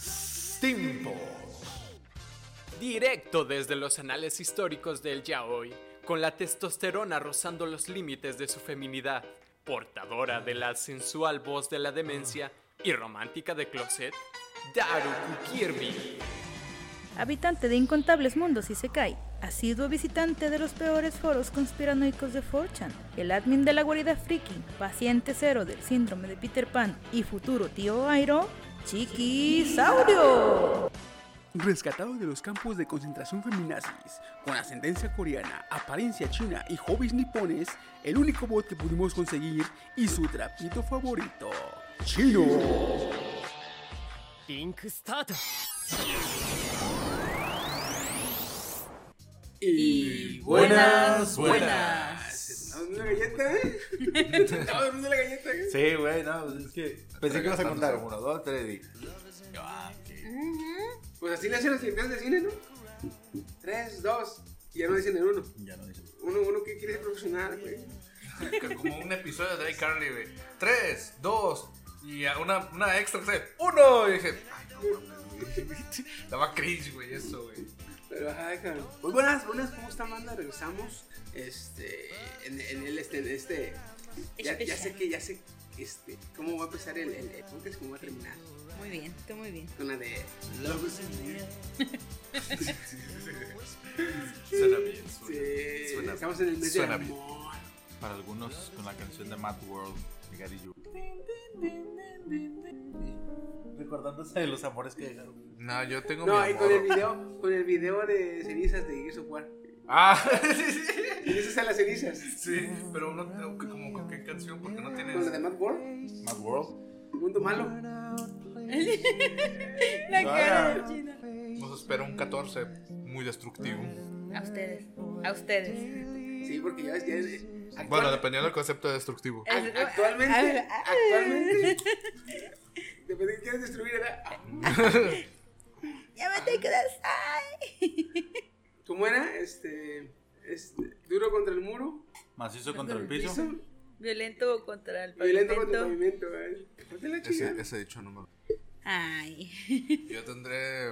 Stimpos. Directo desde los anales históricos del yaoi, con la testosterona rozando los límites de su feminidad, portadora de la sensual voz de la demencia y romántica de closet, Daruku Kirby. Habitante de incontables mundos y se cae, asiduo visitante de los peores foros conspiranoicos de 4chan, el admin de la guarida friki, paciente cero del síndrome de Peter Pan y futuro tío Airo, Chiquisaurio. Rescatado de los campos de concentración feminazis, con ascendencia coreana, apariencia china y hobbies nipones, el único bot que pudimos conseguir y su trapito favorito, Chino. リンクスタート Y buenas, buenas. ¿Una galleta? ¿Una galleta? Sí, güey, no, pues es que pensé que ibas a contar uno, dos, tres y... Pues así le hacen las directores de cine, ¿no? Tres, dos, y ya no dicen el uno. Ya no dicen. Uno, uno que quiere ser profesional, güey. Como un episodio de iCarly, güey. Tres, dos, y a una, una extra, o sea, uno. Y dije, ay, no, mames. Daba cringe, güey, eso, güey. Pero ajá, cabrón. Pues buenas, buenas, ¿cómo están, banda? Regresamos. Este. En, en el este. en este ya, ya sé que, ya sé. Este, ¿Cómo va a empezar el, el, el podcast? ¿Cómo va a terminar? Muy bien, tú muy bien. Con la de. Suena bien, suena, Sí, suena estamos en el mes de suena bien. amor. Para algunos, con la canción de Mad World de Gary Yu. Recordándose de los amores que dejaron. No, yo tengo No, mi y amor. con el video, con el video de cenizas de Gears of War. Ah, sí, sí, Cenizas a las cenizas. sí, pero uno, como, como con qué canción, porque no Con la de tienes... Mad World, Mad World. el mundo malo. La No, cara no. de China. Nos espera un 14 muy destructivo. A ustedes, a ustedes. Sí, porque ya ves, ya es. eh, actual- Bueno, dependiendo del concepto de Eh, destructivo. Es- Actualmente, a ver, ah. actualmente. Depende de que quieras destruir, era. ah, Ya me te quedas. ay. ¿Cómo era? Este, este, duro contra el muro, Macizo contra el piso. piso, Violento contra el violento contra el pavimento. pavimento. güey. Ponte la Ese, chingada. ese dicho no me lo... Ay. Yo tendré.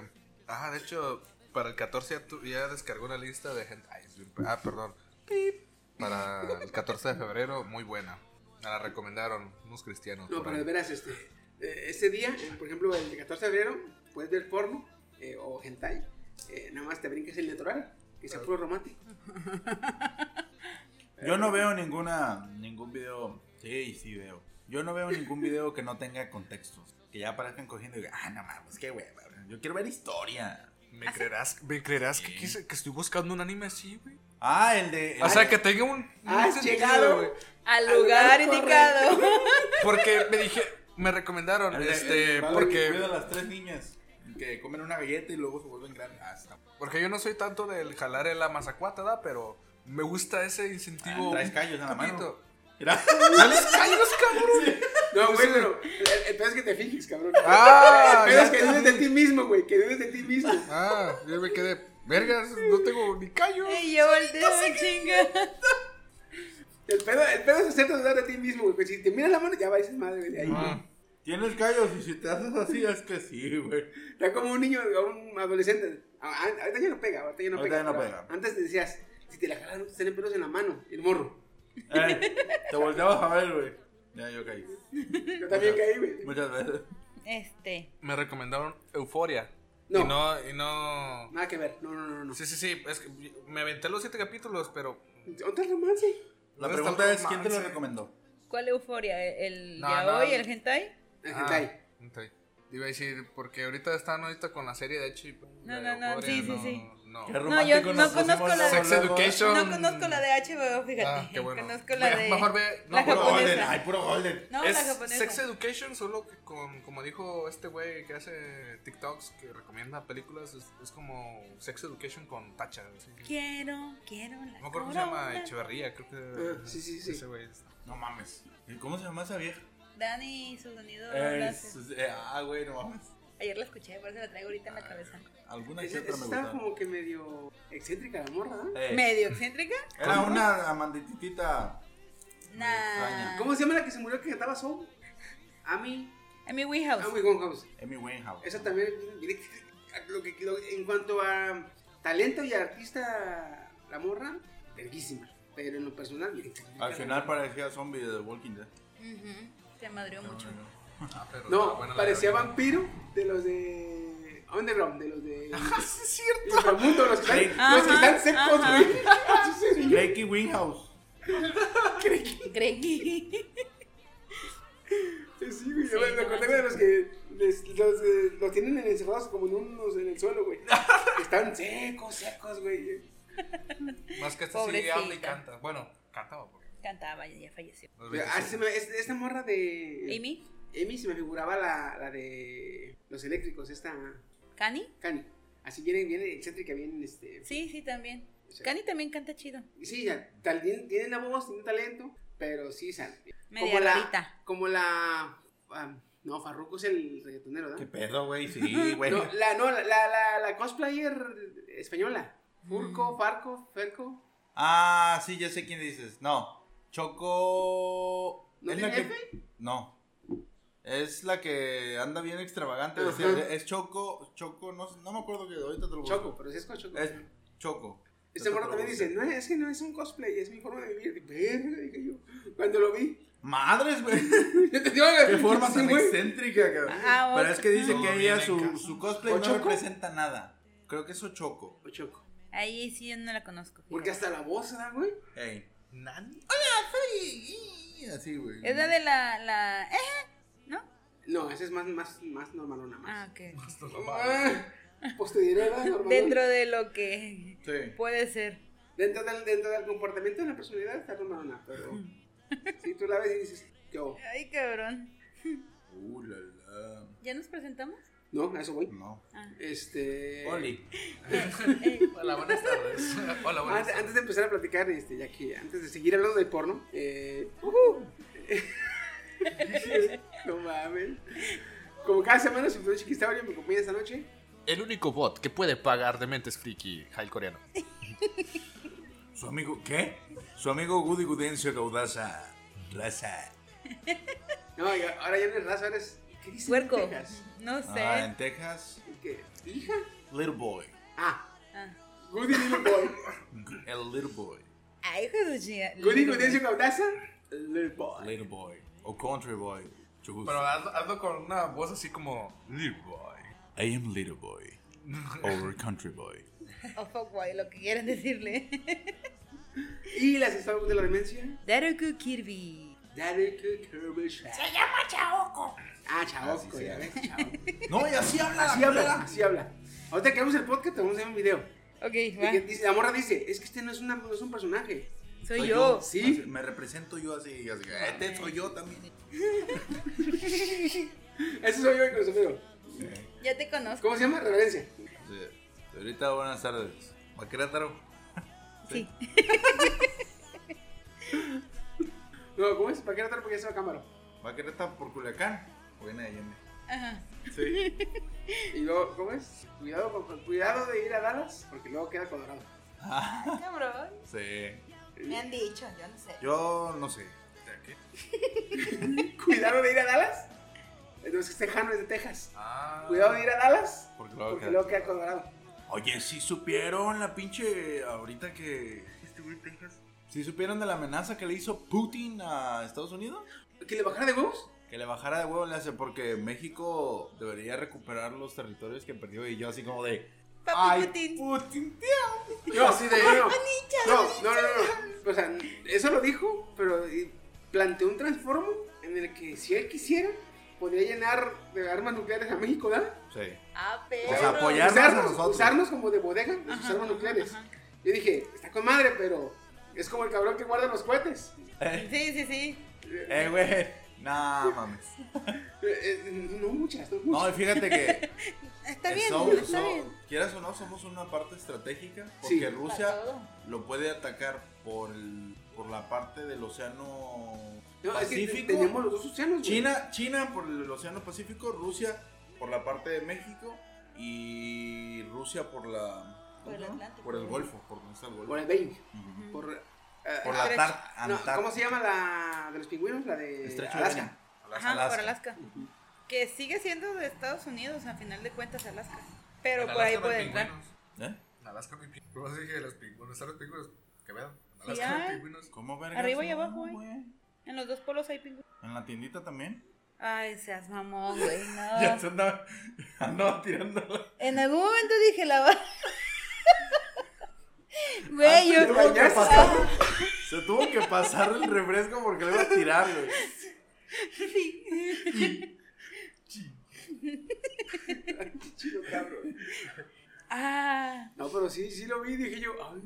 Ah, de hecho, para el 14 ya, tu- ya descargó una lista de gente. ay, es bien pe- Ah, perdón. Pip. Para el 14 de febrero, muy buena. Me la recomendaron unos cristianos. No, por pero ahí. de veras, este, eh, este día, eh, por ejemplo, el 14 de febrero, puedes ver porno eh, o hentai. eh, nada más te brincas el natural, que sea puro romántico. Yo no veo ninguna, ningún video. Sí, sí veo. Yo no veo ningún video que no tenga contextos. Que ya aparezcan cogiendo y diga, ah, no mames, qué hueva. bro. Yo quiero ver historia. ¿Me creerás, me creerás que, quise- que estoy buscando un anime así, güey? Ah, el de. el O sea, de- que tenga un. un Has llegado. güey. Al Al lugar lugar indicado. Porque me dije. Me recomendaron, el de- este, el padre que cuida a porque, las tres niñas que comen una galleta y luego se vuelven grandes. Ah, está- porque yo no soy tanto del jalar en la mazacuata, ¿da? Pero me gusta ese incentivo. Ah, traes un callos en la mano. poquito. Mira. ¡Dales callos, cabrón! No, güey, pero el, el pedo es que te fijes, cabrón. ¡Ah! el pedo es que dudes de ti mismo, güey, que dudes de ti mismo. Ah, yo me quedé. Vergas, no tengo ni callo. Y yo volteo chinga. El pedo, el pedo es hacerte dudar de ti mismo, güey. que Si te miras la mano, ya va a decir madre, güey, de ahí. Ah. güey. Tienes callos y si te haces así es que sí, güey. Era como un niño, un adolescente. A- a- Ahorita ya no pega, ahorita ya no Ahorita pega. ya no pero pega. Antes te decías, si te la jalan, no te salen pelos en la mano, el morro. Eh, te volteabas a ver, güey. Ya yo caí. Yo también caí, güey. Muchas veces. Este. Me recomendaron Euforia. No. Y no, y no. Nada que ver, no, no, no, no. Sí, sí, sí. Es que me aventé los siete capítulos, pero. Otra romance. La No pregunta está es: ¿quién te lo romance. recomendó? ¿Cuál euforia? ¿E-, ¿El No, ya no. hoy, el hentai? El Ah, hentai. hentai. Iba a decir, porque ahorita están ahorita con la serie de hecho. No, no, no, sí, sí, sí. No. Qué No, yo romántico no nos conozco pusimos la- luego, Sex luego. Education. No conozco la de HBO, fíjate. Ah, qué bueno. Conozco la Ve, de. mejor ve- no, la puro Golden, japonesa. ay, puro Golden. No, es la japonesa. Sex Education, solo que con, como dijo este güey que hace TikToks, que recomienda películas, es, es como Sex Education con tacha. así. Quiero, quiero la. No me acuerdo cómo se corona. llama Echeverría, creo que. Eh, sí, sí, sí. Ese güey es- No mames. ¿Y ¿Cómo se llama esa vieja? Dani, su sonido. Eh, hace. es- eh, ah, güey, no mames. Ayer la escuché, por eso la traigo ahorita en Ah, la cabeza. Alguna que Esa- otra esa me Estaba gustaba. como que medio excéntrica la morra, ¿no? Eh, ¿Medio excéntrica? Era una amandititita. Nah. extraña. ¿Cómo se llama la que se murió que cantaba Soul? Amy. En mi Ah, Winehouse. Ah, Amy Winehouse. Amy Winehouse. Esa también. Lo que, lo- en cuanto a talento y artista, la morra, verguísima. Pero en lo personal, bien. Al final parecía zombie de The Walking Dead. Ujú, Se madrió mucho. Ah, pero está No, buena la parecía de- vampiro de los de. Underground, de los de. Ah, sí, es cierto. Inframundo, los que están, Ajá, los que están secos, ajá. güey. Sí, sí, sí. Blakey Winehouse. Greg. Sí, güey, yo Sí, me no acordé manches. de los que les- los, eh, los tienen encerrados como en unos en el suelo, güey. Están secos, secos, güey. Más que este sí Pobrecita. habla y canta. Bueno, cantaba pues. porque. Cantaba, ya falleció. los veinte Ah, sí. se me- es- esta morra de. Amy, Amy se me figuraba la, la de los eléctricos, esta Cani. Cani. Así viene, viene excéntrica, bien este. Sí, sí, también. Sí. Cani también canta chido. Sí, ya, también tiene la voz, tiene talento, pero sí sale. Media como la, rarita. como la ah, no, Farruko es el reggaetonero, ¿no? ¿Qué pedo, güey? Sí, güey. No, la, no, la, la, la, la cosplayer española. Mm. Furco, Farco, Ferco. Ah, sí, ya sé quién dices. No. Choco. ¿No ¿Es la tiene que... No. Es la que anda bien extravagante. Ajá. o sea, es Choco. Choco, no, sé- no me acuerdo que ahorita te lo busco. Choco, pero si es con Choco. Es Choco. Este morro también dice, no, es que no es un cosplay, es mi forma de vivir. Verga, dije yo. Cuando lo vi, Madres, güey. yo te digo, güey, Qué forma sí, tan güey. excéntrica, cabrón. Ah, Pero es que dice Todo que ella bien en su, casa. su cosplay no ¿Ochoco? representa nada. Creo que es Ochoco. O Choco. Ahí sí yo no la conozco. Porque hasta la voz, ¿verdad, güey? Ey. Hola, soy. Ah, Así, güey. Es la de la. la... ¿Eh? ¿No? No, esa es más, más, más normalona, Ah, más. ok. ok. Ah, pues te diré, ¿verdad? Normalona. Dentro de lo que Sí. puede ser. Dentro del, dentro del comportamiento de la personalidad está normalona, pero... si tú la ves y dices, yo, Ay, cabrón. Uh, la, la. ¿Ya nos presentamos? Ah. no, a eso voy. No. Este... Oli. Eh, Hola, buenas tardes. Hola, Ah, buenas Antes, tardes. antes de empezar a platicar, este, ya que antes de seguir hablando del porno, eh, no mames. Como cada semana su pinche Chiquisaurio me acompaña esta noche. El único bot que puede pagar de mentes friki, Hal coreano. Su amigo. ¿Qué? Su amigo Woody Gudencio Gaudaza. Raza. No, ya- ahora ya no es raza, ahora es. ¿Qué dice? Puerco. Texas? No sé. Ah, en Texas. ¿Qué? ¿Hija? Little Boy. Ah, Ah. Goody Little Boy. El Little Boy. Ay, hijo de su chinga- Goody Gudencio Caudaza. Little Boy. Little Boy. O Country Boy. Chugus. Pero hazlo, hazlo con una voz así como. Little boy. I am Little Boy. Over Country Boy. O fuckboy, Oh, lo que quieran decirle. Y las estados de la demencia. Daruku Kirby. Daddy Kirby Shack. Se llama Chaoco. Ah, Chaoco, ya ves, Chaoco. No, y así habla Así habla, así habla. Ahorita que hagamos el podcast, te vamos a hacer un video. Ok, Y que va. dice- la morra dice, es que este no es, una- no es un personaje. Soy, yo. Sí. Me represento yo así. así este soy yo también. Ese soy yo, incluso, pero. Ya te conozco. ¿Cómo se llama? Reverencia. Sí. Ahorita buenas tardes. ¿Va a Querétaro? Sí. No, ¿cómo es? ¿Para qué no porque ya se va a cámara? ¿Va a Querétaro por Culiacán? ¿O viene de Allende? Ajá. Sí. Y luego, ¿cómo es? Cuidado, con- con- cuidado de ir a Dallas, porque luego queda colorado. Cabrón. Sí. Me han dicho, yo no sé. Yo no sé. ¿Cuidado de ir a Dallas? Entonces, este Jano es de Texas. Ah. Cuidado de ir a Dallas, Porque luego porque queda- luego queda colorado. Oye, si supieron la pinche. Ahorita que. Este Estuve en Texas. Si supieron de la amenaza que le hizo Putin a Estados Unidos. ¿Que le bajara de huevos? Que le bajara de huevo le hace porque México debería recuperar los territorios que perdió. Y yo, así como de. Papi ¡Ay, Putin. Putin, tío! No, así de no. No, no, no, no. O sea, eso lo dijo, pero eh, planteó un transformo en el que si él quisiera, podría llenar de armas nucleares a México, ¿verdad? Sí. Ah, pero. O sea, apoyarnos a usarnos, nosotros. usarnos como de bodega de sus armas nucleares. Yo dije, está con madre, pero es como el cabrón que guarda los cohetes. Sí, sí, sí. Eh, güey. No, mames. Eh, eh, no muchas, no No, muchas. y fíjate que. Está bien, somos- está so- bien. Quieras o no, somos una parte estratégica. Porque Sí. Rusia Para todo. lo puede atacar por, el- por la parte del océano No, es que te- Pacífico. tenemos los dos océanos. güey. China, China por el Océano Pacífico, Rusia por la parte de México y Rusia por la Por el ¿cómo se llama? Atlántico. Por el Golfo, por donde está el Golfo. Por el Bering. Ujú. Por, eh, Por la Antar- Tar- no, Antar- ¿Cómo se llama la de los pingüinos? La de Estrecho de Bering. Alaska. Ajá, por Alaska. Que sigue siendo de Estados Unidos, a final de cuentas, Alaska. Pero En por ahí Alaska no hay puede entrar. pingüinos. ¿Eh? En Alaska no hay pingüinos. ¿Cómo se dije los pingüinos? ¿Están los pingüinos? ¿Qué vean? En Alaska Sí no hay hay. pingüinos. ¿Cómo vergas? Arriba y No, abajo, eh. güey. En los dos polos hay pingüinos. ¿En la tiendita también? Ay, seas mamón, güey. Ya se andaba, andaba tirando. En algún momento dije la va. Güey, Se yo. tuvo que pasar- Se tuvo que pasar el refresco porque le iba a tirar, güey. Chino, cabrón. Ah. No, pero sí, sí lo vi. Dije yo, ay,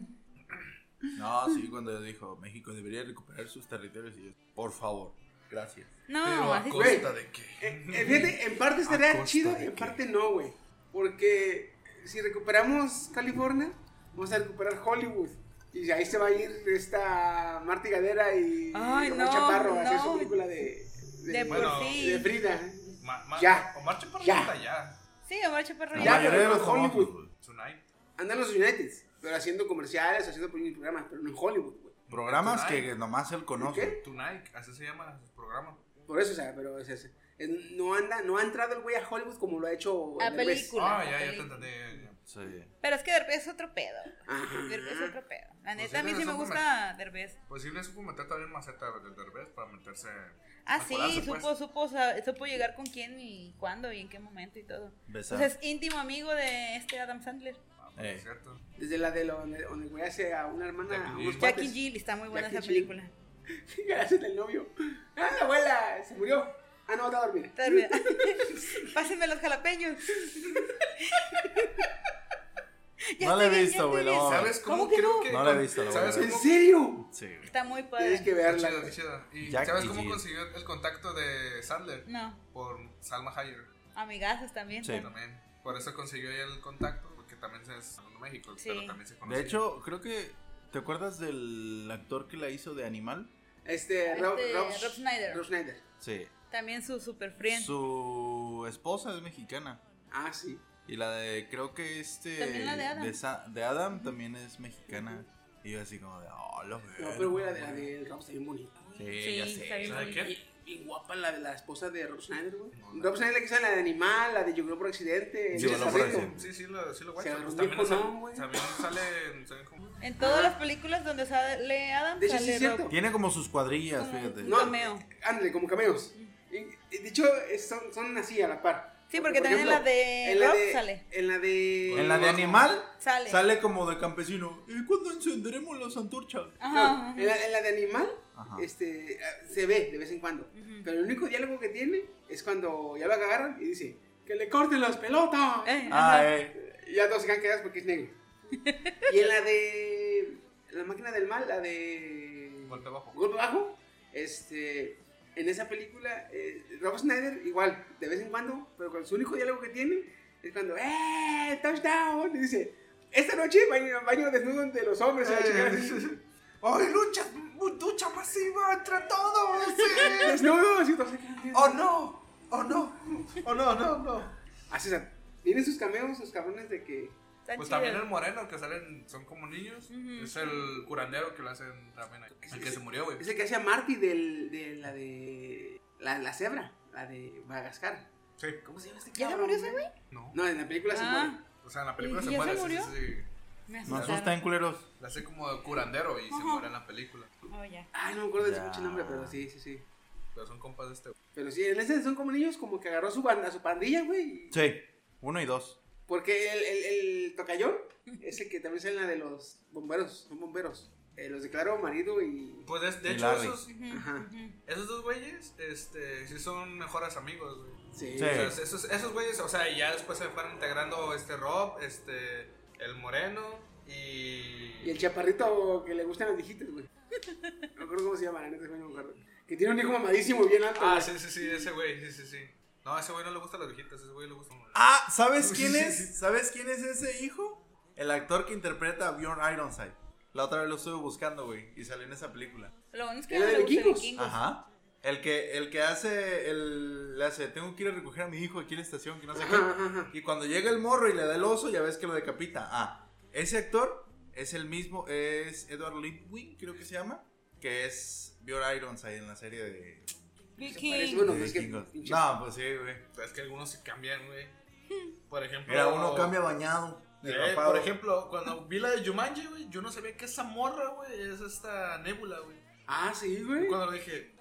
No, sí, cuando dijo México debería recuperar sus territorios y yo, por favor, gracias. No, así güey. ¿Costa de qué? Eh, eh, fíjate, en parte estaría chido, en parte no, güey. Porque si recuperamos California, vamos a recuperar Hollywood. Y ahí se va a ir esta Marty Gadera y Ay, Omar no, Chaparro a hacer no. su película de, De por Bueno, fin. de Frida. Ma- ma- Ya. Omar Chaparro Ya. ya está allá. Sí, Omar Chaparro Ya, La ya. mayoría de pero los con Hollywood. famosos, güey. Tonight. Andan los United, pero haciendo comerciales, haciendo programas, pero no en Hollywood, güey. Programas que nomás él conoce. ¿Qué? Tonight. Así se llama su programa. Por eso, o sea, pero es, es- es- no, anda, no ha entrado el güey a Hollywood como lo ha hecho A Derbez. película. Ah, ya, ya te entendí. ya, ya. Sí. Pero es que Derbez es otro pedo. Ajá. Derbez es otro pedo. La Pues neta, a mí tiene sí me razón, gusta Derbez. Posible supo Pues meter también maceta del Derbez para meterse. Ah, para sí, colarse, supo, pues. supo, sa- supo llegar con quién y cuándo y en qué momento y todo. Besar. Pues es íntimo amigo de este Adam Sandler. Ah, pues, Eh. es cierto. Desde la de lo, donde, donde el güey hace a una hermana. a unos Jackie Jackie cuates. Jill, está muy buena Jackie esa Jill. película. Gracias del novio. Ah, la abuela se murió. Ah, no, está dormida. Está dormida. Pásenme los jalapeños. Ya No la he estoy bien, ya visto, güey, estoy no. bien. ¿Sabes cómo, ¿Cómo que creo no? que.? No la he visto, la ¿Sabes verdad. ¿En cómo? serio? Sí, güey. Está muy Tienes padre. que Qué verla. chido, qué güey. chido. ¿Y Jack sabes y cómo Jill. consiguió el contacto de Sandler? No, Por Salma Hayek. amigazos también. Sí. También. Por eso consiguió ella el contacto, porque también se es de México, Sí. pero también se conoce. De hecho, creo que. ¿Te acuerdas del actor que la hizo de Animal? Este, Rob, Este, Rob, Rob Schneider. Rob Schneider. Sí. También su super friend. Su esposa es mexicana. Ah, sí. Y la de. Creo que este. También la de Adam. Sa- de Adam también es mexicana. Y yo así como de. Oh, lo No, pero güey, la de, la de Rob está bien bonita. Sí, Sí, ya está sé. bien ¿Sabe bonito. qué? Y guapa la de la esposa de Rob Schneider, güey. Rob Schneider que sale la de animal, la de Lloró por accidente. Sí, el Lloró por perrito. accidente. Sí, sí, lo, sí lo guacho. Se Pues arruinó, también, pues, sal- no, güey. también salen, salen como... En todas las películas donde sale Adam, De hecho, sí sale es cierto. Rob. Tiene como sus cuadrillas, fíjate. No. Cameo. Ándale, como cameos. Y- y de hecho, es- son, son así a la par. Sí, porque también en la de en la Rob de- sale. En la de. En la de Animal. Sale. Sale como de campesino. ¿Y cuándo encenderemos las antorchas? Ajá. No, en, la, en la de animal Ajá. este, ah, se ve de vez en cuando. Pero el único diálogo que tiene es cuando ya lo agarran y dice: ¡Que le corten las pelotas! Eh, Ah, ajá. eh. Y ya todos se quedan quedados porque es negro. y en la de. La máquina del mal, la de. Golpe bajo. Golpe bajo. Este. En esa película, eh, Rob Snyder, igual, de vez en cuando, pero con su único diálogo que tiene es cuando. ¡Eh! ¡Touchdown! Y dice: Esta noche baño, baño desnudo de los hombres. y la chingada". ¡Ay, lucha! ¡Lucha masiva entre todos! sí! Desnudos y todos se quedan viendo. ¡Oh, no! ¡Oh, no! ¡Oh, no, no, no! Así, o sea, tienen sus cameos, sus cabrones de que. Están Pues chidas. también el moreno que salen, son como niños. Ujú. Es el curandero que le hacen también ahí. El que se murió, güey. Es el que hace a Marty del, de la de. La, la cebra, la de Madagascar. Sí. ¿Cómo se llama este ¿Ya se cabrón? murió ese güey? No. No, en la película se Ah. muere. O sea, en la película ¿Y se ya muere. se sí, murió? sí, sí. Me No asustaron. asustan, culeros. La hace como de curandero y se muere en la película. Oh, ya. Ay, no me acuerdo de ese Ya. pinche nombre, pero sí, sí, sí. Pero son compas de este. güey. Pero sí, en ese son como niños, como que agarró su banda, su pandilla, güey. Sí. Uno y dos. Porque el, el, el tocayón es el que también sale en la de los bomberos, son bomberos. eh, los declaró marido y. Pues de, de Y hecho, Larry. esos, Ajá. esos dos güeyes, este, sí son mejores amigos, güey. Sí. Sí. O sea, esos, esos güeyes, o sea, y ya después se fueron integrando este Rob, este, el Moreno y... Y el chaparrito que le gustan las viejitas, güey. No me acuerdo cómo se llama, la neta, güey, no me acuerdo. Que tiene un hijo mamadísimo bien alto. Ah, güey. sí, sí, sí, ese güey, sí, sí, sí. No, a ese güey no le gustan las viejitas, a ese güey le gusta... Ah, ¿sabes quién es? ¿Sabes quién es ese hijo? El actor que interpreta a Bjorn Ironside. La otra vez lo estuve buscando, güey, y salió en esa película. Lo bueno es que Era no de le gusta vikingos. vikingos. Ajá. El que, el que hace, el, le hace, tengo que ir a recoger a mi hijo aquí en la estación, que no sé qué. Y cuando llega el morro y le da el oso, ya ves que lo decapita. Ah, ese actor es el mismo, es Edward Litwin, creo que se llama, que es Bjorn Ironside en la serie de... Parece, Vikingos. bueno, de es que. Vikingos. pinche- No, pues sí, güey. Es que algunos se cambian, güey. Por ejemplo... Mira, uno cambia bañado. Eh, rapado. por ejemplo, cuando vi la de Jumanji, güey, yo no sabía que esa morra, güey, es esta nébula, güey. Ah, sí, Y güey. Cuando le dije,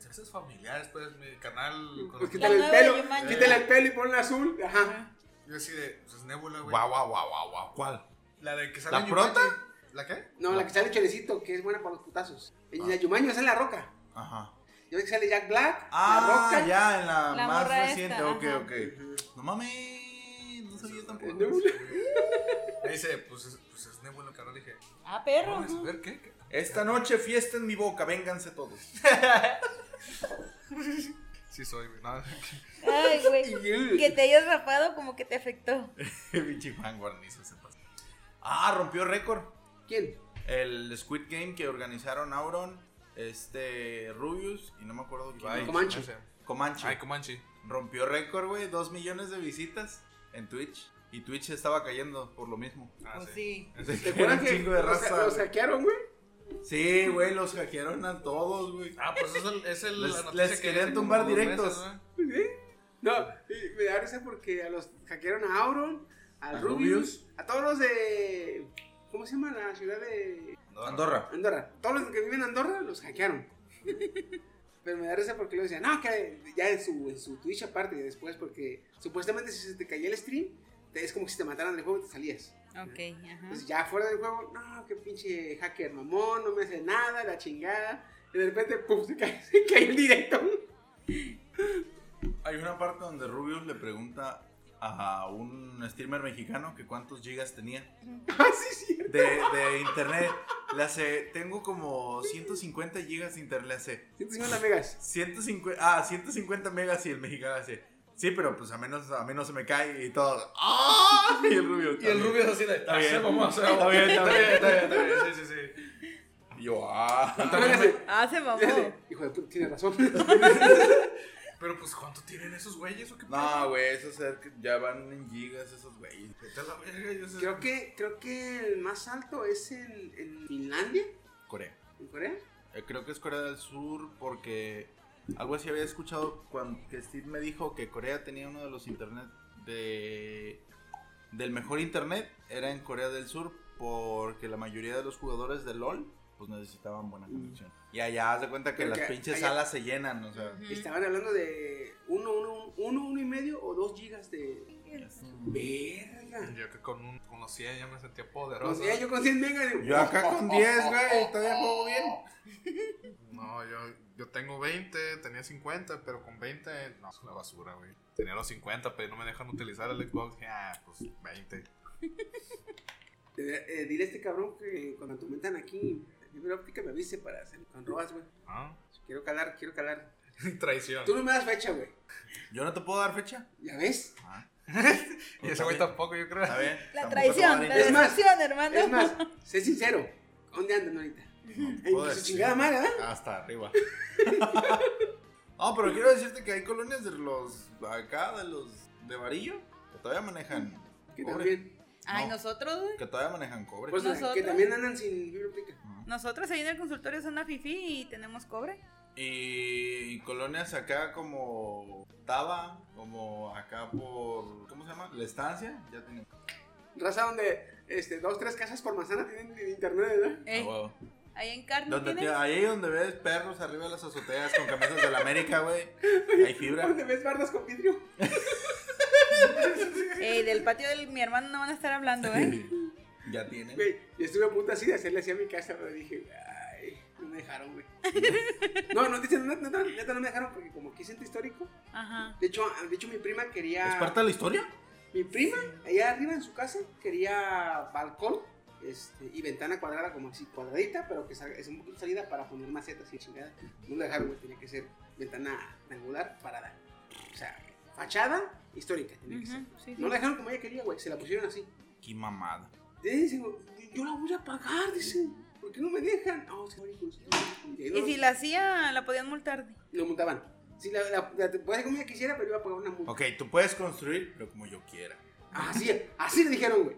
¿sabes familiares? Pues mi canal. con- Pues quítale el nueva de pelo, Jumanji. quítale el pelo y ponle azul. Ajá. Yo así de, pues es Nebula, güey. Guau, guau, guau, guau, guau. ¿Cuál? La de que sale. ¿La en prota? Yumanji. ¿La qué? No, la que sale Cholecito, que es buena para los putazos. Y Ah. la Yumaño sale la roca. Ajá. Yo ves que sale Jack Black, Ah, la roca. ya, en la, La más morra reciente. esta, ok, ajá. ok. No mames, no sabía tampoco. el Nebula. Me dice, pues es, pues es Nebula, canal. Le dije, Ah, perro. vamos a ajá. ver qué. qué? Esta noche fiesta en mi boca, vénganse todos. Sí, soy, güey. No, Ay, güey. Que te hayas rapado como que te afectó. Pinche fan guarnizo se pasó. Ah, rompió récord. ¿Quién? El Squid Game que organizaron Auron, este, Rubius y no me acuerdo quién. Ibai, más. Comanche. no sé. Comanche. Ay, Comanche. rompió récord, güey. Dos millones de visitas en Twitch. Y Twitch estaba cayendo por lo mismo. Ah, Pues sí. sí. ¿Te acuerdas que chingo de lo sa- raza, lo güey. saquearon, güey? Sí, güey, los hackearon a todos, güey. Ah, pues es el. Es el Les- la noticia les que hace querían como tumbar dos directos. güey. ¿Sí? No, y me da risa porque a los hackearon a Auron, a, A Rubius, Rubius. a todos los de. ¿Cómo se llama la ciudad de Andorra. Andorra? Todos los que viven en Andorra los hackearon. Pero me da risa porque luego decían, no, que ya en su, en su Twitch aparte, y después, porque supuestamente si se te caía el stream, te- es como si te mataran del juego y te salías. Ok, ajá. Entonces ya fuera del juego, no, que pinche hacker mamón, no me hace nada, la chingada. Y de repente, pum, se cae, se cae el directo. Hay una parte donde Rubius le pregunta a un streamer mexicano que cuántos gigas tenía Ah, sí, sí. de, de internet. Le hace, tengo como 150 gigas de internet. Le hace, 150 megas. 150, ah, 150 megas y el mexicano hace, sí, pero pues a menos, a menos se me cae y todo. ¡Ah! Y el Rubius. Y el también. Rubius así de. Está bien. "Ah, sí, vamos, Está vamos". bien, está bien, Está bien, está bien, Sí, sí, sí. Y yo, ah. Ah, se mamó. Hijo de puta, tiene razón. Pero pues, ¿cuánto tienen esos güeyes o qué? No, güey, esos er- ya van en gigas esos güeyes. Vete a la verga, yo sé- creo, que, creo que el más alto es en, en Finlandia, Corea. en Corea. Eh, Creo que es Corea del Sur porque algo así había escuchado cuando que Steve me dijo que Corea tenía uno de los internet de del mejor internet era en Corea del Sur porque la mayoría de los jugadores de LOL pues necesitaban buena conexión. Y allá haz de cuenta que Pero las que pinches allá- salas se llenan, o sea, Estaban hablando de 1, 1, 1, y medio o 2 gigas de. Mm. Verga. Yo que con un, con los 100 ya me sentía O poderoso. sea, yo con 100 megas. digo, yo acá con 10, güey, todavía juego bien. No, yo, yo tengo 20, tenía 50, pero con 20, no, es una basura, güey. Tenía los 50, pero no me dejan utilizar el Xbox. Dije, ah, pues 20. eh, eh, dile a este cabrón que cuando te aumentan aquí, la fibra óptica me avise para hacer con robas, güey. ¿Ah? Quiero calar, quiero calar. Traición. Tú no me das fecha, güey. Yo no te puedo dar fecha. ¿Ya ves? Y ese güey tampoco, yo creo. Está bien. La tampoco te puedo dar traición, la internet. Es más, decepción, hermano. Es más, sé sincero. ¿Dónde andan ahorita? No, En puedo su decir. chingada madre, ¿verdad? Hasta arriba. No, pero quiero decirte que hay colonias de los acá, de los de Varillo, que todavía manejan Que cobre. también. Ay, No. nosotros, güey. Que todavía manejan cobre. Pues, que ¿Nosotros? también andan sin fibra óptica. Nosotros ahí en el consultorio son una fifi y tenemos cobre. Ah, y, y colonias acá como Taba, como acá por. ¿Cómo se llama? La estancia. Ya tienen. Raza donde este, dos, tres casas por manzana tienen internet, ¿verdad? Eh, a Ah, huevo. ahí en carne Donde tienen. te- ahí donde ves perros arriba de las azoteas con camisas de la América, güey. Hay fibra. Donde ves bardas con vidrio. Ey, del patio de mi hermano no van a estar hablando, ¿eh? Ya tienen. Güey, yo estuve a punto así de hacerle así a mi casa, pero dije, ay, no me dejaron, güey. No, no, dicen, no, no, no, neta, no me dejaron porque como aquí es centro histórico. Ajá. De hecho, ah, de hecho mi prima quería... ¿Es parte de la historia? Mi prima, allá arriba en su casa, quería balcón este, y ventana cuadrada, como así cuadradita, pero que salga- es un poquito salida para poner macetas y chingada. No lo dejaron, güey, tenía que ser ventana angular parada. O sea, fachada histórica tenía que ser. Ujú, sí, sí. No la dejaron como ella quería, güey, se la pusieron así. Qué mamada. Dice, güey, yo la voy a pagar, dice. ¿Por qué no me dejan? Ah, se muere con su- Y ahí Y no- si la hacía, la podían multar. Lo montaban. Si la, la, la- podía hacer como ella quisiera, pero iba a pagar una multa. Ok, tú puedes construir, pero como yo quiera. Así, así le dijeron, güey.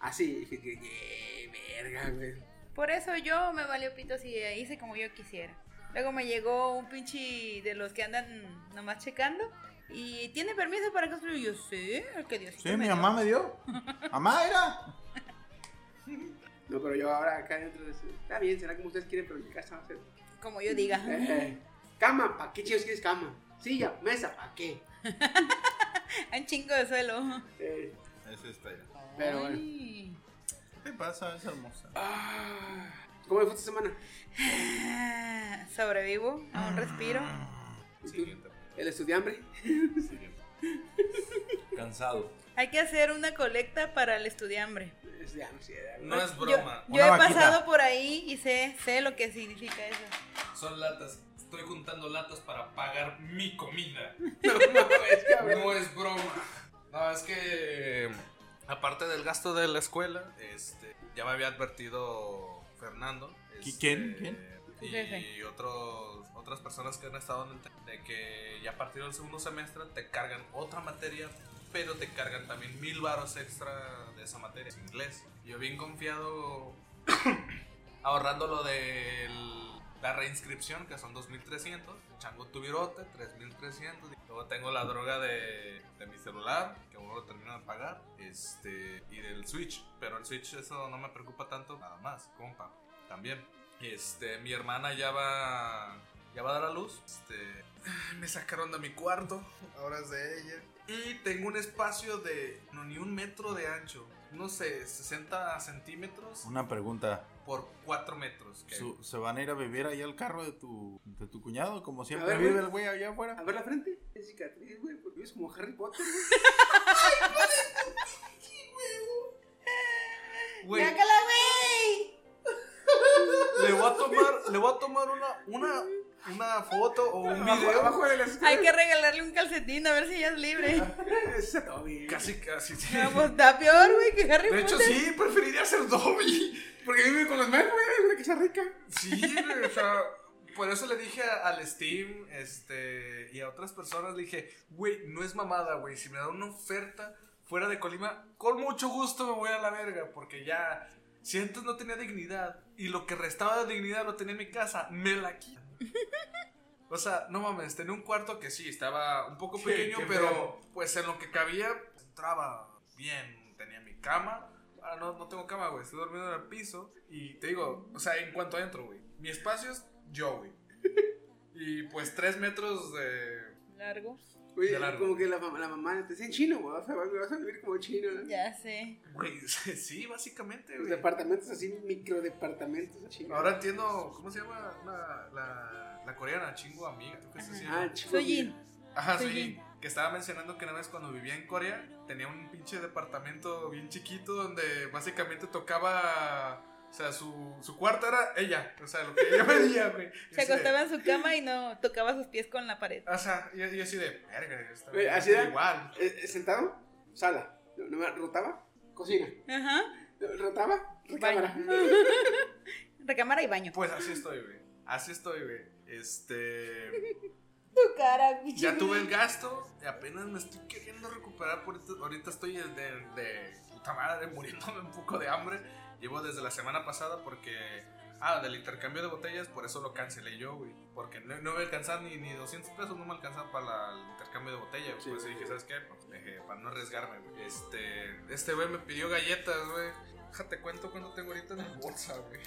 Así. Dije, que, "Yeah, verga, güey. Por eso yo me valió pito si hice como yo quisiera. Luego me llegó un pinche de los que andan nomás checando. Y tiene permiso para construir. Yo sé, el que Dios Sí, mi mamá me dio. Mamá era. No, pero yo ahora acá dentro de ese- Está bien, será como ustedes quieren, pero mi casa va a ser. Como yo diga. Eh, cama, ¿para qué chicos quieres cama? Silla, mesa, ¿para qué? Un chingo de suelo. Eh, Es esta ya. pero bueno. Ay. ¿Qué te pasa? Es hermosa. Ah, ¿Cómo fue esta semana? Sobrevivo a un respiro. Ah. El estudiambre. Cansado. Hay que hacer una colecta para el estudiambre. Estudiambre, sí, era, güey. No es Yo, broma. yo una he vaquita. pasado por ahí y sé, sé lo que significa eso. Son latas. Estoy juntando latas para pagar mi comida. No mames, cabrón. No es broma. Pues, No, es que aparte del gasto de la escuela, este, ya me había advertido Fernando. ¿Qui- este, quién? ¿Quién? Y Jefe. otros, otras personas que han estado en el te- de que ya a partir del segundo semestre te cargan otra materia, pero te cargan también mil varos extra de esa materia, es inglés. Yo bien confiado ahorrando lo de la reinscripción, que son 2.300. Chango tu virote, 3.300. y Luego tengo la droga de, de mi celular, que uno lo termino de pagar. Este, y del Switch. Pero el Switch, eso no me preocupa tanto. Nada más, compa. También. Este, mi hermana ya va. Ya va a dar a luz. Este, me sacaron de mi cuarto, ahora es de ella. Y tengo un espacio de no ni un metro de ancho. No sé, 60 centímetros Una pregunta. por 4 metros. que- ¿Su- ¿Se van a ir a vivir ahí al carro de tu, de tu cuñado? Como siempre ver, vive güey. el güey allá afuera. A ver la frente. Es cicatriz, güey, porque es como Harry Potter, güey. Güey, le voy a tomar, le voy a tomar una, una, una foto o un Abajo, video. abajo de las Hay que regalarle un calcetín a ver si ella es libre. Esa Toby. Casi, casi. sí. No, pues está peor, güey, que Harry De Potter. hecho, sí, preferiría ser Dobby. Porque vive con los más, güey, es una casa rica. Sí, güey, o sea, por eso le dije a- al Steam este, y a otras personas, le dije, güey, no es mamada, güey, si me dan una oferta fuera de Colima, con mucho gusto me voy a la verga, porque ya, si antes no tenía dignidad y lo que restaba de dignidad lo tenía en mi casa, me la quitan. O sea, no mames, tenía un cuarto que sí, estaba un poco pequeño, pero pues en lo que cabía, entraba bien. Tenía mi cama. Ahora Ah, no, no tengo cama, güey. Estoy durmiendo en el piso. Y te digo, o sea, en cuanto entro, güey. Mi espacio es yo, güey. Y pues tres metros de... Largo. Oye, De largo. como que la, mam- la mamá te dice en chino, güey, vas a, vas a vivir como chino, ¿no? Ya sé. Güey, sí, básicamente, Los güey. departamentos así, microdepartamentos en chino. Ahora entiendo, ¿cómo se llama la, la, la coreana? Chingo amiga. ¿Tú qué estás haciendo? Ah, chico. Soy Jin. Ajá, Soy sí. Jin. Que estaba mencionando que una vez cuando vivía en Corea tenía un pinche departamento bien chiquito donde básicamente tocaba. O sea, su, su cuarto era ella. O sea, lo que ella veía, güey. Y Se así de- acostaba en su cama y no tocaba sus pies con la pared. O sea, y y así de. Verga, está Güey, así de- igual. Eh, eh, sentado, sala. No, no me- rotaba, cocina. Ajá. No, Rotaba, recámara. Recámara y baño. Pues así estoy, güey. Así estoy, güey. Este. Tu cara, bicho. Ya tuve el gasto. y apenas me estoy queriendo recuperar. Por esto- ahorita estoy de, de puta madre, muriéndome un poco de hambre. Llevo desde la semana pasada porque. Ah, del intercambio de botellas, por eso lo cancelé yo, güey. Porque no, no voy a alcanzar ni, ni 200 pesos, no me alcanzaba para la- el intercambio de botellas. güey. Sí, por eso sí, dije, sí. ¿sabes qué? Pues, dejé, para no arriesgarme, güey. Este, este güey me pidió galletas, güey. Déjate cuento cuánto tengo ahorita en la bolsa, güey.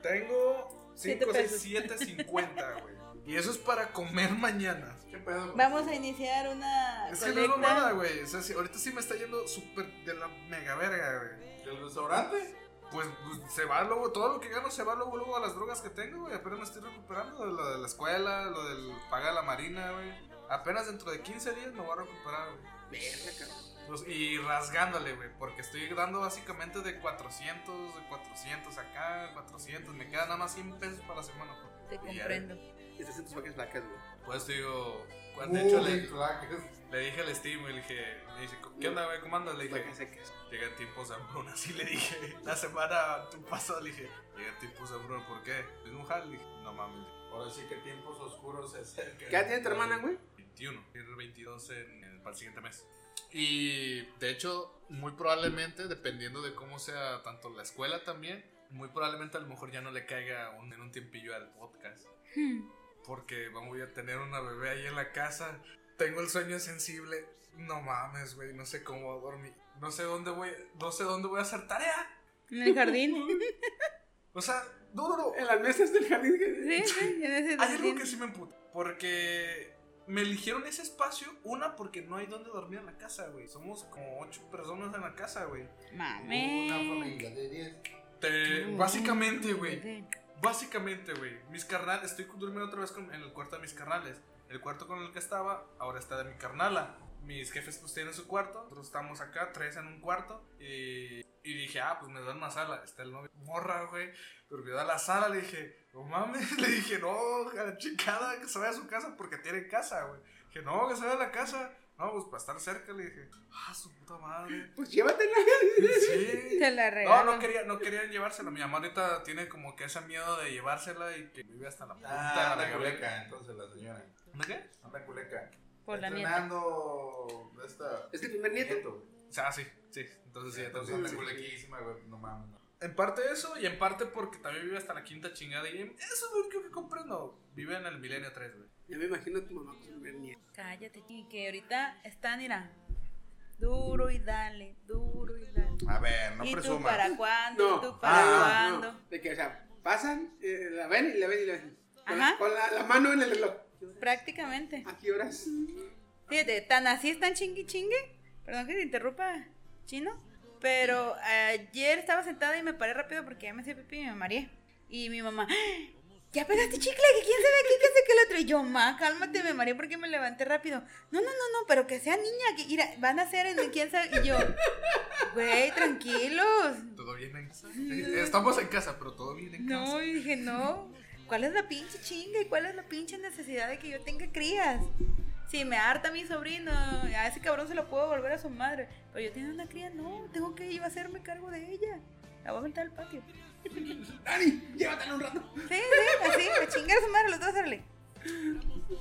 Tengo 5, Siete 6, pesos. 7, 50, güey. Y eso es para comer mañana. ¿Qué pedo? Vamos a iniciar una Es que no es colecta. mamada, güey. O sea, sí, ahorita sí me está yendo súper de la mega verga, güey. ¿Del restaurante? Pues pues, se va luego, todo lo que gano se va luego, luego a las drogas que tengo, güey. Apenas me estoy recuperando de lo de la escuela, lo del pagar la marina, güey. Apenas dentro de 15 días me voy a recuperar, güey. Verga, cabrón. Pues, y rasgándole, güey, porque estoy dando básicamente de 400, de 400 acá, 400. Me queda nada más 100 pesos para la semana, güey. Te Y ya, comprendo. Estás en tus vacas flacas, güey. Pues digo, cuando- de hecho le, placas. le dije al Steve, güey, le dije, le dije, ¿qué onda, güey? ¿Cómo andas? Le dije, Vacas secas. Llegan tiempos de hambruna, así le dije. La semana tú pasado le dije, llegan tiempos de hambruna, ¿por qué? Es un jal, le dije, no mames. Ahora sí que tiempos oscuros es el que. ¿Qué edad tiene tu hermana, güey? 21, tiene 22 en, en- para el siguiente mes. Y de hecho, muy probablemente, dependiendo de cómo sea tanto la escuela también, Muy probablemente a lo mejor ya no le caiga un- en un tiempillo al podcast. Hmm. Porque vamos a tener una bebé ahí en la casa. Tengo el sueño sensible. No mames, güey, no sé cómo voy a dormir. No sé dónde voy, no sé dónde voy a hacer tarea. En el jardín. O sea, no, no, no. En las mesas del jardín. güey. Sí, sí, en ese Hay algo jardín. que sí me emputa. Porque me eligieron ese espacio, una, porque no hay donde dormir en la casa, güey. Somos como ocho personas en la casa, güey. Uh, Mame. Te- Eh, básicamente, güey. Básicamente, güey. Mis carnales, estoy durmiendo otra vez con- en el cuarto de mis carnales. El cuarto con el que estaba, ahora está de mi carnala. Mis jefes pues tienen su cuarto, nosotros estamos acá, tres en un cuarto. Y, y dije, ah, pues me dan una sala. Está el novio, morra, güey. Durmió a la sala, le dije, no mames. Le dije, no, a la chingada, que se vaya a su casa porque tiene casa, güey. Dije, no, que se vaya a la casa. No, pues para estar cerca, le dije, ah, su puta madre. Pues llévatela. Sí. Te la No, regalan. no, quería, no querían llevársela. Mi mamá ahorita tiene como que ese miedo de llevársela y que vive hasta la punta Ah, de anda la cabeza. culeca, entonces la señora. ¿De qué? Anda culeca. Por la nieta. Entrenando esta. Es el primer nieto. Nieto. O sea, sí, sí. Entonces sí, Ah, Entonces entonces anda sí. culequísima, güey. No mames. no. En parte eso y en parte porque también vive hasta la quinta chingada. Y eso es lo que- que comprendo. Vive en el milenio 3, güey. Ya me imagino a tu mamá con su primer nieto. Cállate, y que ahorita están, mira. Duro y dale, duro y dale. A ver, no ¿Y tú presumas. para cuándo? No. ¿Y tú para Ah, cuándo? no. De que, o sea, pasan, eh, la ven y la ven y la ven. Con, Ajá. la, con la, la mano en el reloj. Prácticamente. ¿A qué horas? Fíjate, tan así están chingui chingue. Perdón que te interrumpa, chino. Pero ayer estaba sentada y me paré rápido porque ya me hice pipí y me mareé. Y mi mamá, "¡Ah! ¿ya pegaste chicle? ¿Que quién sabe qué? ¿Qué hace que el otro? Y yo, ma, cálmate, me mareé porque me levanté rápido. No, no, no, no, pero que sea niña, que mira, van a ser en quién sabe. Y yo, güey, tranquilos. todo bien en casa. Eh, Estamos en casa, pero todo bien en casa. No, y dije, no. ¿Cuál es la pinche chinga y cuál es la pinche necesidad de que yo tenga crías? Si me harta mi sobrino, a ese cabrón se lo puedo volver a su madre. Pero yo tengo una cría, no, tengo que ir a hacerme cargo de ella. La voy a aventar al patio. Dani, llévatela un rato. Sí, sí, así, a chingar a su madre, los dos a hacerle.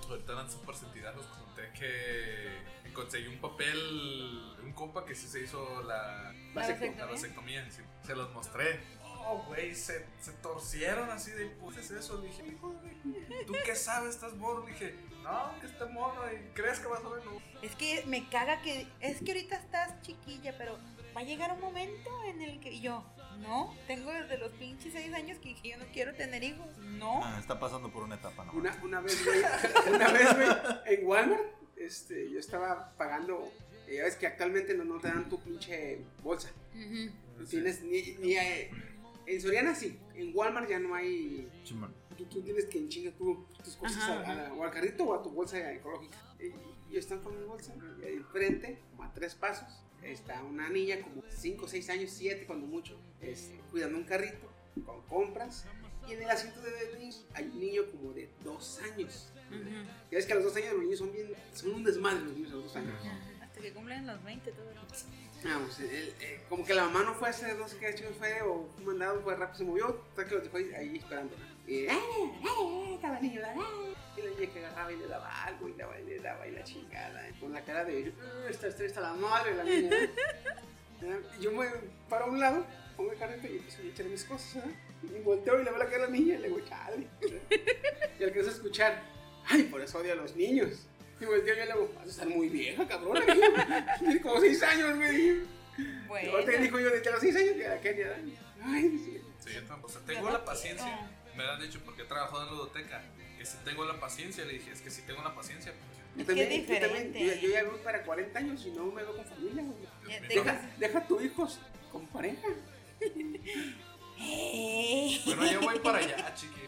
Ahorita eran súper sentidas, los conté que conseguí un papel, un compa que sí se hizo la, La vasectomía. la vasectomía, sí. se los mostré. Oh, güey, se, se torcieron así de, pues es eso, le dije, hijo de- ¿tú qué sabes? ¿Estás mono? Le dije, no, que está mono, y crees que vas a ver, no. Es que me caga que. Es que ahorita estás chiquilla, pero va a llegar un momento en el que. y yo, no, tengo desde los pinches seis años que dije, yo no quiero tener hijos. No. Ah, está pasando por una etapa, ¿no? Una, una vez, güey, una vez, güey, en Walmart, este, yo estaba pagando, eh, ya ves que actualmente no, no te dan tu pinche bolsa. Ujú. No Tienes ni, ni eh, en Soriana sí, en Walmart ya no hay, Simón. tú, tú tienes que enchingar tú, tus cosas Ajá, a- a la- o al carrito o a tu bolsa ecológica. Y, y están con mi bolsa, y ahí enfrente, como a tres pasos, está una niña como 5, 6 años, 7 cuando mucho, este, cuidando un carrito con compras. Y en el asiento de niños hay un niño como de dos años. Ya ves que a los dos años los niños son bien, son un desmadre los niños a los dos años. Hasta que cumplen los 20 todavía. Ah, pues, él, eh, como que la mamá no fue a hacer, no sé qué chingos fue, o fue mandado, fue rápido, se movió, tal que los dejó ahí, ahí esperando. Y, ¡ay, ay, estaba niño, ay! Y la niña que agarraba y le daba algo, y le daba, y le daba, y la chingada, con la cara de, "Uh, está está la madre, la niña. Eh, y yo me paro a un lado, pongo el carrito y empiezo a echar mis cosas, ¿eh? Y volteo y le veo la cara a la niña y le digo, chale. y alcanzo a escuchar, ay, por eso odio a los niños. Y volteo yo y le digo, vas a estar muy vieja, cabrona. Tiene como seis años, güey. Bueno. Ahorita que dijo yo, desde los seis años, que era Kenia, Dani. Ay, dice, Sí, yo tampoco. O sea, tengo la paciencia. Me lo han dicho porque he trabajado en la ludoteca. Que si tengo la paciencia, le dije, es que si tengo la paciencia, yo Qué también- yo diferente. también- Yo, yo ya voy para 40 años y no me veo con familia, güey. Ya te- Deja, deja a tus hijos con pareja. Eh, Bueno, yo voy para allá, chiqui.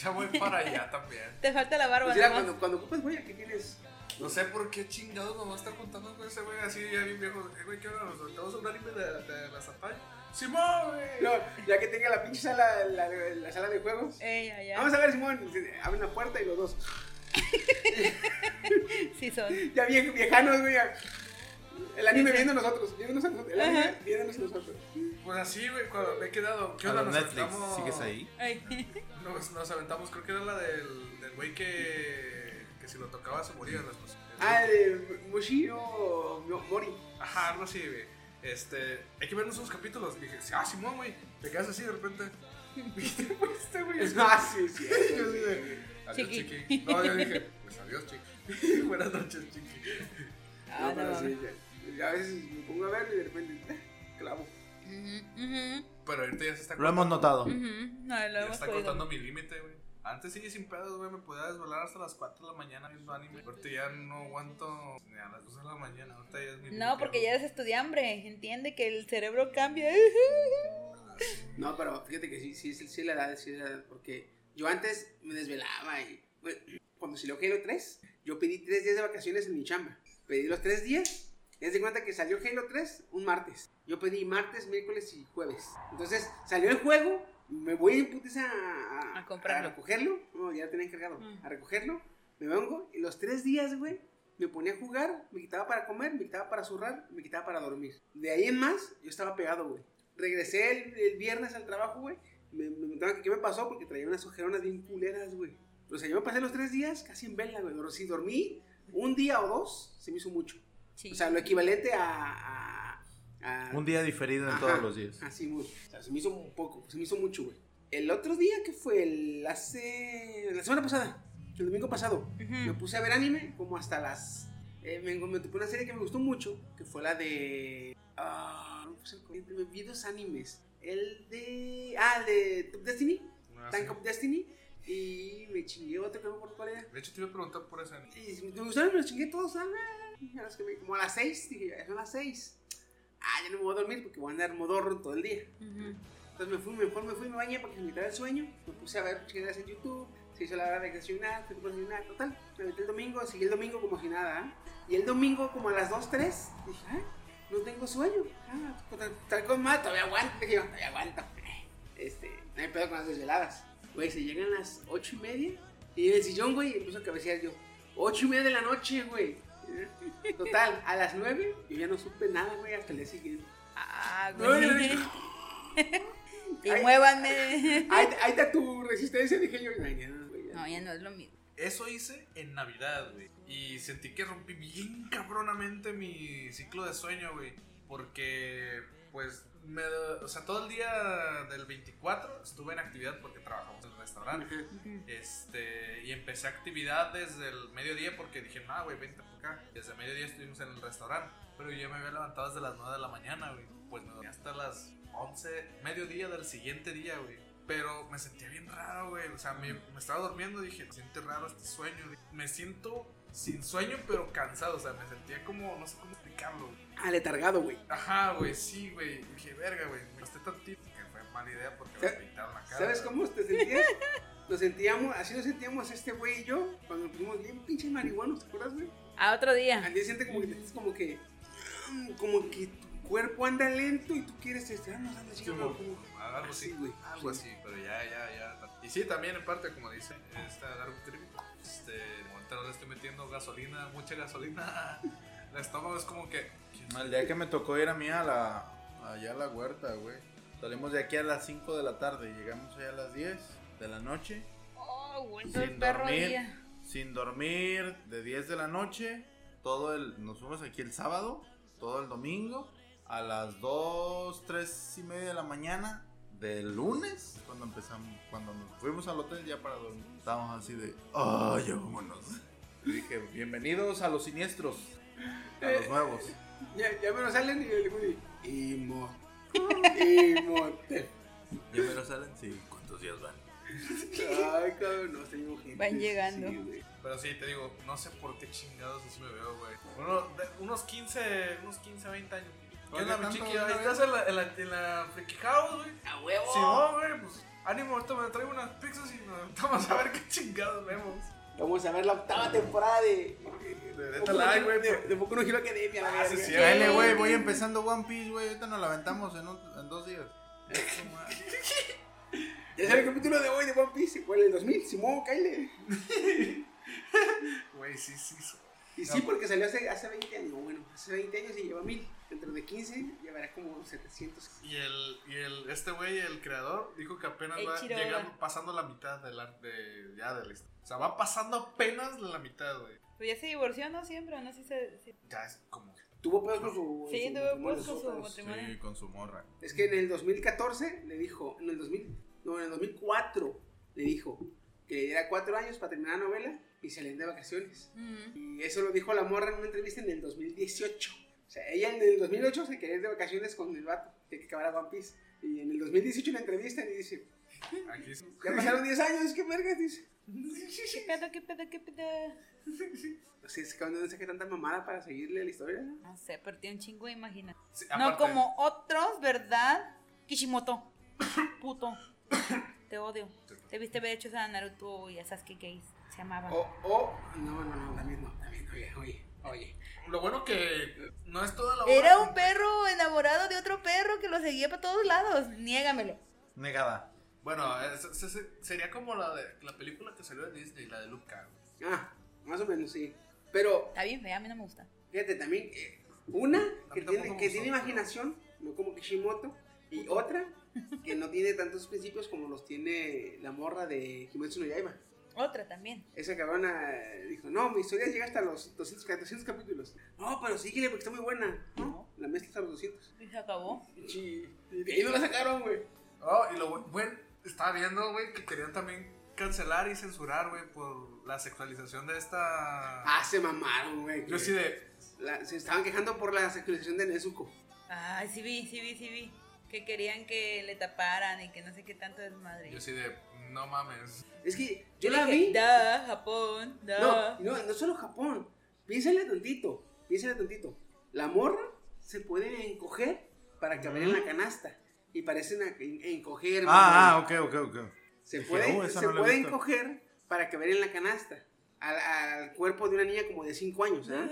Ya voy para allá también. Te falta la barba, Pues mira, nomás. cuando, cuando ocupas, güey, aquí tienes. No sé por qué chingados me va a estar contando con ese güey así, ya bien viejo. Eh, güey, ¿qué onda? ¿Nos aventamos un anime de, de la Zapay? ¡Simón, güey! No, ya que tenga la pinche sala, la, la sala de juegos. Ey, Eh, ya, ya. Vamos a ver, Simón. Abre la puerta y los dos. Sí son. Ya vie- viejanos, güey. ya. El anime viendo a nosotros. Viéndonos a nosotros. El anime viéndonos a nosotros. Pues así, güey, cuando me he quedado. ¿Qué A onda? los Nos Netflix, aventamos- ¿sigues ahí? Ay. Nos, nos aventamos, creo que era la del del güey que, que si lo tocaba se moría. Pues, eh, las cosas. Ah, el de Mushiro no, Mori. Ajá, algo así, güey. Este, hay que vernos unos capítulos. Dije, ah, Simón, güey, te quedas así de repente. ¿Viste, güey? Este, güey. Es más, Ah, sí, sí. Yo así de, adiós, Chiqui. chiqui. No, yo dije, pues adiós, chiqui. Buenas noches, chiqui. Ah, No, pero no. sí, ya. ya a veces me pongo a verlo y de repente, eh, clavo. Ujú, Pero ahorita ya se está Lo hemos notado. ujú, ujú. No, lo Ya hemos está podido. cortando mi límite, güey. Antes sí, sin pedos, güey, me podía desvelar hasta las 4 de la mañana viendo anime. Ahorita ya no aguanto ni a las 2 de la mañana. Ahorita ya es mi No, porque ya eres estudiambre. Entiende que el cerebro cambia. No, pero fíjate que sí, sí, sí, sí la edad, sí la edad, porque yo antes me desvelaba y bueno, cuando se lo Halo 3, yo pedí tres días de vacaciones en mi chamba. Pedí los tres días, y haz de cuenta que salió Halo 3 un martes. Yo pedí martes, miércoles y jueves. Entonces salió el juego, me voy en putes a, a, A comprarlo. a recogerlo. No, ya lo tenía encargado. Mm. A recogerlo, me vengo y los tres días, güey, me ponía a jugar, me quitaba para comer, me quitaba para zurrar, me quitaba para dormir. De ahí en más, yo estaba pegado, güey. Regresé el, el viernes al trabajo, güey. Me, me preguntaban que qué me pasó porque traía unas ojeronas bien culeras, güey. O sea, yo me pasé los tres días casi en vela, güey. Pero si dormí un día o dos, se me hizo mucho. Sí. O sea, lo equivalente a... a- a- Un día diferido en Ajá, todos los días. Así, güey. O sea, se me hizo un poco, se me hizo mucho, güey. El otro día que fue el hace... La semana pasada, el domingo pasado, Mm. me Ujú. puse a ver anime como hasta las... eh, me, me topé una serie que me gustó mucho, que fue la de... Ah, no puse el corriente, me vi dos animes. El de... Ah, el de Top Destiny, Ah, sí. Tank of Destiny, y me chingué otro que no me acuerdo cuál era. De hecho, te iba a preguntar por ese anime. Y me gustaron, me los chingué todos. ah, a los que me- como a las 6, dije, ya son las 6. Ah, ya no me voy a dormir porque voy a andar modorro todo el día. Ujú. Entonces me fui, mejor me fui, me bañé para que se me quitara el sueño. Me puse a ver chingaderas en YouTube. Se hizo la hora de desayunar, se fue a desayunar, total. Me metí el domingo, seguí el domingo como si nada. ¿ah? Y el domingo, como a las 2, 3, dije, ah, no tengo sueño. Ah, tal- tal con más, todavía aguanto. Dije, yo, todavía aguanto. Este, no hay pedo con las desveladas. Güey, se llegan las 8 y media. Y en el sillón, güey, empiezo a cabecear yo. 8 y media de la noche, güey. Total, a las 9 yo ya no supe nada, güey, hasta el día siguiente. Ah, No, no, güey. no. Y Ay. muévanme. Ahí, ahí está tu resistencia, dije yo. Ay, ya, güey, ya. No, ya no es lo mismo. Eso hice en Navidad, güey. Y sentí que rompí bien cabronamente mi ciclo de sueño, güey. Porque, pues, me, o sea, todo el día del 24 estuve en actividad porque trabajamos en el restaurante. Este, y empecé actividad desde el mediodía porque dije, no, güey, vente por acá. Desde el mediodía estuvimos en el restaurante. Pero yo me había levantado desde las 9 de la mañana, güey. Pues me dormí hasta las 11, mediodía del siguiente día, güey. Pero me sentía bien raro, güey. O sea, me, me estaba durmiendo y dije, me siente raro este sueño. Me siento sin sueño, pero cansado. O sea, me sentía como, no sé cómo explicarlo, güey. Aletargado, güey. Ajá, güey, sí, güey. Dije, verga, güey, me gasté tantito. Que fue mala idea porque me ¿Sabes- pintaron la cara. ¿Sabes cómo te sentías? Nos sentíamos, así nos sentíamos este güey y yo cuando nos pusimos bien pinche marihuanos, ¿te acuerdas, güey? A Ah, otro día. Al día siguiente como que te sientes como que... mm, Como que tu cuerpo anda lento y tú quieres este, ah, no, anda chido, Simón. como- Algo Así, así, güey. Algo Sí. así, pero ya, ya, ya. Y sí, también en parte, como dice, está largo trip. Este, ahorita no le estoy metiendo gasolina, mucha gasolina. El estómago es como que. El día que me tocó ir a mí a la, allá a la huerta, güey. Salimos de aquí a las 5 de la tarde, llegamos allá a las 10 de la noche. Oh, güey, todo el Sin perro dormir, día. sin dormir, de 10 de la noche, todo el, nos fuimos aquí el sábado, todo el domingo, a las 2, 3 y media de la mañana del lunes, cuando empezamos, cuando nos fuimos al hotel ya para dormir, estábamos así de, ¡ay, ya vámonos! Y dije, bienvenidos a los siniestros, a los nuevos. Ya, ya me lo salen y yo le digo, y mo- y mo- te- ¿Ya me lo salen? Sí, ¿cuántos días van? Ay, cabrón, no, estoy bien ojete. Van llegando. Sí, güey. Pero sí, te digo, no sé por qué chingados así me veo, güey. Uno- de- unos 15, unos 15, 20 años. ¿Qué onda, mi tanto, chiqui? ya Ahí ves. estás en la, en la, en la Freaky House, güey. ¡A huevo! Sí, no, güey, pues ánimo, ahorita me traigo unas pizzas y nos vamos a ver qué chingados vemos. Vamos a ver la octava temporada de. De Dead Alive, güey. De, de Boku no Hero Academia, la Ah, sí, verga. sí, Dale, güey, voy empezando One Piece, güey. Ahorita nos la aventamos en, un- en dos días. Ya sale el capítulo de hoy de One Piece. ¿Cuál es el 2000? Simón, Kyle. Güey, sí, sí. sí. Y Ah. sí, porque salió hace, hace 20 años. Bueno, hace 20 años y lleva 1000. Dentro de 15 llevará como 700. Y el, y el, este güey, el creador, dijo que apenas El va Chiroga. llegando, pasando la mitad de la, de, ya de la historia. O sea, va pasando apenas la mitad, güey. Pues ya se divorció, ¿no? Siempre, ¿o ¿no? Sí, se, sí. Ya es como... Tuvo pedos con su. Sí, su tuvo matrimonio, pedos con su pedos. matrimonio. Sí, con su morra. Es que en el 2014 le dijo, en el 2000, no, en el 2004 le dijo que le diera cuatro años para terminar la novela y se le den de vacaciones. Mm. Y eso lo dijo la morra en una entrevista en el 2018. O sea, ella en el 2008 se quería ir de vacaciones con el vato de que acabara One Piece. Y en el 2018 la entrevista y dice, Aquí es- ya pasaron 10 años, qué verga, dice. ¿Qué pedo, qué pedo, qué pedo? O sea, es que no sé qué tanta mamada para seguirle la historia. ¿no? No sé, pero tiene un chingo de imaginación. sí, No aparte- como otros, ¿verdad? Kishimoto. Puto. Te odio. Debiste haber hecho esa a Naruto y a Sasuke Gays. Se amaban. Oh. O, o, no, no, no, también no, también, no, oye, oye, oye. Lo bueno que no es toda la hora. Era un perro enamorado de otro perro que lo seguía para todos lados. Niégamelo. Negada. Bueno, es- es- es- sería como la de la película que salió de Disney, la de Luca. güey. Ah, más o menos, sí. Pero Está bien fea, a mí no me gusta. Fíjate también, eh, una que tampoco me tiene, que gustó, tiene pero- imaginación, no como Kishimoto, y otra que no tiene tantos principios como los tiene la morra de Kimetsu no Yaiba. Otra también. Esa cabrona eh, dijo, no, mi historia llega hasta los 200, ca- 200 capítulos. No, pero síguele porque está muy buena. No, la mezcla hasta los 200. Y se acabó. Sí, y de ahí no la sacaron, güey. Oh, y lo bu- bueno, estaba viendo, güey, que querían también cancelar y censurar, güey, por la sexualización de esta. Ah, se mamaron, güey. Yo sí de. La- se estaban quejando por la sexualización de Nezuko. Ay, sí vi, sí vi, sí vi. Que querían que le taparan y que no sé qué tanto desmadre. Yo sí de. No mames. Es que yo la vi... Da, Japón, da. No, no, no solo Japón. Piénsale tantito, piénsale tantito. La morra se puede encoger para caber en la canasta. Y parecen a- en- encoger. Ah, Mm. ah, mamá. ok, ok, ok. Se dije, puede, "Oh, esa se no la he puede visto". encoger para caber en la canasta. Al, al cuerpo de una niña como de 5 años, ¿ah?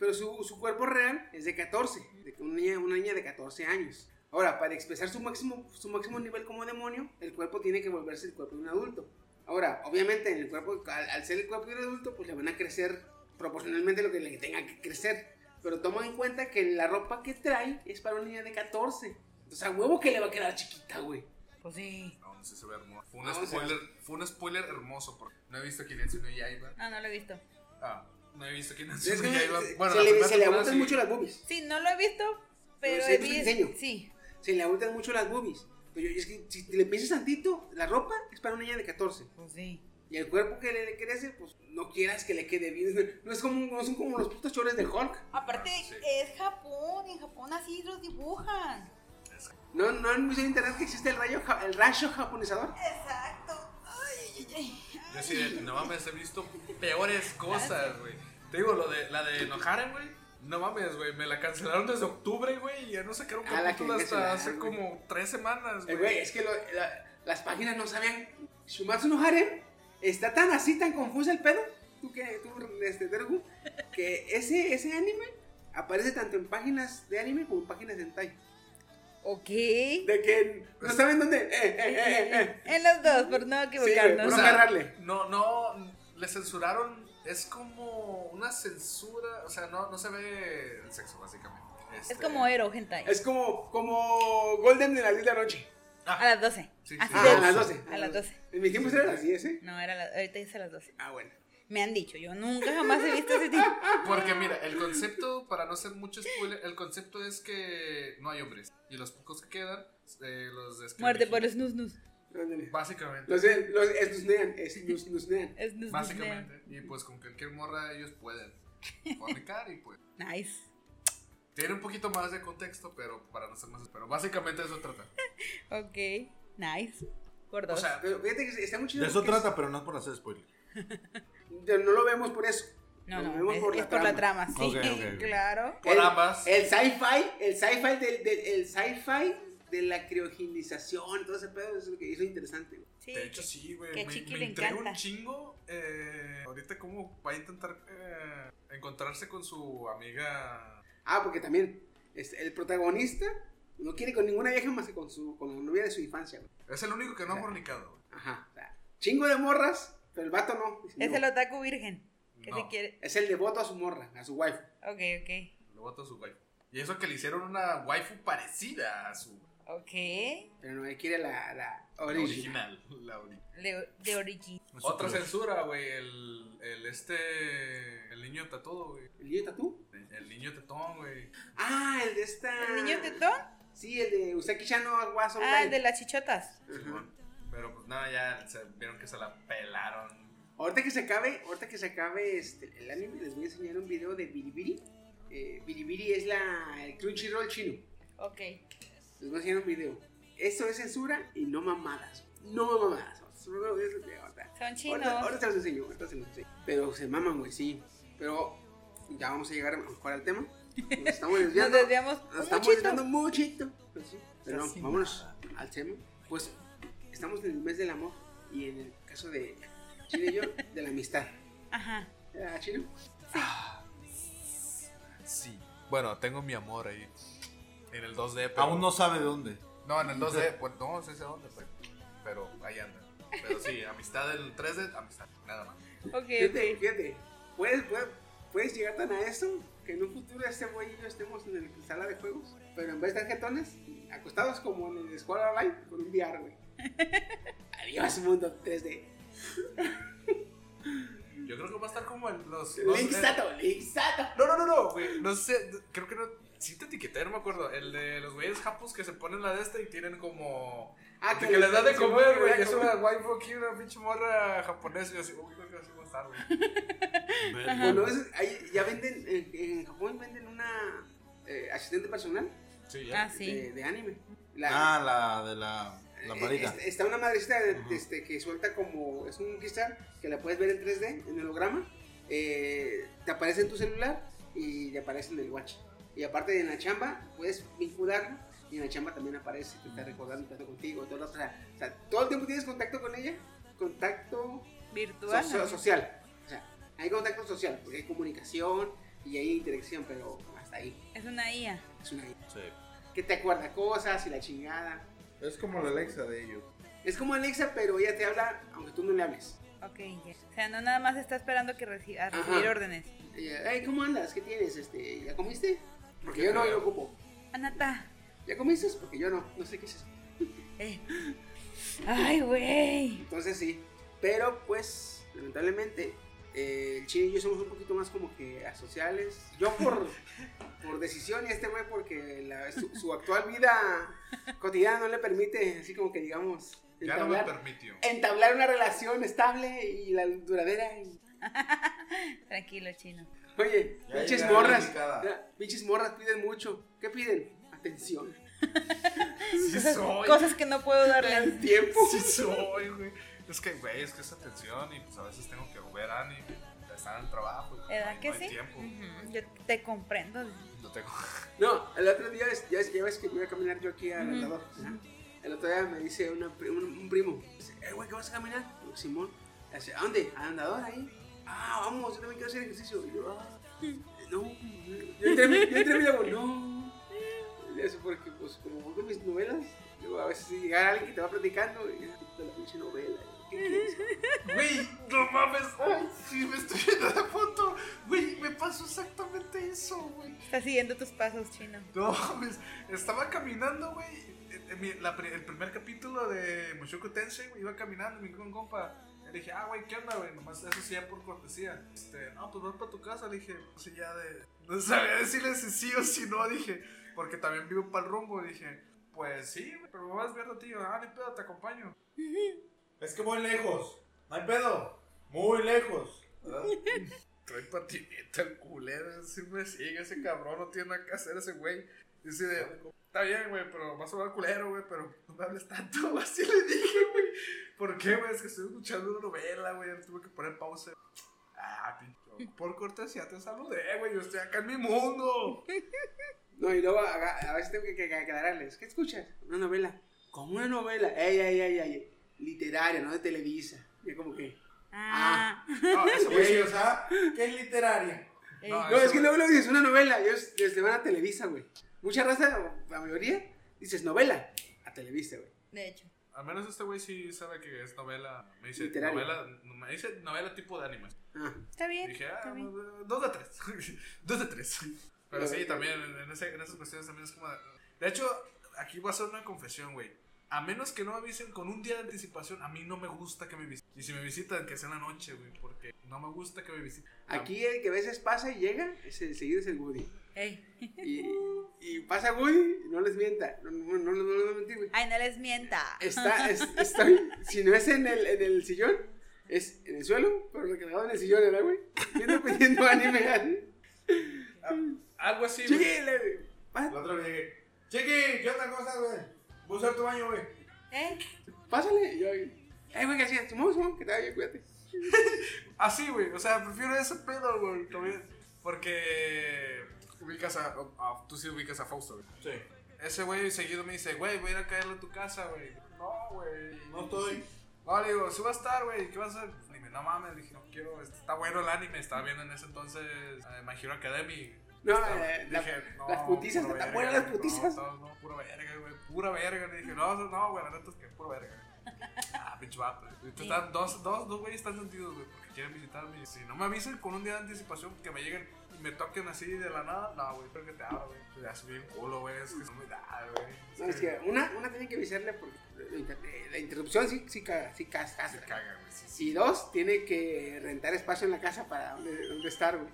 Pero su, su cuerpo real es de 14. de una, niña, una niña de 14 años. Ahora, para expresar su máximo, su máximo nivel como demonio, el cuerpo tiene que volverse el cuerpo de un adulto. Ahora, obviamente, en el cuerpo, al, al ser el cuerpo de un adulto, pues le van a crecer proporcionalmente lo que le tenga que crecer. Pero toma en cuenta que la ropa que trae es para una niña de 14. Entonces, a huevo que le va a quedar chiquita, güey. Pues sí. No, no sé si se ve hermoso. Fue un, No, o sea- spoiler, fue un spoiler hermoso, porque no he visto Kimetsu no Yaiba. Ah, no lo he visto. Ah, no he visto Kimetsu Es no que Yaiba. se, Bueno, se la le, primera se le temporada abultan sí. mucho las boobies. Sí, no lo he visto, pero Pero he sí, te visto. enseño. Sí. Se le abultan mucho las boobies. Pero yo, es que si le piensas tantito, la ropa es para una niña de 14. Pues sí. Y el cuerpo que le crece, pues no quieras que le quede bien. No, es como, no son como los putos chores de Hulk. Aparte, Ah, sí. es Japón. En Japón así los dibujan. No, no han visto en internet que existe el rayo, ja- el rayo japonizador. Exacto. Ay, ay, ay. Yo sí de. No mames, he visto peores cosas, güey. Te digo, lo de, la de Noharen, güey. No mames, güey. Me la cancelaron desde octubre, güey. Y ya no sacaron Ah, la capítulo que hasta cancelaron, hace güey. como tres semanas, Eh, güey. güey, es que lo- la- las páginas no sabían. Shumatsu no Harem está tan así, tan confusa el pedo. Tú que, tú, este, Tergu, que ese, ese anime aparece tanto en páginas de anime como en páginas de hentai. Ok. De que no saben dónde. Eh, eh, eh, eh, eh. En los dos, por no por equivocarnos. no agarrarle. No, no, le censuraron. Es como una censura. O sea, no, no se ve el sexo, básicamente. Este, es como Ero, hentai. Es como, como Golden de la 10 de la noche. A las 12. Sí, Así sí. Ah, de- a las 12. A las 12. En mi tiempo era a las 10, ¿eh? No, era la- ahorita es a las 12. Ah, bueno. Me han dicho, yo nunca jamás he visto ese tipo. Porque mira, el concepto, para no hacer mucho spoiler, el concepto es que no hay hombres. Y los pocos que quedan, eh, los describen. Muerte por snus snus. Ándale. Básicamente. Los, los esnusnean, esnusnean. Snus, snus. Básicamente. Y pues con cualquier morra ellos pueden fornicar y pues. Nice. Tiene un poquito más de contexto, pero para no ser más. Pero básicamente eso trata. Ok. Nice. Por O dos. sea, Pero fíjate que está muy chido. De eso porque es- pues, trata, pero no es por hacer spoiler. de- No lo vemos por eso. No, Nos no, vemos es es por por la la trama. trama, Ok, sí, ok, ok. claro. Por el, ambas. El sci-fi, el sci-fi del, del- el sci-fi de la criogenización, todo ese pedo, eso es lo que hizo interesante. güey. Sí. De hecho, sí, güey. Que Me, Chiqui me le intriga encanta. un chingo. eh, ahorita, cómo va a intentar eh, encontrarse con su amiga. Ah, porque también este, el protagonista no quiere con ninguna vieja más que con su con la novia de su infancia. güey. Es el único que no ha fornicado, güey. Ajá. o sea, chingo de morras, pero el vato no. dice, Es no. el otaku virgen. Que No. se quiere. Es el devoto a su morra, a su wife. Ok, ok. Lo votó su waifu. Y eso que le hicieron una waifu parecida a su Ok. Pero no, él quiere la, la la original. original. La ori- De, de origin. Otra censura, güey. El, el este. El niño tatuado, güey. ¿El niño tatú? El niño tetón, güey. Ah, el de esta. ¿El niño tetón? Sí, el de Usaki Shano Aguas Ah, el Online. de las chichotas. Ajá. Pero pues nada, ya se, vieron que se la pelaron. Ahorita que se acabe, ahorita que se acabe este, el anime, les voy a enseñar un video de Bilibili. Eh, Bilibili es la, el Crunchyroll chino. Ok. Les voy a enseñar un video. Esto es censura y no mamadas. No mamadas. Solo es lo que- ahorita. Son Ahorita, chinos. ahorita se los enseño, ahorita se los enseño. Pero se maman, güey, sí. Pero ya vamos a llegar mejor al tema. Nos estamos Nos desviando. desviamos Nos un estamos muchito. desviando muchito. Pues sí. Pero no, vámonos al tema. Pues estamos en el mes del amor y en el caso de Chino y yo, de la amistad. Ajá. ¿Era Chino? Sí. Bueno, tengo mi amor ahí. En el 2D, pero. Aún no sabe dónde. No, en el 2D, pues no, sé sé dónde, pues. Pero ahí anda. Pero sí, amistad del 3D, amistad, nada más. Ok, Fíjate, ok. fíjate. Puedes, puedes, puedes llegar tan a eso que en un futuro este güey y yo estemos en el sala de juegos. Pero en vez de estar jetones, acostados como en el Squad Online con un VR, güey. Adiós, mundo 3D. Yo creo que va a estar como en los. los- Link Sato, Link Sato. No, no, no, no, güey. No sé, creo que no. Sí te etiqueté, no me acuerdo. El de los güeyes japos que se ponen la de esta y tienen como. Ah, de que les da de sí, comer, sí, güey. sí, Es sí. una waifu aquí, una pinche morra japonesa. Y yo así, uy, creo que así va a estar, güey. Bueno, es- ahí ya venden, en, en Japón venden una eh, asistente personal eh, Sí, Ah, ya. sí. de, de anime. Ah, la de la, la eh, varita. es- Está una madrecita de- este, que suelta como. Es un cristal que la puedes ver en 3D, en holograma. eh, te aparece en tu celular y te aparece en el watch. Y aparte en la chamba, puedes vincularlo y en la chamba también aparece. Te está recordando, está contigo. Todo, o, sea, o sea, todo el tiempo tienes contacto con ella, contacto Virtual. so- so- social. O sea, hay contacto social porque hay comunicación y hay interacción, pero hasta ahí. Es una IA. Es una. Que te acuerda cosas y la chingada. Es como la Alexa de ellos. Es como Alexa, pero ella te habla aunque tú no le hables. Ok, ya. O sea, no nada más está esperando que reci- a recibir Ajá. órdenes. Ella, "Hey, ¿cómo andas? ¿Qué tienes? Este, ¿Ya comiste? Porque yo no, yo ocupo. Anata. ¿Ya comiste? Porque yo no, no sé qué es eso. Eh. Ay, güey. Entonces sí, pero pues, lamentablemente, eh, el chino y yo somos un poquito más como que asociales. Yo por, por decisión y este güey porque la- su, su actual vida cotidiana no le permite, así como que digamos, Ya no me entablar, permitió. entablar una relación estable y la duradera. y- Tranquilo, chino. Oye, Ya pinches llegaron morras. indicadas. ya, Pinches morras piden mucho. ¿Qué piden? Atención. Cosas, cosas que no puedo darle. El tiempo. Sí soy, güey. Es que, güey, es que es atención y pues a veces tengo que ver anime. Están en el trabajo. y, pues, ¿Verdad no que hay sí? tiempo. Ujú, Yo te comprendo. No tengo. No, el otro día, es- ya, ya ves que voy a caminar yo aquí al Ujú. andador. ¿verdad? El otro día me dice una pri- un, un primo: dice, Eh, güey, ¿qué vas a caminar? Yo, Simón. Le Dice, ¿a dónde? Al andador ahí. Ah, vamos, yo también quiero hacer ejercicio. Y yo, "Ah, no. Yo entré, yo entré y le digo, no. Y Eso porque, pues, como voy con mis novelas, luego a veces si llega alguien que te va platicando, y "Ah, puta, la pinche novela. ¿Qué quieres? Güey, no mames. Ay, sí, me estoy yendo de foto. Güey, me pasó exactamente eso, güey. Estás siguiendo tus pasos, chino. No, pues, estaba caminando, güey. en- en mi- la pri- El primer capítulo de Mushoku Tensei, güey, iba caminando, me con compa. Le dije, ah, güey, ¿qué onda, güey? Nomás eso sí, ya por cortesía. Este, no, pues vas para tu casa. Le dije, pues sí, ya de. No sabía decirle si sí o si no, dije. Porque también vivo para el rumbo. Dije, pues sí, güey, pero me vas viendo, tío. Ah, ni pedo, te acompaño. Es que voy lejos. No hay pedo. Muy lejos. Trae patineta el culero, siempre sigue ese cabrón, no tiene nada que hacer ese güey. Dice, de, está bien, güey, pero vas a sonar culero, güey, pero no me hables tanto. Así le dije, güey. ¿Por qué, güey? Es que estoy escuchando una novela, güey, tuve que poner pausa. Ah, pinche, por cortesía te saludé, güey. Yo estoy acá en mi mundo. No, y luego haga- a, veces tengo que, que- que aclararles. ¿Qué escuchas? Una novela. ¿Cómo una novela? Ey, ey, ey, ey. Literaria, no de Televisa. Y como que. Ah. No, eso, güey, Güey, o sea. ¿Qué es literaria? Ey. No, No, eso, es que güey. luego lo dices una novela. Ellos les van a Televisa, güey. Mucha raza, o la mayoría, dices novela a Televisa, güey. De hecho. Al menos este güey sí sabe que es novela. Me dice Literaria. novela, me dice novela tipo de anime. Ah, Está bien. Dije, está ah, bien. dos de tres. dos de tres. Pero sí, también en, en ese- en esas cuestiones también es como. De, de hecho, aquí va a ser una confesión, güey. A menos que no me avisen con un día de anticipación, a mí no me gusta que me visiten. Y si me visitan, que sea en la noche, güey, porque no me gusta que me visiten. Aquí el que a veces pasa y llega, es el- seguido es el Woody. Ey. Y, y pasa Woody, no les mienta. No, no, no, no, no les voy a mentir, güey. Ay, no les mienta. Está, es- estoy, si no es en el, en el sillón, es en el suelo, pero recargado en el sillón, ¿verdad, güey? Viendo, viendo anime, así. Algo así, güey. Llegué, le- pa- La otra vez llegué. Chiqui, ¿qué onda? ¿Cómo estás, güey? Voy a usar tu baño, güey. ¿Eh? Pásale. Y yo, ay, güey, ¿qué hacías? Sumamos, sumamos, que te vaya, cuídate. Así, Ah, güey. O sea, prefiero ese pedo, güey. también, Porque ubicas a, a- Tú sí ubicas a Fausto, güey. Sí. Ese güey seguido me dice, güey, voy a ir a caerle a tu casa, güey. No, güey. No estoy. No, le digo, sí va a estar, güey, ¿qué vas a hacer? Dime, no mames, dije, no quiero, está bueno el anime, estaba viendo en ese entonces eh, My Hero Academy. No, Estaba- eh, la- las putizas, pura ¿están verga, buenas las güey, putizas? No, no, no, pura verga, güey, pura verga, le dije, no, no, güey, la neta es que pura verga. Ah, pinche vato. Entonces, están dos, dos, dos güeyes están sentidos, güey, porque quieren visitarme. Y Si no me avisen con un día de anticipación que me lleguen y me toquen así de la nada, no, güey, pero que te abra, güey. Pues Ya subí el culo, güey, es que no me da, güey. No, es que una, una tiene que avisarle porque la interrupción sí, sí, ca- sí cas- se castra. caga, güey, sí, sí. Y dos, tiene que rentar espacio en la casa para donde, donde estar, güey.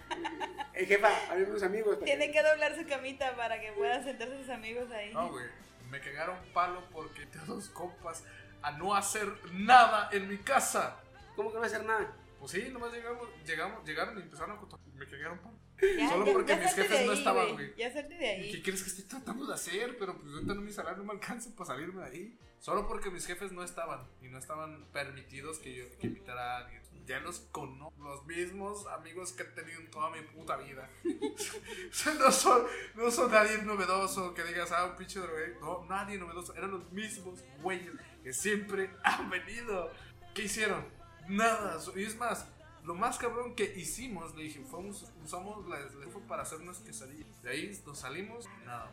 El jefa, hablemos unos amigos. para Tiene que doblar su camita para que puedan sentarse sus amigos ahí. No, güey. Me cagaron palo porque te dos compas a no hacer nada en mi casa. ¿Cómo que no hacer nada? Pues sí, nomás llegamos, llegamos, llegaron y empezaron a cotorrear. Me cagaron palo. Ya, Solo ya- porque ya mis salte de jefes no ahí, estaban, güey. Ya salte de ¿Qué ahí. crees que estoy tratando de hacer? Pero pues ahorita no mi salario no me alcanza para salirme de ahí. Solo porque mis jefes no estaban y no estaban permitidos que yo que invitara a alguien. Ya los conozco, los mismos amigos que he tenido en toda mi puta vida. O sea, no son, no son nadie novedoso que digas, ah, un pinche drogué. No, nadie novedoso. Eran los mismos güeyes que siempre han venido. ¿Qué hicieron? Nada. Y es más, lo más cabrón que hicimos, le dije, fuimos, usamos la la estufa para hacer unas quesadillas. De ahí nos salimos, nada.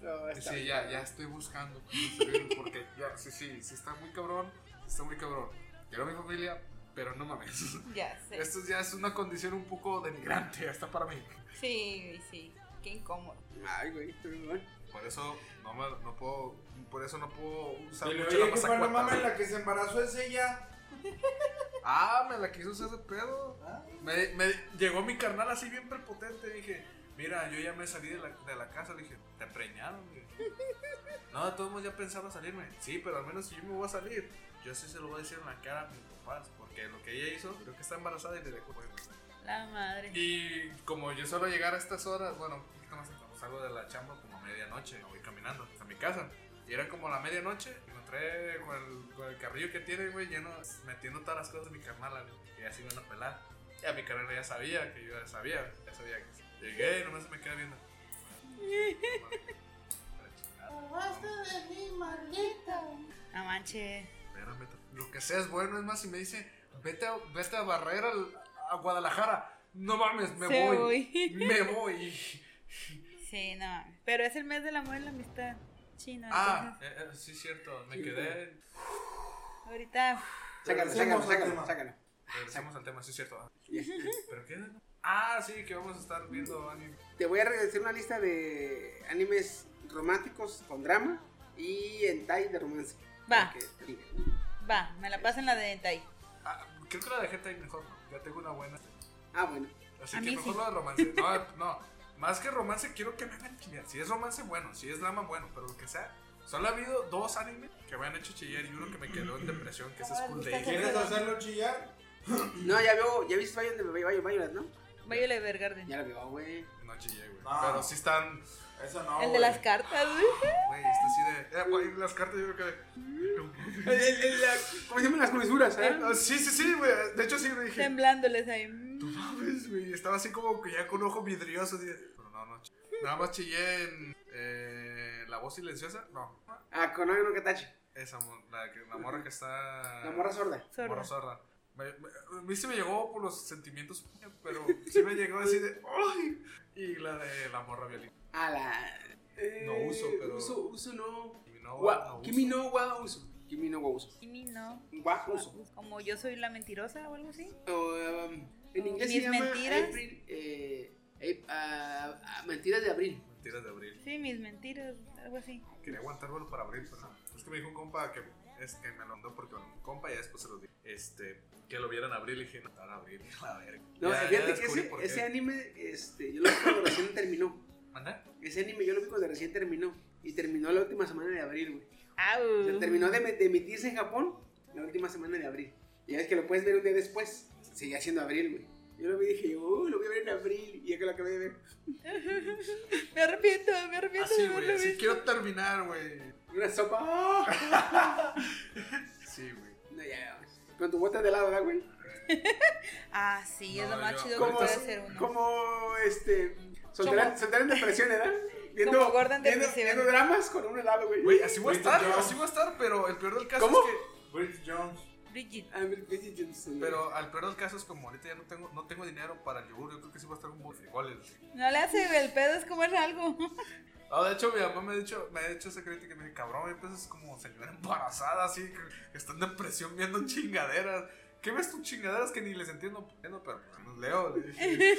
No, está Sí, bien. ya, ya estoy buscando cómo salir, porque ya, sí, sí, sí está muy cabrón, está muy cabrón. Quiero a mi familia, pero no mames. Ya sé. Esto ya es una condición un poco denigrante, hasta para mí. Sí, güey, sí. Qué incómodo. Ay, güey, estoy muy mal. Por eso no, me- no puedo, por eso no puedo usar Dile, mucho oye, la que fue la mazacuata, mami güey. la que se embarazó es ella. Ah, me la quiso hacer de pedo. Me, me llegó mi carnal así bien prepotente. Dije, mira, yo ya me salí de la, de la casa. Le dije, te preñaron, güey. No, de todos modos ya pensaba salirme. Sí, pero al menos si yo me voy a salir, yo sí se lo voy a decir en la cara a mis papás. Porque lo que ella hizo, creo que está embarazada y le dejó. güey. La madre. Y como yo suelo llegar a estas horas, bueno, un poquito más temprano, salgo de la chamba como a medianoche, me voy caminando hasta mi casa. Y era como la medianoche, me encontré con el, con el carrillo que tiene, güey, lleno, metiendo todas las cosas de mi carnal, güey, que ya se iban a pelar. Y a mi carnal ya sabía, que yo ya sabía, ya sabía que sí. Llegué y nomás se me queda viendo. No manches. Espérame, lo que sea es bueno, es más, si me dice, vete a, vete a barrer al- a Guadalajara. No mames, me Se voy. voy. Me voy. Sí, no. Pero es el mes del amor y la amistad chino. Ah, entonces, eh, eh, sí, cierto, me quedé ahorita. Sácalo, sácalo, sácalo, sácalo. Regresamos al tema, sí es cierto. ¿Pero qué? Ah, sí, que vamos a estar viendo anime. Te voy a regresar una lista de animes románticos con drama y hentai de romance. Va. Porque- Va, me la pasan la de hentai. Ah, creo que la de gente ahí mejor, ¿no? ya tengo una buena. Ah, bueno. Así A que mí mejor sí. lo de romance. No, no, más que romance quiero que me hagan chillar. Si es romance, bueno, si es drama, bueno, pero lo que sea. Solo ha habido dos animes que me han hecho chillar y uno que me quedó en depresión, que es Ah, School gusta Days. esa- ¿Quieres hacerlo chillar? No, ya veo, ya viste Violet, Violet, Violet, ¿no? Violet Evergarden. Ya la veo, güey. No chillé, güey. No. Pero sí están, Eso no. El de güey. las cartas, güey. güey, está así de. eh, güey, las cartas yo creo que. Mm. El- el- el- la- ¿Cómo se llaman las comisuras? eh? Ah, Sí, sí, sí, güey. De hecho, sí, güey, dije, temblándoles ahí. mm, mames, güey, Estaba así como que ya con ojo vidrioso. así de- Pero no, no. ch- Nada más chillé en eh, La Voz Silenciosa. No, Ah, con no Katachi. esa, mo- la, que- la morra que está. La morra sorda. Sorda. Morra sorda. Me, me- a mí sí me llegó por los sentimientos, pero sí me llegó así de. ¡Ay! Y la de la morra violín. A Ah, la. eh, No uso, pero- Uso, uso no. Kimi no Wa- wa uso. Kimi no wa uso. Kimi no wa uso. Y mi no. Pues Wa uso. Como yo soy la mentirosa o algo así. O, um, en inglés se Mis llama mentiras. April, eh, ap- ah, ah, mentiras de abril. Mentiras de abril. Sí, mis mentiras, algo así. Quería aguantármelo para abril, pero no. Es que me dijo un compa que, es que me lo mandó porque bueno, un compa ya después se lo dije. Este, que lo vieran abril y dije, no, en abril, a ver. No, ya, ya fíjate que descubrí ese, por qué. ese anime, este, yo lo vi cuando recién terminó. ¿Manda? Ese anime yo lo vi cuando recién terminó. Y terminó la última semana de abril, güey. O sea, Au. terminó de, de emitirse en Japón la última semana de abril. Y ya es que lo puedes ver un día después. Seguía siendo abril, güey. Yo lo vi y dije, oh, lo voy a ver en abril. Y ya que lo acabé de ver. Me arrepiento, me arrepiento Así, de Ah, güey, haberlo así visto. quiero terminar, güey. Una sopa. ¡oh! Sí, güey. No, ya, ya. Con tu bota de helado, ¿verdad, güey? Ah, sí, es No, lo más yo- chido que ¿Cómo puede es? hacer uno. Como, este, soltera, soltera en depresión, ¿verdad? Como Gordon de viendo, Prisión. viendo dramas con un helado, güey. Güey, así voy a Bridget estar, Jones. así voy a estar, pero el peor del caso ¿Cómo? es que. Bridget Jones. Bridget. Ah, Bridget Jones, güey. Pero al peor del caso es como ahorita ya no tengo, no tengo dinero para el yogur, yo creo que sí voy a estar con frijoles. No le hace güey, el pedo, es comer algo. No, de hecho, mi mamá me ha dicho, me ha hecho esa crítica y me dice, cabrón, a veces como señora embarazada, así, que está en depresión viendo chingaderas. ¿Qué ves tus chingaderas que ni les entiendo? Bueno, pero pues, los leo. le dije.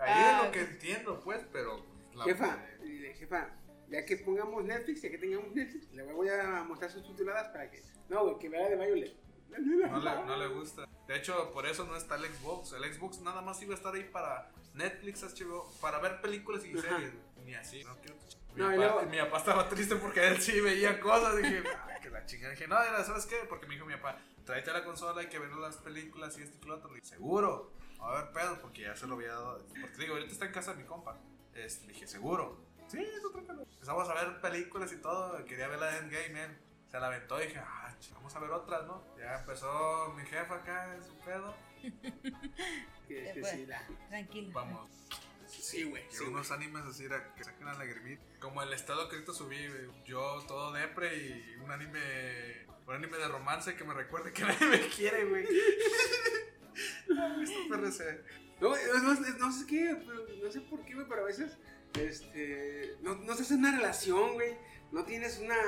Ahí es Ah. lo que entiendo, pues, pero... la- Jefa, dile, jefa, ya que pongamos Netflix, ya que tengamos Netflix, le voy a mostrar sus tituladas para que. No, güey, que vea la de Violet. No le, no le gusta. De hecho, por eso no está el Xbox. El Xbox nada más iba a estar ahí para Netflix, HBO, para ver películas y Ajá. series. Ni así. No quiero. Mi, No, y papá, luego- mi papá estaba triste porque él sí veía cosas. Dije, "Ah, que la chingada. Dije, no, era, ¿sabes qué? Porque me dijo mi papá, tráete a la consola y que ver las películas y esto y lo otro. Le dije, seguro. A ver, pedo, porque ya se lo había dado. Porque digo, ahorita está en casa de mi compa. Este, le dije, seguro. Sí, eso tráetelo. Empezamos a ver películas y todo. Quería ver la de Endgame, él. Se la aventó y dije, ah, ch- vamos a ver otras, ¿no? Ya empezó mi jefa acá en su pedo. Que, que Pues. sí, la. Tranquilo. Vamos. Sí, güey. Quiero unos animes así era, que saquen la lagrimita. Como el estado que ahorita subí, güey. yo todo depre y un anime. Un anime de romance que me recuerde que nadie me quiere, güey. Ah, esto PRC. No, güey, no, no, no sé qué, pero no sé por qué, güey, pero a veces. Este. No, no estás en una relación, güey. No tienes una,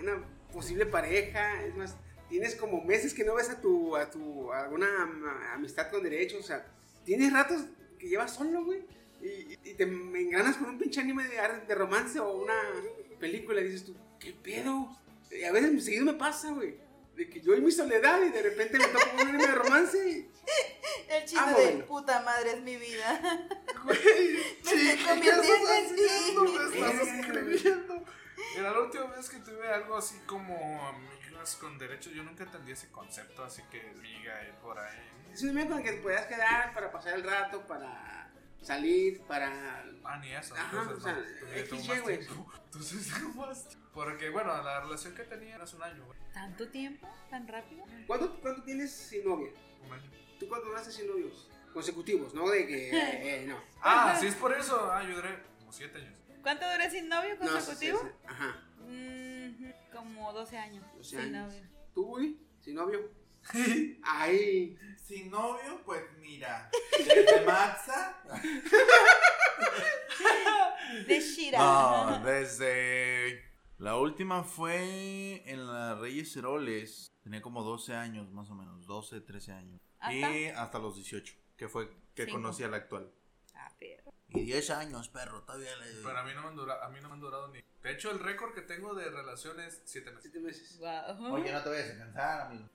una posible pareja. Es más, tienes como meses que no ves a tu. a tu. a alguna am- amistad con derechos. O sea, tienes ratos que llevas solo, güey. Y, y te me engranas con un pinche anime de, ar- de romance o una película y dices tú, ¿qué pedo? Y a veces seguido me pasa, güey. De que yo y mi soledad y de repente me topo con un anime de romance y El chino Ah, de bueno. puta madre es mi vida. Me estoy ¿Qué estás convirtiendo en haciendo? ti. ¿Me estás escribiendo? Era la última vez que tuve algo así como amigas con derechos. Yo nunca entendí ese concepto, así que amiga y por ahí. Es un amigo con el que te podías quedar para pasar el rato, para salir, para... Ah, ni eso. Ajá, entonces, o sea, no, todavía XY, tengo más güey. tiempo. Entonces, tengo más tiempo. Porque, bueno, la relación que tenía era hace un año, güey. ¿Tanto tiempo? ¿Tan rápido? ¿Cuánto, cuánto tienes sin novia? Un año. ¿Tú cuánto duraste sin novios? Consecutivos, ¿no? De que... eh, eh, no. Ah, sí, es por eso. Ah, yo duré como siete años. ¿Cuánto duré sin novio No, consecutivo? sí, sí, sí. Ajá. Mm, como 12 años. 12 sin años. novio. ¿Tú, güey? ¿Sin novio? Ay. Sin novio, pues mira. Desde Maxa. De Shira. No, desde. La última fue en la Reyes Heroles. Tenía como 12 años, más o menos. 12, 13 años. Y hasta los 18, que fue que Cinco. conocí a la actual. Ah, perro. Y 10 años, perro, todavía le. Pero a mí, no me han durado, a mí no me han durado ni. De hecho, el récord que tengo de relaciones es siete meses. Siete meses. Guau. Oye, no te vayas a cansar, amigo.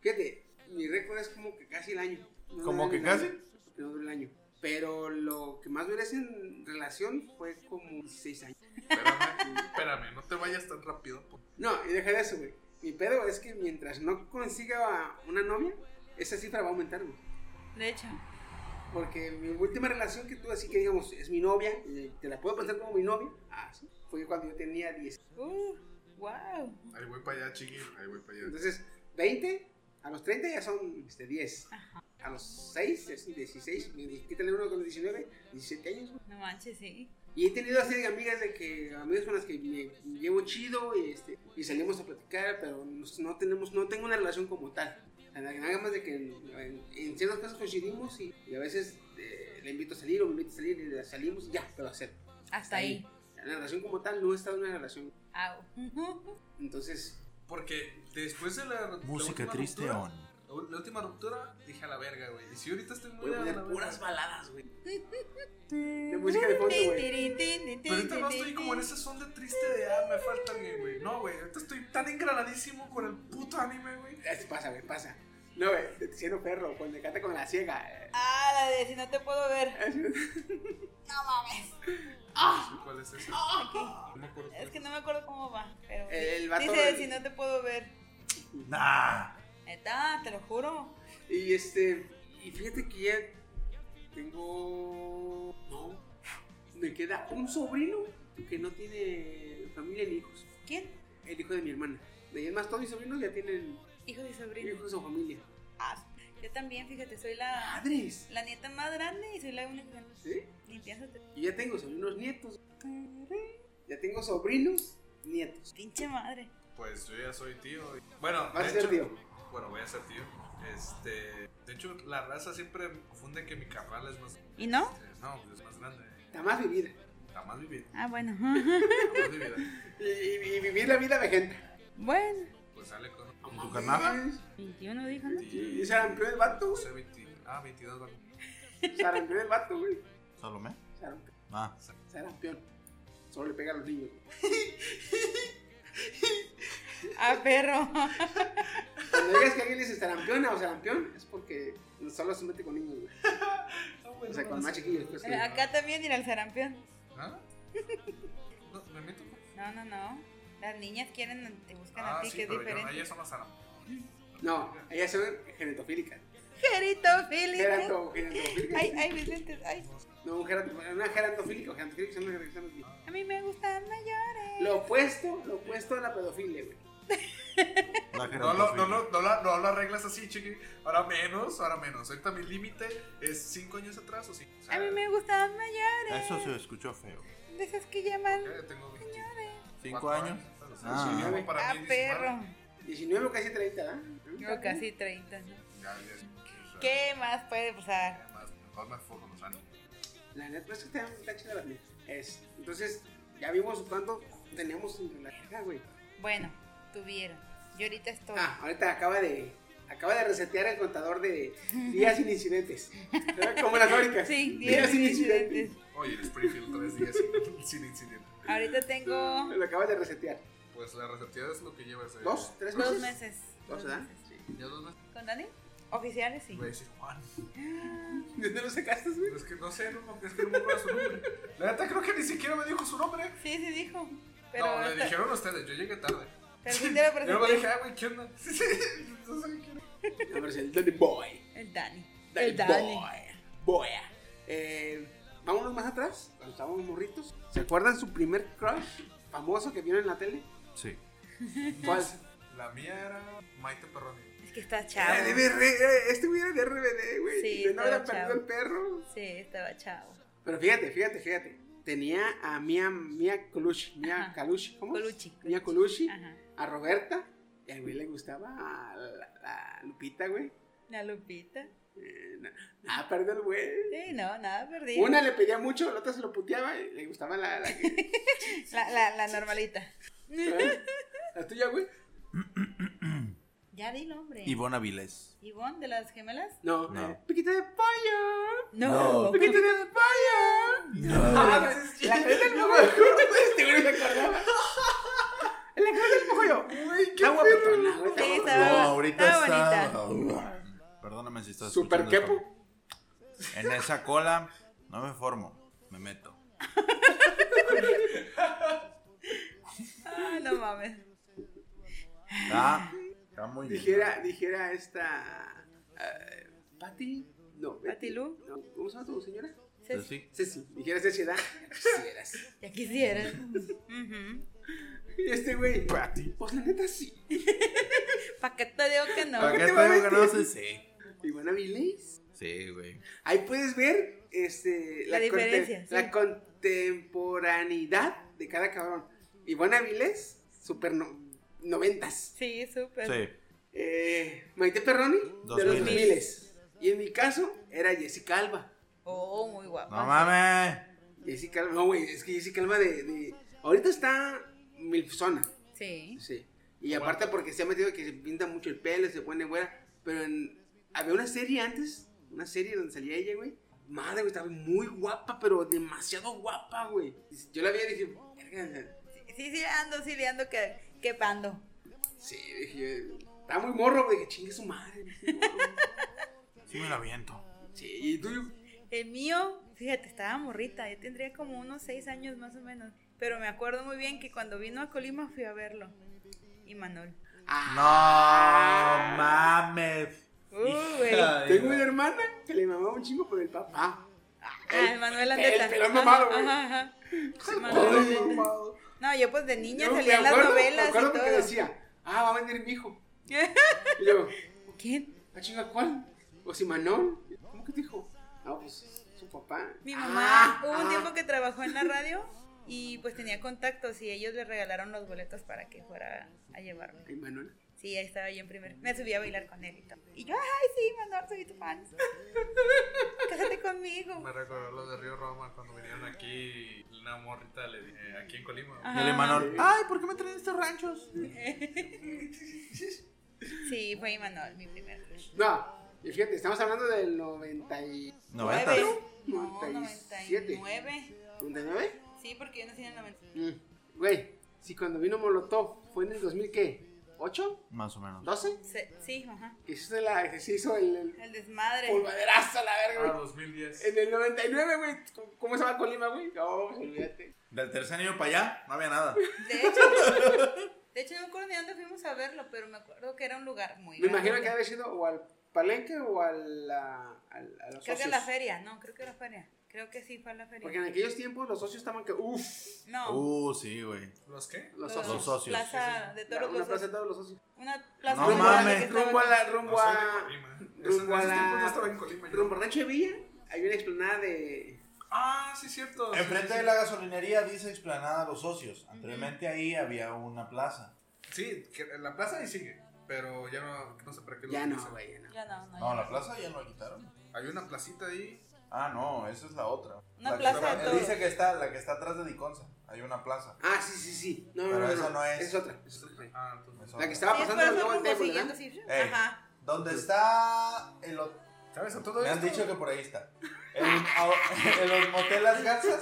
Fíjate, mi récord es como que casi el año. No ¿Como duré que el año, casi? No duré el año. Pero lo que más duré en relación fue como seis años. Espérame, espérame, no te vayas tan rápido. por- No, y deja de eso, güey. Mi pedo es que mientras no consiga a una novia, esa cifra va a aumentar, güey. De hecho. Porque mi última relación que tuve, así que digamos, es mi novia, eh, te la puedo pensar como mi novia, ah, sí, fue cuando yo tenía 10. Uh, wow. Ahí voy para allá, chiqui. Ahí voy para allá. Entonces, 20 A los 30 ya son este, 10. A los 6 es un 16. Quítale uno con los 19, 17 años. güey. No manches, sí. Y he tenido así de amigas de que, amigas con las que me llevo chido y, este, y salimos a platicar, pero nos- no tenemos, no tengo una relación como tal. O sea, Nada más de que en, en- en ciertas cosas coincidimos y, y a veces eh, le invito a salir o me invito a salir y le- salimos y ya, pero hacer. Hasta ahí. La relación como tal no he estado en una relación. Au. Entonces, Porque después de la. Música triste aún. on. La última ruptura, dije a la verga, güey. Y si ahorita estoy muy voy a a la poner verga. puras baladas, güey. De música de fondo, güey. Pero ahorita no estoy como en ese son de triste de ah, me falta alguien, güey. No, güey, ahorita estoy tan engranadísimo con el puto anime, güey. Es- Este, Pasa, güey, pasa. No, güey, te siento perro, cuando canta con la ciega. eh. Ah, la de si no te puedo ver. No mames. Ah, No sé ¿Cuál es ese? No me acuerdo. es que no me acuerdo cómo va. Pero El- el vato dice del- si no te puedo ver. Nah. Neta, te lo juro. Y este, y fíjate que ya tengo. No, me queda un sobrino que no tiene familia ni hijos. ¿Quién? El hijo de mi hermana. Y es más, todos mis sobrinos ya tienen Hijos y sobrinos. hijos o familia. Ah, yo también, fíjate, soy Ah, la, ¡Padres! la nieta más grande y soy la única. ¿Sí? Ni piénsate. Y ya tengo sobrinos nietos. Ya tengo sobrinos nietos. Pinche madre. Pues yo ya soy tío. y- Bueno, Vas a de ser hecho- tío. Bueno, voy a ser tío. Este. De hecho, la raza siempre me confunde que mi carnal es más. ¿Y no? No, pues es más grande. Nada más vivir. Está más vivida. Ah, bueno. Está más vivida. Y, y- y vivir la vida vegeta. bueno. Pues sale con. ¿Con tu carnal? 21 dijo, ¿no? Y y se arrancó el vato, No güey. sé, 20 Ah, 22 va. Se arrancó el vato, güey. ¿Salomé? Se arrancó. Ah. Sarampión. Solo le pega a los niños. Ah, perro. Cuando digas que alguien le dice sarampiona o sarampión, es porque solo se mete con niños, güey. O sea, con más chiquillos. Pues, Eh, Acá también ir al sarampión. ¿Ah? No, me meto. No, no, no. Las niñas quieren, te buscan Ah, a ti, sí, que es pero yo- diferente. ellas son las aram- No, ellas son genetofílicas. Geritofílica. Gerato, genetofílicas. Ay, ay, mis lentes, ay. No, un gerato, una geratofílica o genetofílica son las que estamos bien. A mí me gustan mayores. Lo opuesto, lo opuesto a la pedofilia, güey. La No lo, no, gerontofilia. lo, no, la- no lo arreglas así, chiqui. Ahora menos, ahora menos. Ahorita mi límite es 5 años atrás o 5. O sea, A mí me gustan mayores. Eso se escuchó feo. De esas que llaman ya tengo 20. ¿Cinco años? Ah, Ah. para a mí es 19. perro. 19 o casi 30, ¿verdad? Yo casi 30. ¿no? Ya, ya, ya. ¿Qué más puede pasar? Además, mejor me enfoco en los animes. La neta pues, es que está- está chida la vida. Es- Entonces, ya vimos cuánto tenemos en la verga, güey. Bueno, tuvieron. Yo ahorita estoy. Ah, ahorita acaba de acaba de resetear el contador de días sin incidentes. Como las fábricas. Sí, 10 incidentes. Oye, el Springfield 3 días sin, sin incidente. Ahorita tengo Lo acabas de resetear. Pues la receptividad es lo que llevas. eh. ¿Dos? ¿Tres meses? dos meses. ¿Dos, verdad? Sí. Ya dos meses. ¿Con Dani? Oficiales, sí. Voy a decir Juan. ¿De dónde lo sacaste, güey? Pero Es que no sé, no, no, es que no me acuerdo su nombre. La neta creo que ni siquiera me dijo su nombre. Sí, sí dijo. Pero, no, le hasta- dijeron ustedes, yo llegué tarde. pero sí te lo Yo luego dije, presenté. ah, güey, ¿qué onda? Sí, sí, no sé quién es. A ver, el Danny Boy. El Dani. Danny El Dani. Boy. Eh, vámonos más atrás, cuando estábamos morritos. ¿Se acuerdan su primer crush famoso que vieron en la tele? Sí. ¿Cuál? La mía era Maite Perroni. Es que está Ah, chavo. de BR, eh, este güey era de RBD, güey. Sí, y no estaba había perdido chavo. el perro. Sí, estaba chavo. Pero fíjate, fíjate, fíjate. Tenía a Mia, Mia Colucci, Mia Ajá. Colucci, ¿cómo? es? Colucci, Mia Colucci, Ajá. a Roberta, y al güey le gustaba a la, la Lupita, güey. La Lupita. Eh, na- nada, perdió el güey. Sí, no, nada perdido. Una le pedía mucho, la otra se lo puteaba, y le gustaba la, la, que- La, la, la normalita. ¿eh? la tuya, güey. Ya di nombre. Ivona Vilés. Ivonne de las gemelas. No, No. eh, piquito de pollo, No. piquito de pollo. Ah, la cabeza del mojo, este güey no se acordaba. La cabeza del mojo yo, uy, qué agua petona, güey, Sí, agua No, estaba, ahorita estaba está. Ah, bonita. Perdóname si estás. Super escuchando quepo. esto. En esa cola no me formo, me meto. Ah, no mames. Está, está muy bien. Dijera, dijera esta. eh, ¿Pati? No. ¿Pati Lu? no, ¿Cómo se llama tu señora? Pues Entonces, sí. Sí, sí. ¿Y quieres decir edad? Quisieras. Ya quisieras. Ujú. Y este güey, pues la neta sí. ¿Pa' qué te digo que no? ¿Para qué te te va a digo que no meter? sé? Sí. Y bueno, Viles. Sí, güey. Ahí puedes ver este, La conte- diferencia, sí. la contemporaneidad de cada cabrón. Iván Avilés, super no- noventas. Sí, súper. Sí. Eh, Maite Perroni, de los 2000s. miles. Y en mi caso, era Jessica Alba. Oh, muy guapa. No mames. Jessica Alba, no, güey, es que Jessica Alba de, de- Ahorita está Milfzona, Sí. sí. Y aparte porque se ha metido que se pinta mucho el pelo, se pone güera. Pero en- había una serie antes, una serie donde salía ella, güey. Madre, güey, estaba muy guapa, pero demasiado guapa, güey. Yo la vi y dije, "Verga", Sí, sí, le ando, sí, le ando que, que pando. sí, dije, está muy morro, güey, dije, chingue su madre. Sí me lo aviento. Sí, y tú, El mío, fíjate, estaba morrita, yo tendría como unos seis años más o menos. Pero me acuerdo muy bien que cuando vino a Colima fui a verlo. Y Manol. No mames. Uh, güey. Hija de- tengo una hermana que le mamaba un chingo por el papá. Ah, el Manuel Andeta. El pelón Ajá, mamado, güey. ajá, ajá. El Manuel Ay, Andeta. mamado. No, yo pues de niña Yo salía en me las acuerdo- novelas Me y acuerdo porque todo. decía, ah, va a venir mi hijo. Y yo, ¿Quién? ¿a chinga cuál? ¿O si Manuel? ¿Cómo que te dijo? Ah, pues su papá. Mi mamá. Ah, Hubo un ah. tiempo que trabajó en la radio y pues tenía contactos y ellos le regalaron los boletos para que fuera a llevarme. Ay, Manuel. Sí, ahí estaba yo en primer. Me subí a bailar con él y todo. Y yo, ay, sí, Manuel, soy tu fan. Cásate conmigo. Me recordó lo de Río Roma cuando vinieron aquí. Una morrita le dije, aquí en Colima. güey. Ajá. El Emanol. Ay, ¿por qué me traen estos ranchos? Sí, fue Imanol, mi primer crush. No, y fíjate, estamos hablando del 90 y... Noventas. Nueve. No, 97. 99. 99. Sí, porque yo nací en el 99. Mm, Güey, si cuando vino Molotov fue en el 2000, ¿qué? ¿8? Más o menos. ¿12? Se- Sí, ajá. Que se hizo, la, que se hizo el, el El desmadre. polvaderazo a la verga, Ah, güey. 2010. En el 99, güey, ¿cómo- ¿cómo se va Colima, güey? No, pues, olvídate. Del tercer año para allá, no había nada. De hecho, de hecho, no me acuerdo de dónde fuimos a verlo, pero me acuerdo que era un lugar muy Me grande. imagino que había sido o al palenque o a la, al- a los Creo que socios. a la feria, no, creo que era feria. Creo que sí fue a la feria. Porque en aquellos tiempos los socios estaban que, uff, No, Uh, sí, güey. ¿Los qué? los lo- socios. Los socios. Plaza de La- todos una los plaza de socios. todos los socios. Una plaza No muy mames. grande que estaba- Rumbo a la, rumbo soy de a, Colima. Esos- rumbo a esos tiempos no la, estaba en Colima, yo. rumbo a Rancho de Villa, hay una explanada de, Ah, sí, cierto. Sí, sí, Enfrente sí. de la gasolinería dice explanada a los socios. Anteriormente ahí había una plaza. Sí, que en la plaza ahí sigue. Pero ya no, no sé para qué lo ya no, utilizan. güey, ya no. Ya no, no, No, ya la plaza ya no la quitaron. Hay una placita ahí. Ah, no, esa es la otra. Una La que plaza está- de todo. Dice que está la que está atrás de Diconza. Hay una plaza. Ah, sí, sí, sí, no, Pero no, no, esa no es. es otra. Es otra. Ah, entonces. Es La que otra. estaba Sí, es por pasando eso luego el ¿eh? rumbo table, siguiendo, ¿verdad? sí. Ey. Ajá. ¿Dónde está el hotel? ¿Sabes? A todo Me han esto, dicho que por ahí está. El, a- en los motel Las Garzas.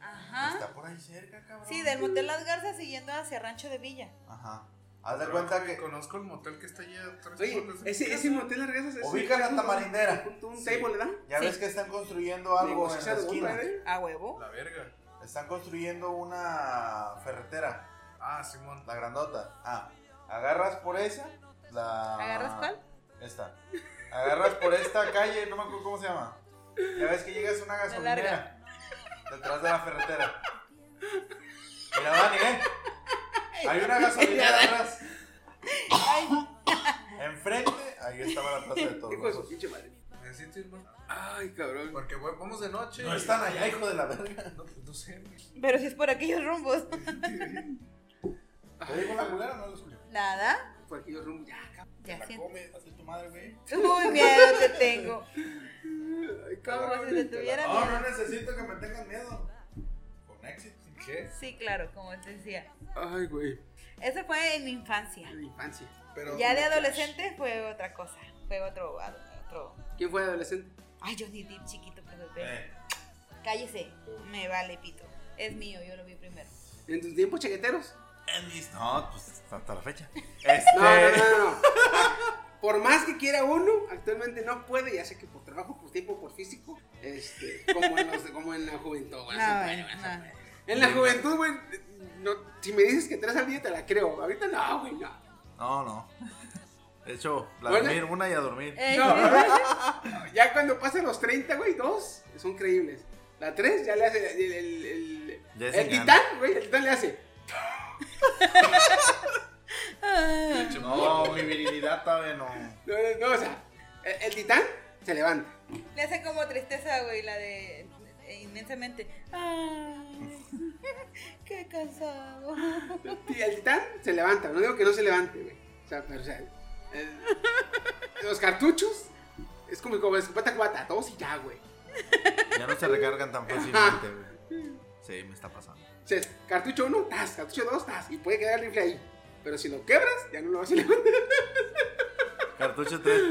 Ajá. Está por ahí cerca, cabrón. Ah. Sí, del motel Las Garzas siguiendo hacia Rancho de Villa. Ajá. Haz de pero cuenta güey, que. Conozco el motel que está allá atrás. Oye, ese, ese motel las regresas. Ubican a Tamarindera. Un, un table, ¿verdad? Ya Sí. ves que están construyendo algo en la Negociado, esquina. ¿verdad? A huevo. La verga. Están construyendo una ferretera, Ah, Simón. la grandota. Ah, agarras por esa, la. ¿Agarras cuál? Esta. Agarras por esta calle, no me acuerdo cómo se llama. Ya ves que llegas a una gasolinera. Detrás de la ferretera. Mira, Dani, ¿eh? Hay una gasolinera atrás. Enfrente, ahí estaba la plaza de todos Hijo de los su Osos. pinche madre. Necesito ir más. Ay, cabrón. Porque güey, vamos de noche. No están allá, hijo de la verga. No, pues no sé. güey. Pero si es por aquellos rumbos. ¿Te digo la culera o no lo escucho? Nada. Por aquellos rumbos, ya, cabrón. Ya La siento. comes, hazle tu madre, güey. Uy, miedo te tengo. Ay, Como si cabrón. te tuviera No, no miedo. necesito que me tengan miedo. Con éxito. ¿Qué? Sí, claro, como te decía. Ay, güey. Ese fue en mi infancia. En la infancia. Pero. Ya de adolescente fue otra cosa. Fue otro. otro. ¿Quién fue adolescente? Ay, Johnny Depp, chiquito, que bebé. Eh, Cállese. Me vale, pito. Es mío, yo lo vi primero. ¿En tus tiempos chaqueteros? en mis- No, pues hasta la fecha. Este, No, no, no, no. Por más que quiera uno, actualmente no puede, ya sé que por trabajo, por tiempo, por físico, este, como en, los- como en la juventud, güey. No, eso güey, puede, güey, eso no. puede. En la juventud, güey, no, si me dices que tres al día te la creo. Ahorita no, güey, no. No, no. De hecho, Bueno. Vladimir, una y a dormir. Eh, No. sí. Ya cuando pasan los 30, güey, dos son creíbles. La 3 ya le hace el, el, el, Ya es el engaño. titán, güey, el titán le hace. No, mi virilidad todavía no. No, no, no, o sea, el, el titán se levanta. Le hace como tristeza, güey, la de eh, inmensamente. Ay, qué cansado. Y el titán se levanta, no digo que no se levante, güey. O sea, pero, o sea, el- los cartuchos es como, como escopeta cubata, todos y ya, güey. Ya no se recargan tan fácilmente, güey. Sí, me está pasando. O sea, cartucho 1, tas, cartucho 2, tas, y puede quedar el rifle ahí. Pero si lo quebras, ya no lo vas a levantar. Cartucho 3.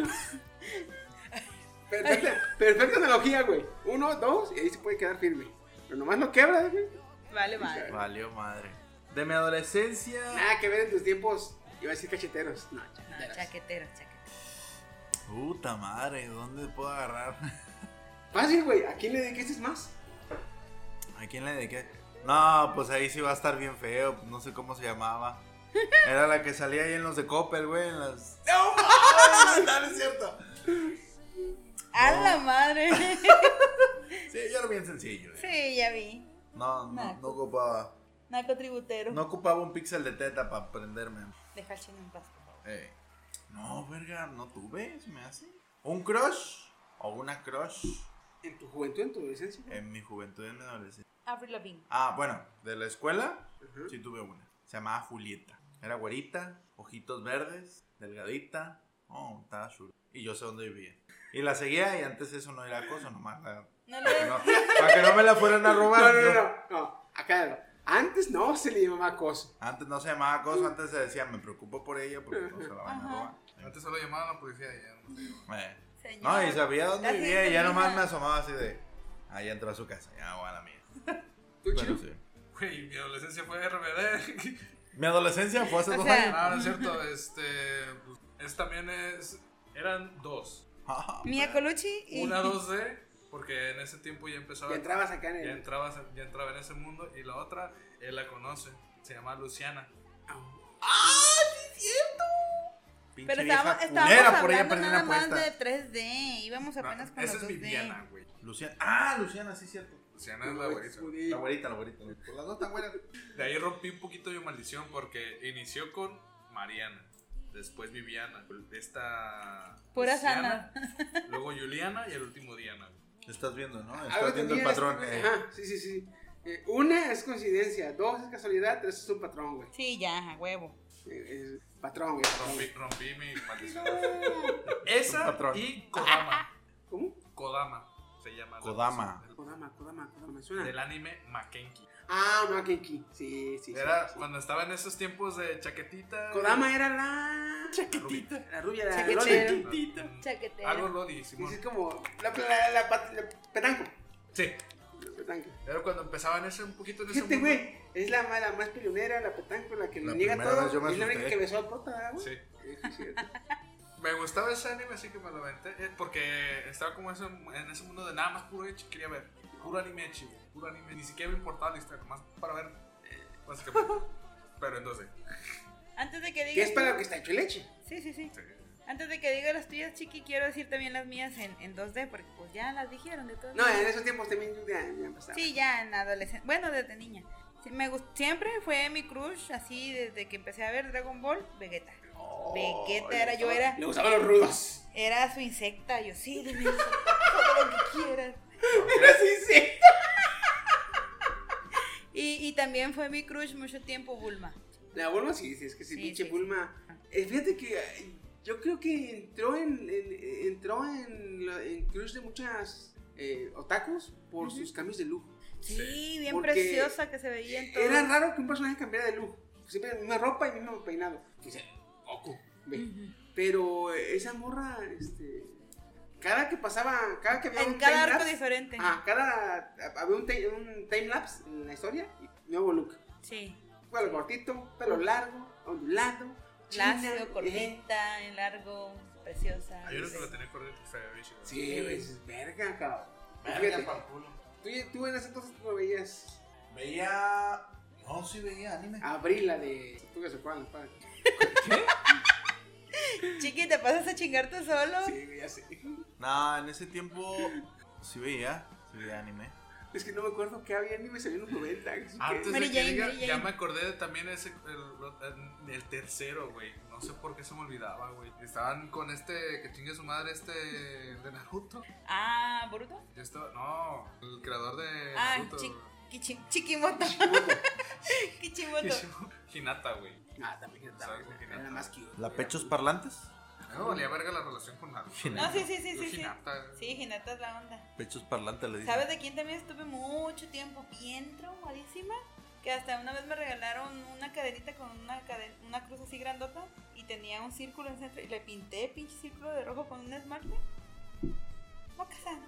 Perfecta, perfecta analogía, güey. Uno, dos, y ahí se puede quedar firme. Pero nomás lo quebras, güey. Vale, vale. Valió madre. De mi adolescencia. Nada que ver en tus tiempos, iba a decir cacheteros. No, No, chaqueteros. chaqueteros, chaqueteros. Puta madre, ¿dónde puedo agarrar? Fácil, güey. ¿A quién le dedicaste más? ¿A quién le dediqué? No, pues ahí sí va a estar bien feo. pues, No sé cómo se llamaba. Era la que salía ahí en los de Copper, güey. En las... ¡No, mames! No, no es cierto. A la madre. Sí, yo era bien sencillo. eh. sí, ya vi. No, no, no ocupaba. Narcotributero. No ocupaba un píxel de teta para prenderme. Deja al chino en paz, por favor. Eh, No, verga, no tuve, se me hace. ¿Un crush? ¿O una crush? En tu juventud, en tu adolescencia. En mi juventud, en mi adolescencia. Avril Lavigne. Ah, bueno, de la escuela, sí tuve una. Se llamaba Julieta. Era güerita, ojitos verdes, delgadita. Oh, estaba chula. Y yo sé dónde vivía. Y la seguía y antes eso no era cosa, nomás la- No para, que le no, para que no me la fueran a robar. No, no, no, yo- no. no. Acá, no. Antes no se le llamaba acoso. Antes no se llamaba cosa, antes se decía, me preocupo por ella porque no se la van a robar. Antes solo llamaba a la policía y ya no sé. Eh. Señor. No, y sabía dónde La vivía y ya señorita nomás me Lina. asomaba así de. Ah, ya entró a su casa, ya voy a la mía. ¿Tú, Pero Chino? sí. Güey, mi adolescencia fue RBD. Mi adolescencia fue hace O dos sea- años. Ah, no es cierto, este. pues, es también es. Eran dos. Mia Colucci y. Una 2D, porque en ese tiempo ya empezaba. Ya entrabas acá en el- Ya, entrabas, ya entraba en ese mundo. Y la otra, él la conoce. Se llama Luciana. Pinche Pero vieja estábamos, culera, estábamos por ella hablando perdí nada una más apuesta. de 3D. Íbamos No, apenas con los esa es 2D. Viviana, güey. Luciana. Ah, Luciana, sí, cierto. Luciana es la güerita. La abuelita, la abuelita. Pues las dos están buenas. De ahí rompí un poquito mi maldición porque inició con Mariana, después Viviana, esta. Pura Luciana, Luego Juliana y el último Diana. Estás viendo, ¿no? Algo Estás viendo el tenía patrón. este, eh. Ajá, sí, sí, sí. Eh, una es coincidencia, dos es casualidad, tres es un patrón, güey. Sí, ya, a huevo. Eh, eh, patrón, güey. patrón. Rompí, rompí mi maldición. Un Esa patrón. y Kodama. ¿Cómo? Kodama se llama. la Kodama. persona Kodama, Kodama, Kodama, me del- suena. Del anime Makenki. Ah, no, Kenki. Sí, sí, sí. Era sí. cuando estaba en esos tiempos de chaquetita. Kodama era la. Chaquetita. La rubia, la Chaquetero. Loli. Mm, Chaquetero. Algo Lodi, Sí, sí, Simón. es como. La, la, la, la, pat- la petanco. Sí. La petanco. Pero cuando empezaba en ese un poquito en ese Fíjate, mundo. güey. Es la, la más peleonera, la petanco, la que La lo niega primera todo. vez yo me y es la asusté. única que besó al prota, ¿verdad, güey. Sí. Sí, sí, sí. Me gustaba ese anime, así que me lo aventé. eh, Porque estaba como ese- en ese mundo de nada más puro hecho. Quería ver puro anime hecho, güey, puro anime. Ni siquiera me importaba la historia, más para ver. eh, Básicamente. Pero entonces, Antes de que digas. Que es para lo que está hecho el leche. Sí, sí, sí. Antes de que diga las tuyas, Chiqui, quiero decir también las mías en, en 2D, porque pues ya las dijeron de todas. No, maneras. en esos tiempos también yo ya, ya pasaba. Sí, ya en adolescencia. Bueno, desde niña. Sí, me gust- Siempre fue mi crush, así desde que empecé a ver Dragon Ball, Vegeta. Vegeta era, yo era. Le gustaban los rudos. Era su insecta, yo sí, dime eso, todo lo que quieras. Era sí, sí. Y, y también fue mi crush mucho tiempo, Bulma. La Bulma sí, sí, es que sí, Sí, pinche sí, sí. Bulma. Eh, fíjate que eh, yo creo que entró en, en- entró en, la- en crush de muchas eh, otakus por sus cambios de look. Sí, bien Porque preciosa que se veía en todo. Era raro que un personaje cambiara de look. Siempre la misma ropa y el mismo peinado. Dice, Goku, ve. Pero eh, esa morra, este... Cada que pasaba, cada que había En un cada time arco lapse- diferente. Ah, cada... Había un, time- un time lapse en la historia y nuevo look. Sí. Pelo cortito, pelo largo, ondulado. china, Lacio, eh, cortita, en largo, preciosa. hay uno que lo tenía corriente que estaba bicho, güey. Sí, güey, es verga, cabrón. Fíjate, tú, tú en ese entonces no veías Veía. No, sí veía anime. Abril, la de Tortugas de Juan, Chiqui, te pasas a chingar tú solo. Sí, güey, ya sé. No, en ese tiempo sí veía, sí veía anime. Es que no me acuerdo qué había ni me salió en los 90. así que- Antes Mary de que Jane, diga, Mary Jane. ya me acordé de también ese, el, el tercero, güey. No sé por qué se me olvidaba, güey. Estaban con este, que chingue su madre, este de Naruto. Ah, Boruto. Yo estaba- no, el creador de Ah, Naruto. chi- kichi- Chiquimoto. Kichimoto. Hinata, güey. Ah, también que estaba. Salgo que Era nada. más cute. ¿La güey. pechos parlantes? A mí Me Ah, valía verga la relación con Naruto. No, sí, sí, sí, Yo sí. Sí, Hinata. sí Hinata es la onda. Pechos parlantes le dicen. ¿Sabes de quién también estuve mucho tiempo bien traumadísima? Que hasta una vez me regalaron una cadenita con una, cade- una cruz así grandota y tenía un círculo en el centro y le pinté pinche círculo de rojo con un esmalte. Moca-san.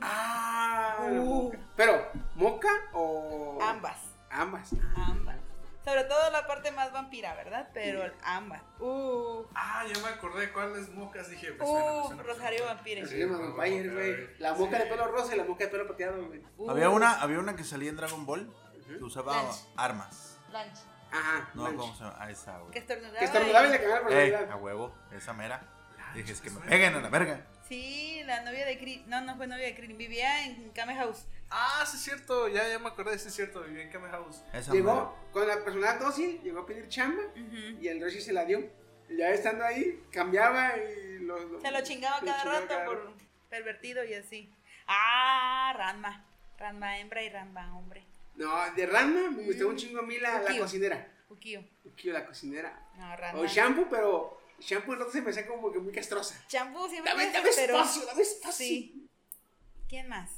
Ah, la Uh. moca. Pero, ¿moca o.? Ambas, Ambas. ambas. Sobre todo la parte más vampira, ¿verdad? Pero ambas. Uh, Ah, ya me acordé cuáles mocas dije. pues, suena, me uh, suena, me Rosario suena. Vampire. Se llama Vampire, güey. La moca de pelo rosa y la moca de pelo plateado, güey. Uh, Había una, había una que salía en Dragon Ball que Ujú. usaba Lance. armas. Lanch, Ajá. No, mancha. ¿cómo se llama? Ah, esa, güey. Que estornudaba. Que estornudaba y y- le cagaba por la Eh, a vida. huevo, esa mera. Dije, es que me peguen a la verga. Sí, la novia de Krillin. No, no fue novia de Krillin. Vivía en Kame House. Ah, sí es cierto, ya, ya me acordé, sí es cierto, viví en Kame House. Esa Llegó con la personal dócil, llegó a pedir chamba y el Roshi se la dio. Y ya estando ahí, cambiaba y lo, Se lo chingaba lo cada chingaba rato cada por pervertido y así. Ah, Ranma. Ranma hembra y Ranma hombre. No, de Ranma me gustó Mm, un chingo a mí la, la Ukio. cocinera. Ukio. Ukio, la cocinera. No, Ranma. O shampoo, pero shampoo el rato se me hacía como que muy castrosa. Shampoo siempre Dame, es dame asqueroso. espacio, dame espacio. Sí. ¿Quién más?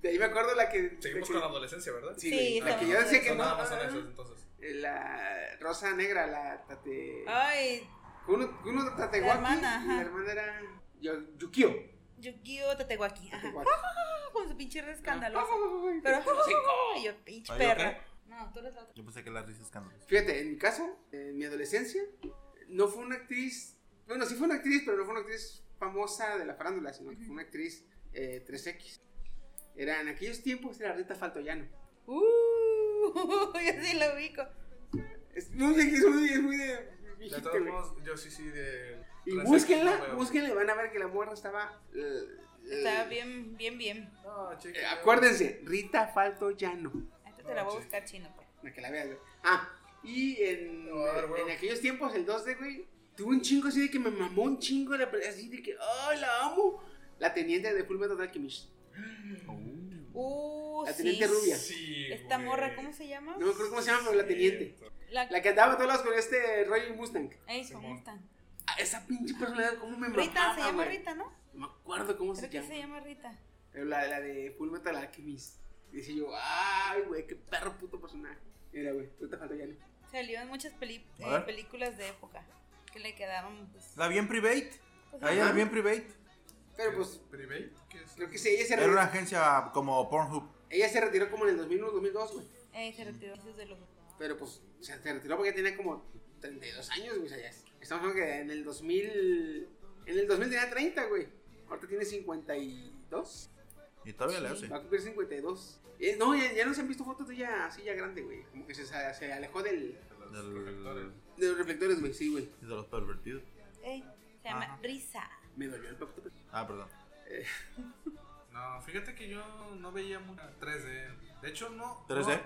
De ahí me acuerdo la que. Seguimos la con la que, adolescencia, ¿verdad? sí, Sí, güey, la estamos que yo decía en que Son no. nada más son ah, esos, entonces. La rosa negra, la tate. Ay, Uno, uno tatewaki. Ah. La hermana, y la ajá. hermana era. Yo, Yukio. Yukio Tatewaki. Ajá. Tatewaki. Con su pinche re escandaloso. Ay, Pero. Ah. sí. ¿Ah, Ay, yo pinche ¿Ay, yo perra. No, tú eres la otra. Yo pensé que la risa escandalosa. Fíjate, en mi caso, en mi adolescencia, no fue una actriz. Bueno, sí fue una actriz, pero no fue una actriz famosa de la farándula, sino que fue una actriz eh, 3X. Era en aquellos tiempos, era Rita Faltoyano. Uh, yo sí lo ubico. Es muy, de- es muy, de- es muy de. De viejita, todos güey. modos, yo sí, sí, de. Y Gracias, búsquenla, güey. búsquenla y van a ver que la morra estaba. eh, Está eh, bien, bien, bien. No, chica. eh, acuérdense, Rita Falto Llano. Esta te la voy a buscar chino, pues. Para que Ah, la veas, güey. Ah, y en, No, a ver, güey. en aquellos tiempos, el 2D, güey, tuve un chingo así de que me mamó un chingo, la, así de que, ¡ay, la amo! La teniente de Full Metal Alchemist. Uh, La sí. teniente rubia. Sí. Esta güey. morra, ¿cómo se llama? No me acuerdo cómo se llama, pero la teniente. La, La que andaba todas las con este Roger Mustang. Ey, ¿cómo están? Ah, esa pinche personalidad, ¿cómo me mamaba, Rita, se llama güey. Rita, ¿no? No me acuerdo cómo se Creo que llama. se llama Rita. Pero la, la de Full Metal Alchemist. Dice yo, ¡ay, güey, qué perro puto personaje! Mira, güey, no te falta ya, ¿no? Salió en muchas peli- A eh, ver. películas de época que le quedaron, pues. La vi en private. pues, Ahí ajá. la vi en private. Pero pues, ¿Private? ¿Qué es? creo que sí, ella se Era una retiró, agencia como Pornhub. ella se retiró como en el 2001, 2002, güey. Ey, eh, se retiró antes de los. Pero pues, o sea, se retiró porque tenía como 32 años, güey. O sea, ya es- estamos hablando que en el 2000. En el 2000 tenía 30, güey. Ahorita tiene 52. Y todavía le hace. Va a cumplir 52. Eh, no, ya, ya no se han visto fotos de ella así ya grande, güey. Como que se, sa- se alejó del, Del- de los reflectores, güey. Sí, güey. Y de los pervertidos. Ey, Eh, se llama Ajá. Risa. Me dolió el papito. pero- Ah, perdón. No, fíjate que yo no veía mucho 3D. De hecho, no. 3D.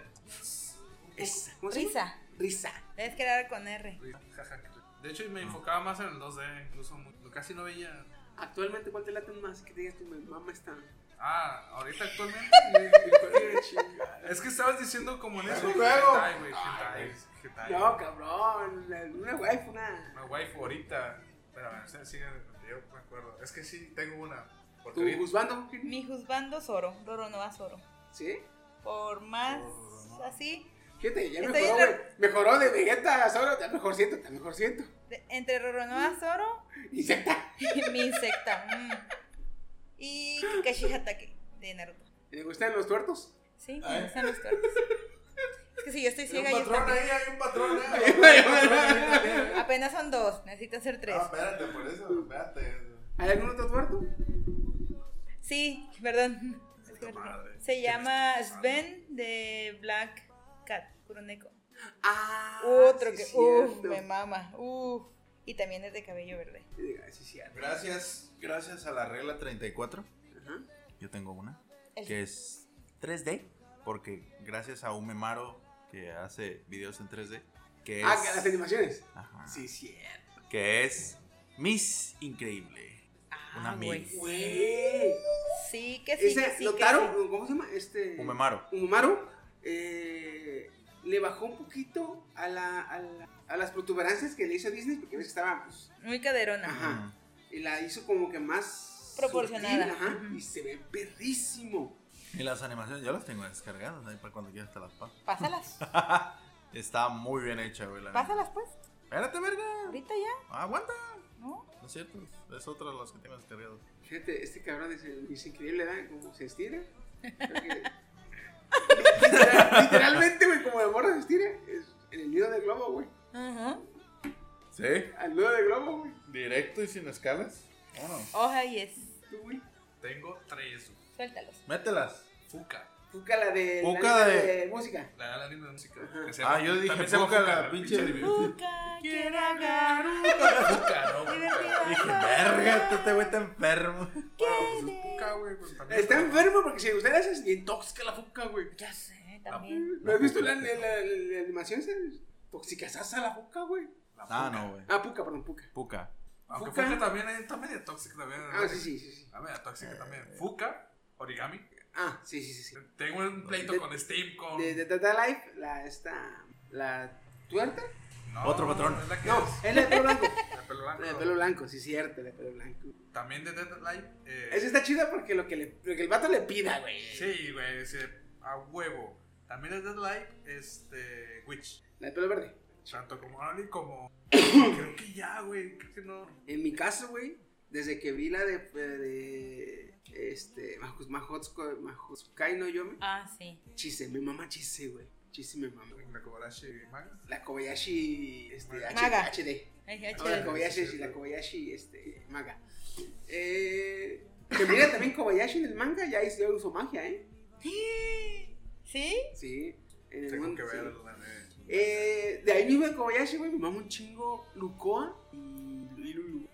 Es, ¿Cómo se llama? Risa. Risa. Debes quedar con R. no. Jaja. De hecho, me enfocaba más en el 2D, incluso mu- casi no veía. Actualmente, ¿cuál te laten más? Que te digas tu mamá está. Ah, ahorita actualmente. es que estabas diciendo como en eso. Hentai, güey. Hentai. hentai. No, cabrón. la- Una wife, una. Una waifu ahorita. Espérame, o sea, sigue, yo me acuerdo. Es que sí, tengo una. Porque ¿Tu ahorita- juzgando? Mi juzgando Zoro. Doro no va Zoro. ¿Sí? Por más así. Fíjate, ya Estoy mejoró, en la- güey. Mejoró de Vegeta a Zoro, está mejor siento, está mejor siento. de- entre Roronoa Zoro Y Zeta. y mi secta. mm. Y Kakashi Hatake de Naruto. ¿Le gustan los tuertos? Sí, me gustan los tortas. Es que si yo estoy ciega, yo también. ahí, hay un patrón ahí. Apenas son dos, necesitan ser tres. Ah, espérate, por eso, espérate. ¿Hay algún otro tuerto? Sí, perdón. Es que- Se llama Sven de Black Cat, Kuroneko. Ah, Otro sí, que, cierto. uff, me mama, uff. Y también es de cabello verde. Y diga, sí, sí, ah, Gracias, gracias a la regla 34. Ajá. Yo tengo una El- que es 3D, porque gracias a Umemaro que hace videos en 3D, que es, Ah, que las animaciones. Ajá. Sí, cierto. que es Miss Increíble. Ah, Una güey. Miss. Güey. Sí, que sí. que Ese, sí, Lotaro, que sí. ¿cómo se llama? Este. Umemaro. Umaro, eh, le bajó un poquito a, la, a, la- a las protuberancias que le hizo Disney, porque ves que estaba, pues, Muy caderona. Mm. ajá, y la hizo como que más... Proporcionada. sutil, ajá, Ujú. Y se ve perrísimo. Y las animaciones, yo las tengo descargadas ahí para cuando quieras te las paso. Pásalas. Está muy bien hecha, güey. la neta. Pásalas, pues. Espérate, verga. Ahorita ya, Aguanta. ¿no? No es cierto, Pues, es otra de las que tengo descargadas. Fíjate, este cabrón es, es increíble, ¿verdad? Como se estira. Creo que- Literalmente, güey, como la morra se estira, es en el nido de globo, güey. Ajá. ¿Sí? Al nido de globo, güey. ¿Directo y sin escalas? Oja y es. Tú, güey. Tengo tres. güey. Suéltalos. Mételas. Fuca. Fuca la de, la Fuca niña de- de música. La gran anime de música. que se Ah, llama- yo dije, también se llama Fuca, la pinche- Nunca quiero agarrar Fuca, no. Dije, divertida. verga, este güey está enfermo. Fuca, güey. pues, también. Está enfermo porque si usted hace es bien tóxica la fuca, güey. Ya sé, también. ¿No has visto la, la, la, la animación? Se- Toxicasasa la fuca, güey. Ah, no, güey. Ah, puca, perdón, puca. Puca. Aunque Fuca. Fuca también eh, está media tóxica también. Ah, sí, Eh. sí, sí. sí. Está media tóxica también. Fuca, origami. Ah, sí, sí, sí. sí. Tengo un pleito De- con Steam, con. De, de Data Life, la esta. La tuerta. No, Otro patrón. es la que No, es, es la de pelo blanco. la pelo La de blanco. pelo blanco, sí, cierto, la de pelo blanco. También de Dead Light. Eh, Esa está chida porque lo que, le, lo que el vato le pida, güey. Sí, güey, ese, a huevo. También de Dead Light, este. Witch. La de pelo verde. Tanto como Oli como. creo que ya, güey. Creo que no. En mi caso, güey, desde que vi la de. de este. Mahotsukai Mahotsukai no Yome. Ah, sí. Chise, mi mamá chise, güey. Chise, mi mamá. Me cobraste manga. La Kobayashi este, H- Maga. HD. Ay, ya, No, la chido. Kobayashi, la Kobayashi este, Maga. Eh, que mira también Kobayashi en el manga, ya, hizo- ya usó magia, ¿eh? ¿Sí? Sí. En el Tengo mundo, que sí. verlo, la neta. Eh, de ahí mismo de Kobayashi, güey, me mama un chingo Lucoa y, y Lulu.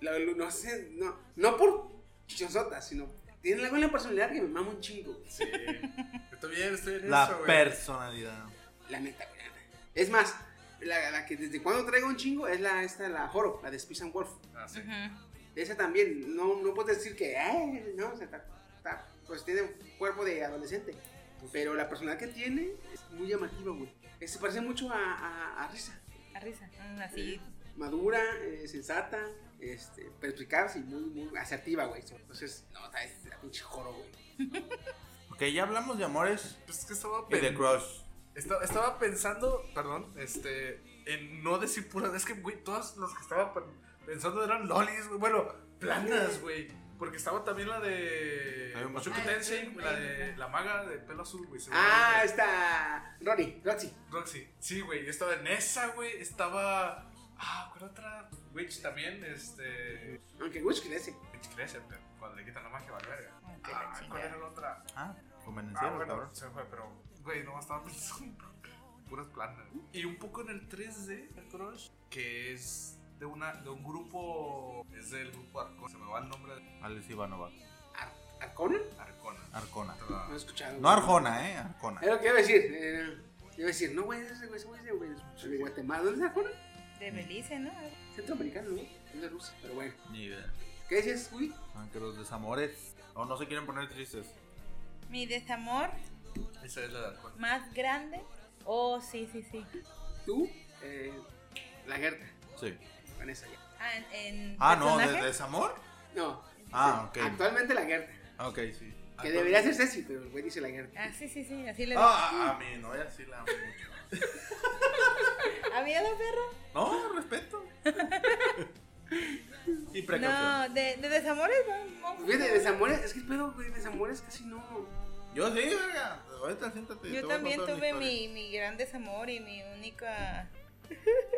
La Lulu, no sé, no, no por chichosota, sino tiene algo en la personalidad que me mama un chingo. Sí. Estoy bien, estoy en eso, La güey. personalidad. La neta, güey. la neta. Es más, la, la que desde cuando traigo un chingo es la, esta, la Joro, la de Spice and Wolf. Ah, sí. Ujú. Esa también, no, no puedes decir que, "Ay, no, o sea, está- está- pues tiene un cuerpo de adolescente. Pero la personalidad que tiene es muy llamativa, güey. Eh, Se parece mucho a, a, a Risa. A risa. Mm, Así. Madura, eh, sensata, este, perspicaz y muy, muy asertiva, güey. Entonces, no, está es la pinche joro, güey. Ok, ya hablamos de amores Pues es que estaba, y de pen- crush. esta- estaba pensando, perdón, este, en no decir puras. Es que, güey, todas las que estaba pen- pensando eran lolis, güey. Bueno, planas, güey. Porque estaba también la de. Hay un Mushoku montón. Tensei, la de la maga de pelo azul, güey. se me Ah, olvidó. está Rory, Roxy. Roxy. Sí, güey. yo Estaba en esa, güey. Estaba. Ah, ¿cuál otra? Witch también, este. Aunque Witch crece. Witch Crasher, pero cuando le quitan la magia, vale verga. Ah, qué la Ah, ¿cuál era chingada. la otra? Ah, Ah, convenenciero, bueno, cabrón. se fue, pero. Güey, no estaba pensando. Puras planas. Y un poco en el 3D, el Crush, que es de, una, de un Oh, grupo. Es del grupo Arcona. Se me va el nombre de Alex Ivanova. Ar- ¿Arcona? Arcona. Arcona. Ah. No he escuchado. No güey. Arjona, eh, Arcona. Es lo que iba a decir. eh, iba a decir, no, güey, ese güey, ese güey, ese güey. es De Guatemala, ¿dónde es Arjona? De Belice, ¿no? Centroamericano, ¿no? Es de Rusia, pero bueno. Ni idea. ¿Qué decías, güey? Aunque los desamores. O no se quieren poner tristes. Mi desamor Esa es la de Arcona. más grande. Oh, sí, sí, sí. Tú, eh, la Gerta, Sí. Vanessa ya. Ah, en. en Ah, no, ¿de personaje. desamor? No, Ah, ok. actualmente la Gerta. Ah, Ok, sí. Que debería ser Ceci, pero el güey dice la Gerta. Ah, sí, sí, sí. Así le Ah, a mí no, ella sí la amo mucho. ¿A mí a la perra? No, respeto. y precaución. No, de, de desamores, no. no. Fíjate, desamores, es que el pedo, güey, desamores casi no. Yo sí, verga. Ahorita siéntate. te Yo voy a también contar una tuve mi, historia. mi gran desamor y mi única.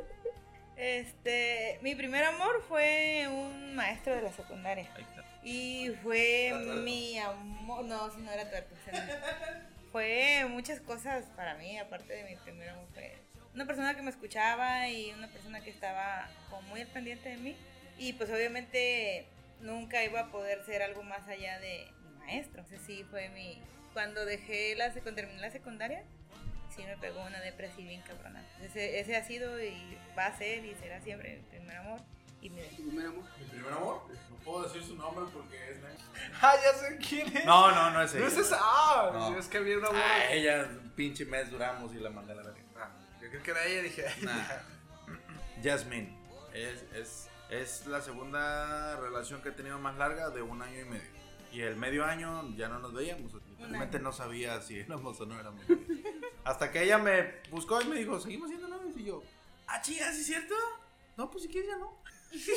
Este, mi primer amor fue un maestro de la secundaria. Ahí está. Y fue mi amor. No, si no era tuerto. o sea, no. Fue muchas cosas para mí, aparte de mi primer amor. Fue una persona que me escuchaba y una persona que estaba como muy al pendiente de mí. Y pues obviamente nunca iba a poder ser algo más allá de mi maestro. Ese sí fue mi... Cuando dejé la sec- cuando terminé la secundaria, sí me pegó una depresión bien cabrona. Ese, ese ha sido y va a ser y será siempre mi primer amor. Y mi Tu primer amor. Mi primer amor. No puedo decir su nombre porque es. ¡Ah, ya sé quién es! No, no, no es No ella. es esa. Ah, No. es que había una boda. Ah, ella, un pinche mes duramos y la mandé a la verga. Ah, yo creo que era ella, dije. Nah. Jasmine. Es, es, es la segunda relación que he tenido más larga de un año y medio. Y el medio año ya no nos veíamos. Realmente no sabía si éramos o no éramos. novios. Hasta que ella me buscó y me dijo, seguimos siendo novios. Y yo, ah, chinga, ¿sí es cierto? No, pues si quieres ya no.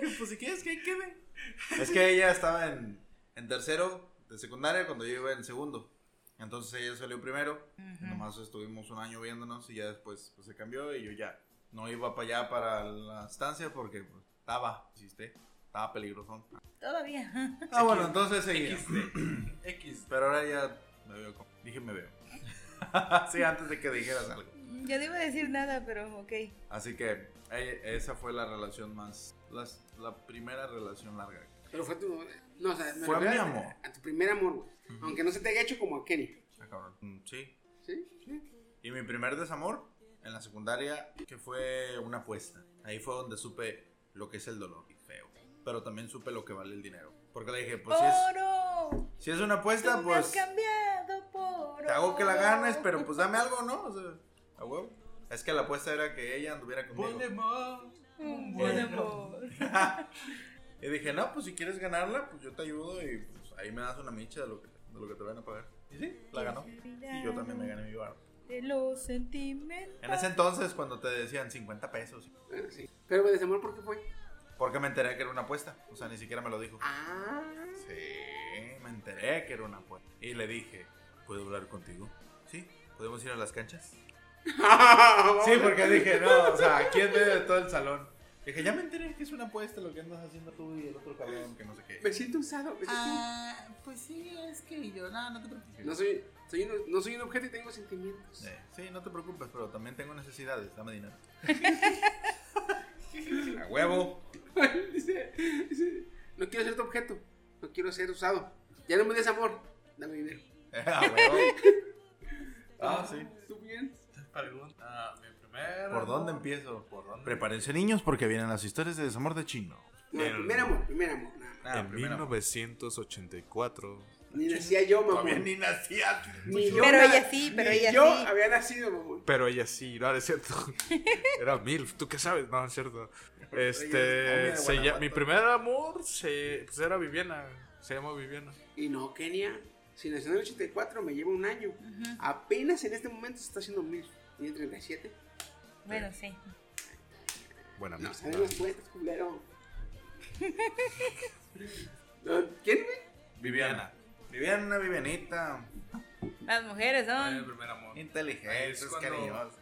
Dije, pues si quieres que ahí quede. Es que ella estaba en, en tercero de secundaria cuando yo iba en segundo. Entonces ella salió primero. Nomás estuvimos un año viéndonos y ya después pues, se cambió y yo ya no iba para allá para la estancia porque pues, estaba, ¿hiciste? Estaba peligroso. Todavía. Ah, bueno, entonces seguí. X. Pero ahora ya me veo como... Dije me veo. sí, antes de que dijeras algo. Yo no iba a decir nada, pero ok. Así que eh, esa fue la relación más... las- la primera relación larga. Pero fue tu. No, o sea, me Fue refiero mi a- amor. A tu primer amor, güey. Aunque no se te haya hecho como a Kenny. Ah, cabrón. Mm, Sí. ¿Sí? Sí. Y mi primer desamor en la secundaria, que fue una apuesta. Ahí fue donde supe lo que es el dolor. y Feo. Pero también supe lo que vale el dinero. Porque le dije, pues si es, ¡Oro! si es una Tú apuesta, me has pues... cambiado por Te hago que la oro. ganes, pero pues dame algo, ¿no? O sea, a huevo. Es que la apuesta era que ella anduviera conmigo. Un buen Eh. amor. y dije, no, pues si quieres ganarla, pues yo te ayudo y pues ahí me das una micha de lo que, de lo que te van a pagar. Y sí, la ganó. Y yo también me gané mi bar. De los sentimientos. En ese entonces, cuando te decían 50 pesos, Ah, sí. Pero güey, desamor, ¿por qué fue? porque me enteré que era una apuesta. O sea, ni siquiera me lo dijo. Ah. Sí, me enteré que era una apuesta. Y le dije, ¿puedo hablar contigo? Sí, ¿podemos ir a las canchas? Sí, porque dije, no, o sea, aquí en medio de todo el salón. Dije, ya me enteré que es una apuesta lo que andas haciendo tú y el otro cabrón, que no sé qué. Me siento usado. me siento- Ah, pues sí, es que yo, no, no te preocupes. No soy, soy un, no soy un objeto y tengo sentimientos. Sí, sí, no te preocupes, pero también tengo necesidades, dame dinero. A huevo. Dice- dice, no quiero ser tu objeto. No quiero ser usado. Ya no me des amor. Dame dinero. A huevo. Ah, sí. ¿Tú bien? Pregunta. Mi primer. ¿Por dónde amor. empiezo? ¿Por dónde? Prepárense niños porque vienen las historias de desamor de chino. No, El- primer amor, primer amor. nada Ah, más. en 1984. Ni nacía yo, mamón. Todavía ni nacía. Ni yo Pero na- ella sí, pero ni ella yo sí. había nacido, mamón. Pero ella sí, no, no es cierto. Era Milf, ¿tú qué sabes? No, es cierto. Ella Este, es se novia de lla- mi Guanajuato. primer amor se, pues era Viviana, se llama Viviana. Y no, Kenia. Si nació en el 84, me lleva un año. Apenas en este momento se está haciendo mil. Tiene 37. Bueno, sí. Ah, Buena No Milf. saben las cuentas, culero. No, ¿Quién, güey? Viviana. Viviana, una Vivianita. Las mujeres Fue Mi son. primer amor. Inteligente, Es es cuando- cariñosa.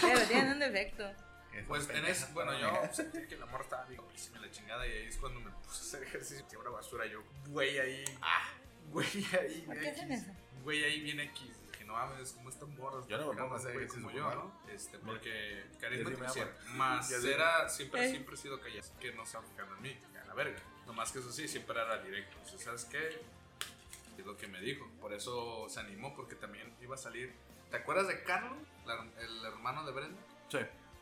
Pero tienen un defecto. Pues en eso, bueno, yo sentí que el amor estaba bien me la chingada y ahí es cuando me puse a hacer ejercicio. Llevo una basura yo, güey ahí, ah, güey ahí, ¿Por bien qué hacen X, eso? güey ahí bien X. Que no mames, como están borras. Yo no me pongo a hacer güey ejercicio como yo, normal. ¿no? Este, porque carisma Yo sí me me hago. Más Yo sí me- era, siempre, Eh. siempre he sido callado. así Que no se va fijando en mí, a la verga. Nomás que eso sí, siempre era directo. O sea, ¿sabes qué? Es lo que me dijo. Por eso se animó, porque también iba a salir. ¿Te acuerdas de Carlos, la- el hermano de Brenda? Sí.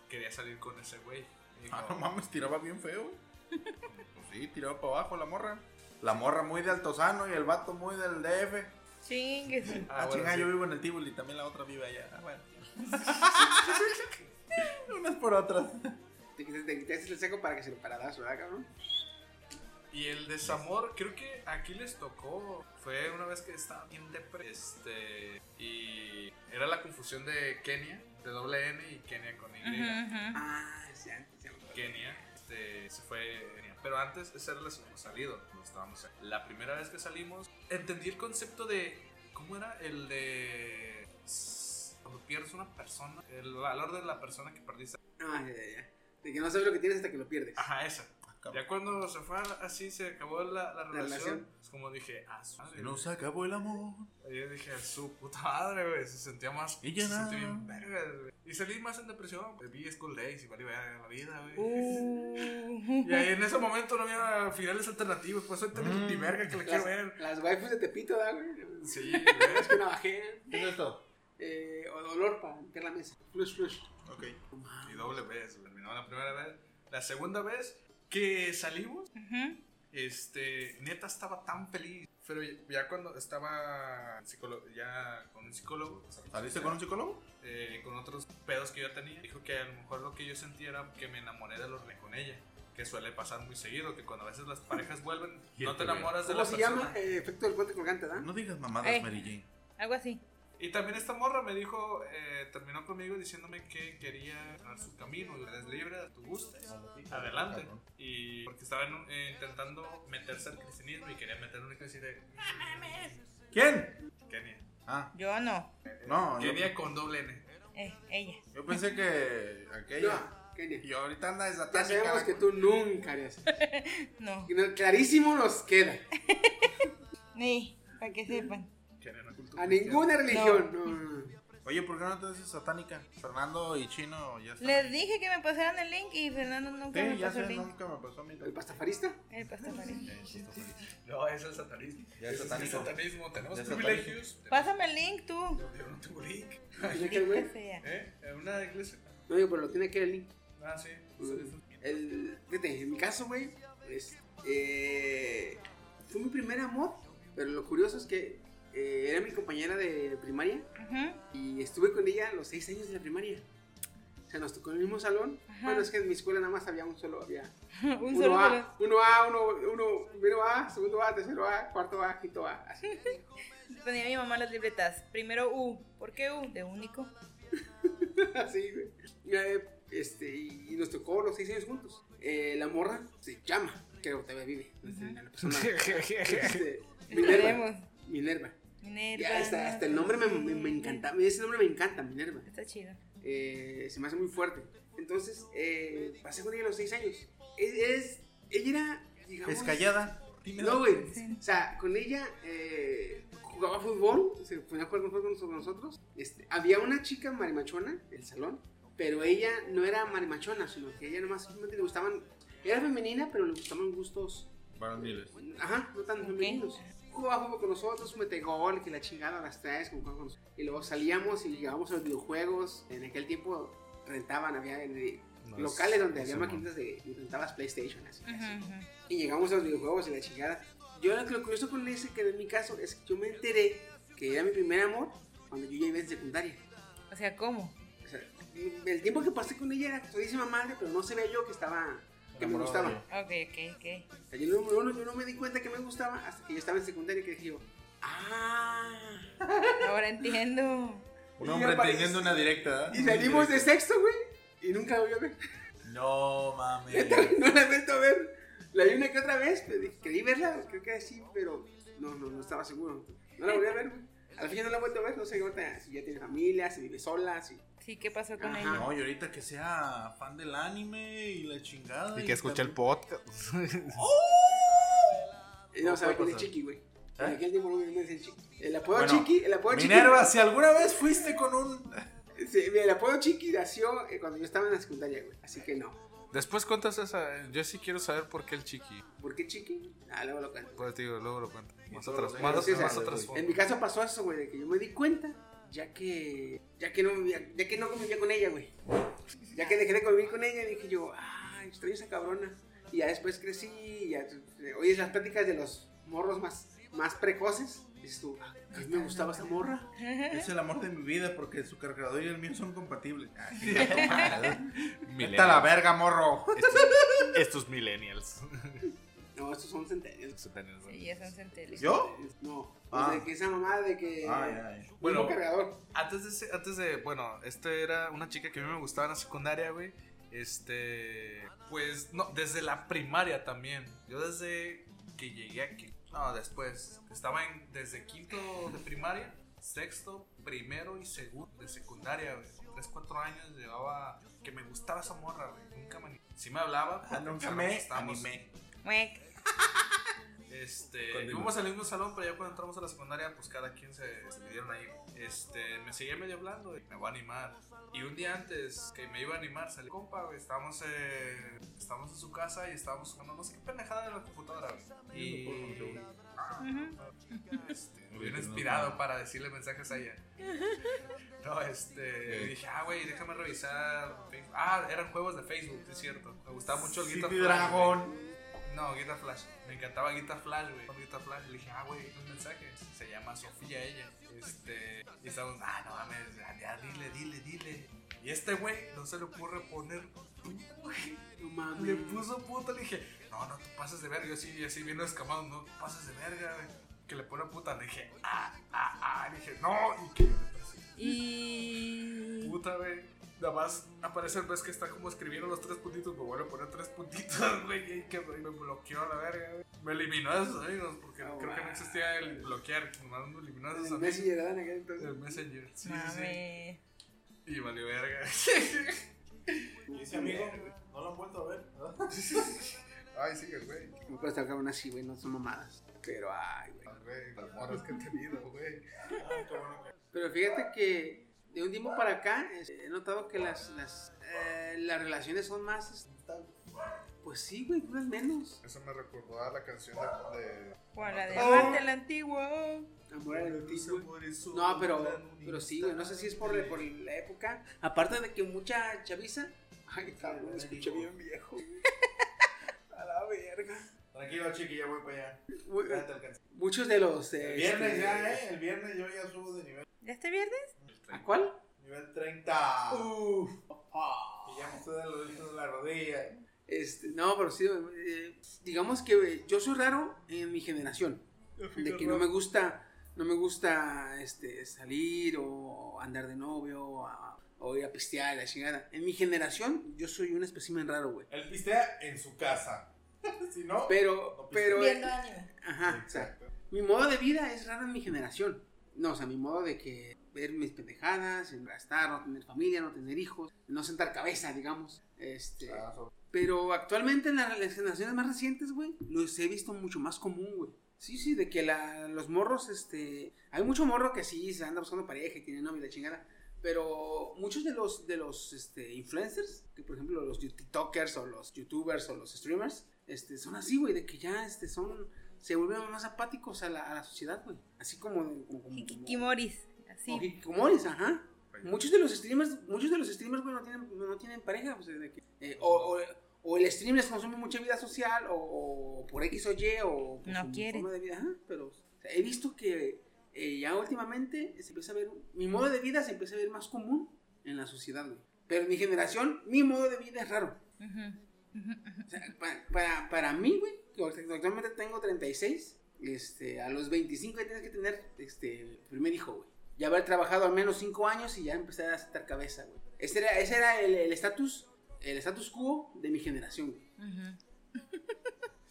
quería salir con ese güey. Y Ah, no dijo, mames, tiraba bien feo. Pues sí, tiraba para abajo la morra. La morra muy de Altozano y el vato muy del DF. Chingues. Ah, Ah, bueno, chinga, sí. yo vivo en el Tivoli y también la otra vive allá. Ah, bueno. Unas por otras. Te quitas- te quitas el seco para que se lo paradas, ¿verdad, cabrón? Y el desamor, creo que aquí les tocó. Fue una vez que estaba bien depre. Este. Y era la confusión de Kenia, de doble N y Kenia con Y. Ujú, ujú. Ah, sí, antes ya me acuerdo. Kenia este, se fue. Pero antes, esa era la segunda salida. No estábamos. La primera vez que salimos, entendí el concepto de. ¿Cómo era? El de. s- Cuando pierdes una persona, el valor de la persona que perdiste. Ah, ya, ya, ya. De que no sabes lo que tienes hasta que lo pierdes. Ajá, esa. Ya cuando se fue así, se acabó la, la relación. relación. Es como dije, ah, su madre. Nos acabó el amor. güey. Y Yo dije, su puta madre, güey. Se sentía más. Y ya se nada. sentía bien vergas, güey. Y salí más en depresión. güey. Vi School Days y vale, verga la vida, güey. Uh. Y ahí en ese momento no había finales alternativos. Pues soy tan Mm. verga que la quiero Las, ver. las waifus de Tepito, ¿verdad, güey? Sí, güey. Es que una bajé. ¿Qué es esto? Eh, o dolor para limpiar la mesa. Flush, flush. Ok. Y doble vez, güey. terminó la primera vez. La segunda vez que salimos, este, neta estaba tan feliz. Pero ya cuando estaba en psicólogo- ya con un psicólogo, ¿Saliste con un psicólogo? eh, con otros pedos que yo tenía, dijo que a lo mejor lo que yo sentía era que me enamoré de los con ella. Que suele pasar muy seguido, que cuando a veces las parejas vuelven, no te enamoras de ¿Cómo la se persona. llama? Eh, efecto del puente colgante, ¿verdad? No digas mamadas, Eh. Mary Jane. Algo así. Y también esta morra me dijo, eh, terminó conmigo diciéndome que quería ganar su camino, eres libre, a tu gusto, adelante. Y porque estaban eh, intentando meterse al cristianismo y quería meter un cristianismo ¿Quién? de Kenia. Ah, Yo no. no, yo, Kenia con doble N. Eh, ella. yo pensé que aquella. No, Kenia. Y ahorita anda Ya desatánica. sabemos que tú nunca harías eso. No. Y no- Clarísimo nos queda. Ni, para que sepan. Kenia no cultura. A ninguna religión. No, no, no. Oye, ¿por qué no te haces satánica? Fernando y Chino ya están. Les dije que me pasaran el link y Fernando nunca me Sí, ya pasó el sé, link. nunca me pasó a mí. ¿El pastafarista? El pastafarista. No, es el satanismo. Ya es Ese el satánico. satanismo. Tenemos Ya es privilegios. Pásame el link tú. Yo no tengo link. ¿De qué, güey? Maldita sea. ¿Eh? ¿En una iglesia? No, digo, pero lo tiene que el link. Mm. Ah, sí. El, fíjate, en mi caso, güey, es, eh, fue mi primer amor, pero lo curioso es que eh, era mi compañera de primaria Ajá. y estuve con ella a los seis años de la primaria. O sea, nos tocó en el mismo salón. Ajá. Bueno, es que en mi escuela nada más había un solo, había Un uno solo A, uno A, uno, uno, primero A, segundo A, tercero A, cuarto A, quinto A. Así. solo. Ponía mi mamá las libretas. Primero U. ¿Por qué U? De único. Así, güey. Eh, Este, y y nos tocó los seis años juntos. Eh, la morra se llama, creo que todavía vive. La persona, este, Minerva. Esperemos. Minerva. Minerva. Ya, hasta, hasta el nombre me, me, me encanta. Ese nombre me encanta, Minerva. Está chido. Eh, se me hace muy fuerte. Entonces, eh, pasé con ella los seis años. Es, es- ella era, digamos... Es callada. No, güey. O sea, con ella eh, jugaba fútbol, se ponía a jugar con fútbol con nosotros. Este, había una chica marimachona en el salón, pero ella no era marimachona, sino que ella nomás simplemente le gustaban. Era femenina, pero le gustaban gustos. Baroniles. Ajá, no tan Ok. femeninos. Jugaba fútbol con nosotros, mete gol, que la chingada a las tres, como jugaba con nosotros. Y luego salíamos y llegábamos a los videojuegos. En aquel tiempo rentaban, había eh, locales donde había maquinitas de y rentabas PlayStation, así. así. Ajá, ajá. Y llegamos a los videojuegos y la chingada. Yo lo que lo curioso con ese, que en mi caso, es que yo me enteré que era mi primer amor cuando yo ya iba en secundaria. O sea, ¿cómo? O sea, el tiempo que pasé con ella era todísima madre, pero no se veía yo que estaba, que me Enamorado gustaba. Ok, ok, ok. O sea, yo, no, yo no- yo no me di cuenta que me gustaba hasta que yo estaba en secundaria que dije yo, ah. Ahora entiendo. Un Y hombre aparece- teniendo una directa. Y salimos de sexto, güey, y nunca la volví a ver. No mames. No la he vuelto a ver. La vi una que otra vez, pero dije, creí verla, creo que sí, pero no, no, no estaba seguro. No la volví a ver, güey. A la fecha no la he vuelto a ver, no sé ahorita si ya tiene familia, si vive sola, si... Sí, ¿qué pasó con Ajá. ella? No, y ahorita que sea fan del anime y la chingada. Y que escucha el podcast. Eh, No No sabe quién puede es pasar. Chiqui, güey. ¿Eh? En aquel tiempo no me decían Chiqui. El apodo Bueno, Chiqui, el apodo Minerva, si alguna vez fuiste con un. Chiqui... Sí, mira, el apodo Chiqui nació eh, cuando yo estaba en la secundaria, güey. Así que no. Después cuentas esa. Yo sí quiero saber por qué el chiqui. ¿Por qué Chiqui? Ah, luego lo cuento. Pues te digo, luego lo cuento. Más todo lo atrás. que- Más, Sí, sí, más sí. atrás. En mi caso pasó eso, güey, de que yo me di cuenta, ya que ya que no vivía- ya que no convivía con ella, güey. Ya que dejé de convivir con ella, dije yo, ah, extraño esa cabrona. Y ya después crecí, y ya oyes las pláticas de los morros más más precoces, dices tú, ah, a mí me gustaba esa morra. Es el amor de mi vida porque su cargador y el mío son compatibles. Ah, Está Millennials. la verga, morro. Estos, estos millennials. No, estos son centenarios. Sí, ya son centeles. ¿Yo? No, Ah. o sea, que esa mamada de que Ay, ay. bueno, Bueno. cargador. Antes de, ese- antes de, bueno, esta era una chica que a mí me gustaba en la secundaria, güey. Este, pues, no, desde la primaria también. Yo desde que llegué aquí, no, después, estaba en, desde quinto de primaria, sexto, primero y segundo de secundaria, güey. 3, 4 años llevaba que me gustaba esa morra, güey. Nunca me. Sí me hablaba, Ah, pero nunca no pues. me estábamos- animé. Muec. Este, Continúa. íbamos al mismo salón, pero ya cuando entramos a la secundaria, pues cada quien se, se dividieron ahí. Este, me seguía medio hablando, y me voy a animar. Y un día antes que me iba a animar, salí, compa, güey, estábamos, eh, estábamos en su casa y estábamos jugando no sé qué pendejada en la computadora, güey. Y... Ah, este, me hubiera inspirado para decirle mensajes a ella. No, este, dije, ah, güey, déjame revisar. Facebook. Ah, eran juegos de Facebook, sí es cierto. Me gustaba mucho el City Guitar Flash, güey. Dragon. No, Guitar Flash. Me encantaba Guitar Flash, güey. Con Guitar Flash le dije, ah, güey, un mensaje. Se llama Sofía ella. Este, y estábamos, ah, no mames, ya, ya, dile, dile, dile. Y este güey no se le ocurre poner puta, güey. No mames. Le puso puta, le dije, no, no, tú pases de verga. Yo sí, así bien escamado, no, tú pases de verga, güey. Que le pone puta, le dije, ah, ah, ah. Le dije, no, y que yo le puse Y. puta, güey. Nada más aparece el vez que está como escribiendo los tres puntitos, me vuelve a poner tres puntitos, güey, y que me me bloqueó a la verga, güey. Me eliminó de sus amigos, porque Oh, creo que no existía el bloquear, nomás me eliminó de sus El amigos. Messenger ¿verdad? en aquel entonces. El Messenger, sí, sí, Mame. sí. Y valió verga. Y ese amigo, no lo han vuelto a ver, ¿verdad? Ay, sigue, güey. No puedes estar cabrón así, güey, no son mamadas. Pero, ay, güey. Ay, güey, Las moras que he tenido, güey. Pero fíjate que de un tiempo para acá es- he notado que las, las, eh, las relaciones son más. es- Pues sí, güey, duran menos. Eso me recordó a la canción de. de- O a la de Oh. Amarte la antigua. Amor a la noticia, güey. No, pero, pero sí, güey, no sé si es por, por la época. Aparte de que mucha chaviza. Ay, cabrón, me escuché bien viejo. A la verga. Tranquilo, chiqui, ya voy para allá. Güey, Ya te alcancé. Muchos de los. eh, El viernes este- ya, ¿eh? El viernes yo ya subo de nivel, ¿Ya este viernes? ¿A cuál? nivel 30. Uf, papá. Y ya me estoy dando los deditos de la rodilla. Este, no, pero sí, eh, digamos que eh, yo soy raro en mi generación. De que no me gusta, no me gusta este, salir o andar de novio o, a- o ir a pistear, la chingada. En mi generación, yo soy un espécimen raro, güey. Él pistea en su casa. si no, Pero, pero, eh, Viendo anime. ajá, o sea, mi modo de vida es raro en mi generación. No, o sea, mi modo de que ver mis pendejadas, gastar, no tener familia, no tener hijos, no sentar cabeza, digamos. Este, Ah, so- Pero actualmente en las las generaciones más recientes, güey, los he visto mucho más común, güey. Sí, sí, de que la- los morros, este... Hay mucho morro que sí, se anda buscando pareja y tiene novia y la chingada. Pero muchos de los, de los este, influencers, que por ejemplo los TikTokers o los YouTubers o los streamers, este, son así, güey, de que ya este, son... Se vuelven más apáticos a la, a la sociedad, güey. Así como... de- como, como- Hikikimoris. o Así. hikikomoris, ajá. Muchos de los streamers, muchos de los streamers, güey, no tienen, no tienen pareja. O, sea, de que, eh, o, o- o el stream les consume mucha vida social, o, o por X o Y, o por No su quiere. forma de vida. Ajá, pero o sea, he visto que eh, ya últimamente se empieza a ver, mi modo de vida se empieza a ver más común en la sociedad, güey. Pero en mi generación, mi modo de vida es raro. Ujú. O sea, pa- para, para mí, güey, que ahorita- actualmente tengo 36, este, a los 25 ya tienes que tener este, primer hijo, güey. Ya haber trabajado al menos 5 años y ya empezar a sentar cabeza, güey. Ese era, ese era el el estatus, el status quo de mi generación, güey. Ujú.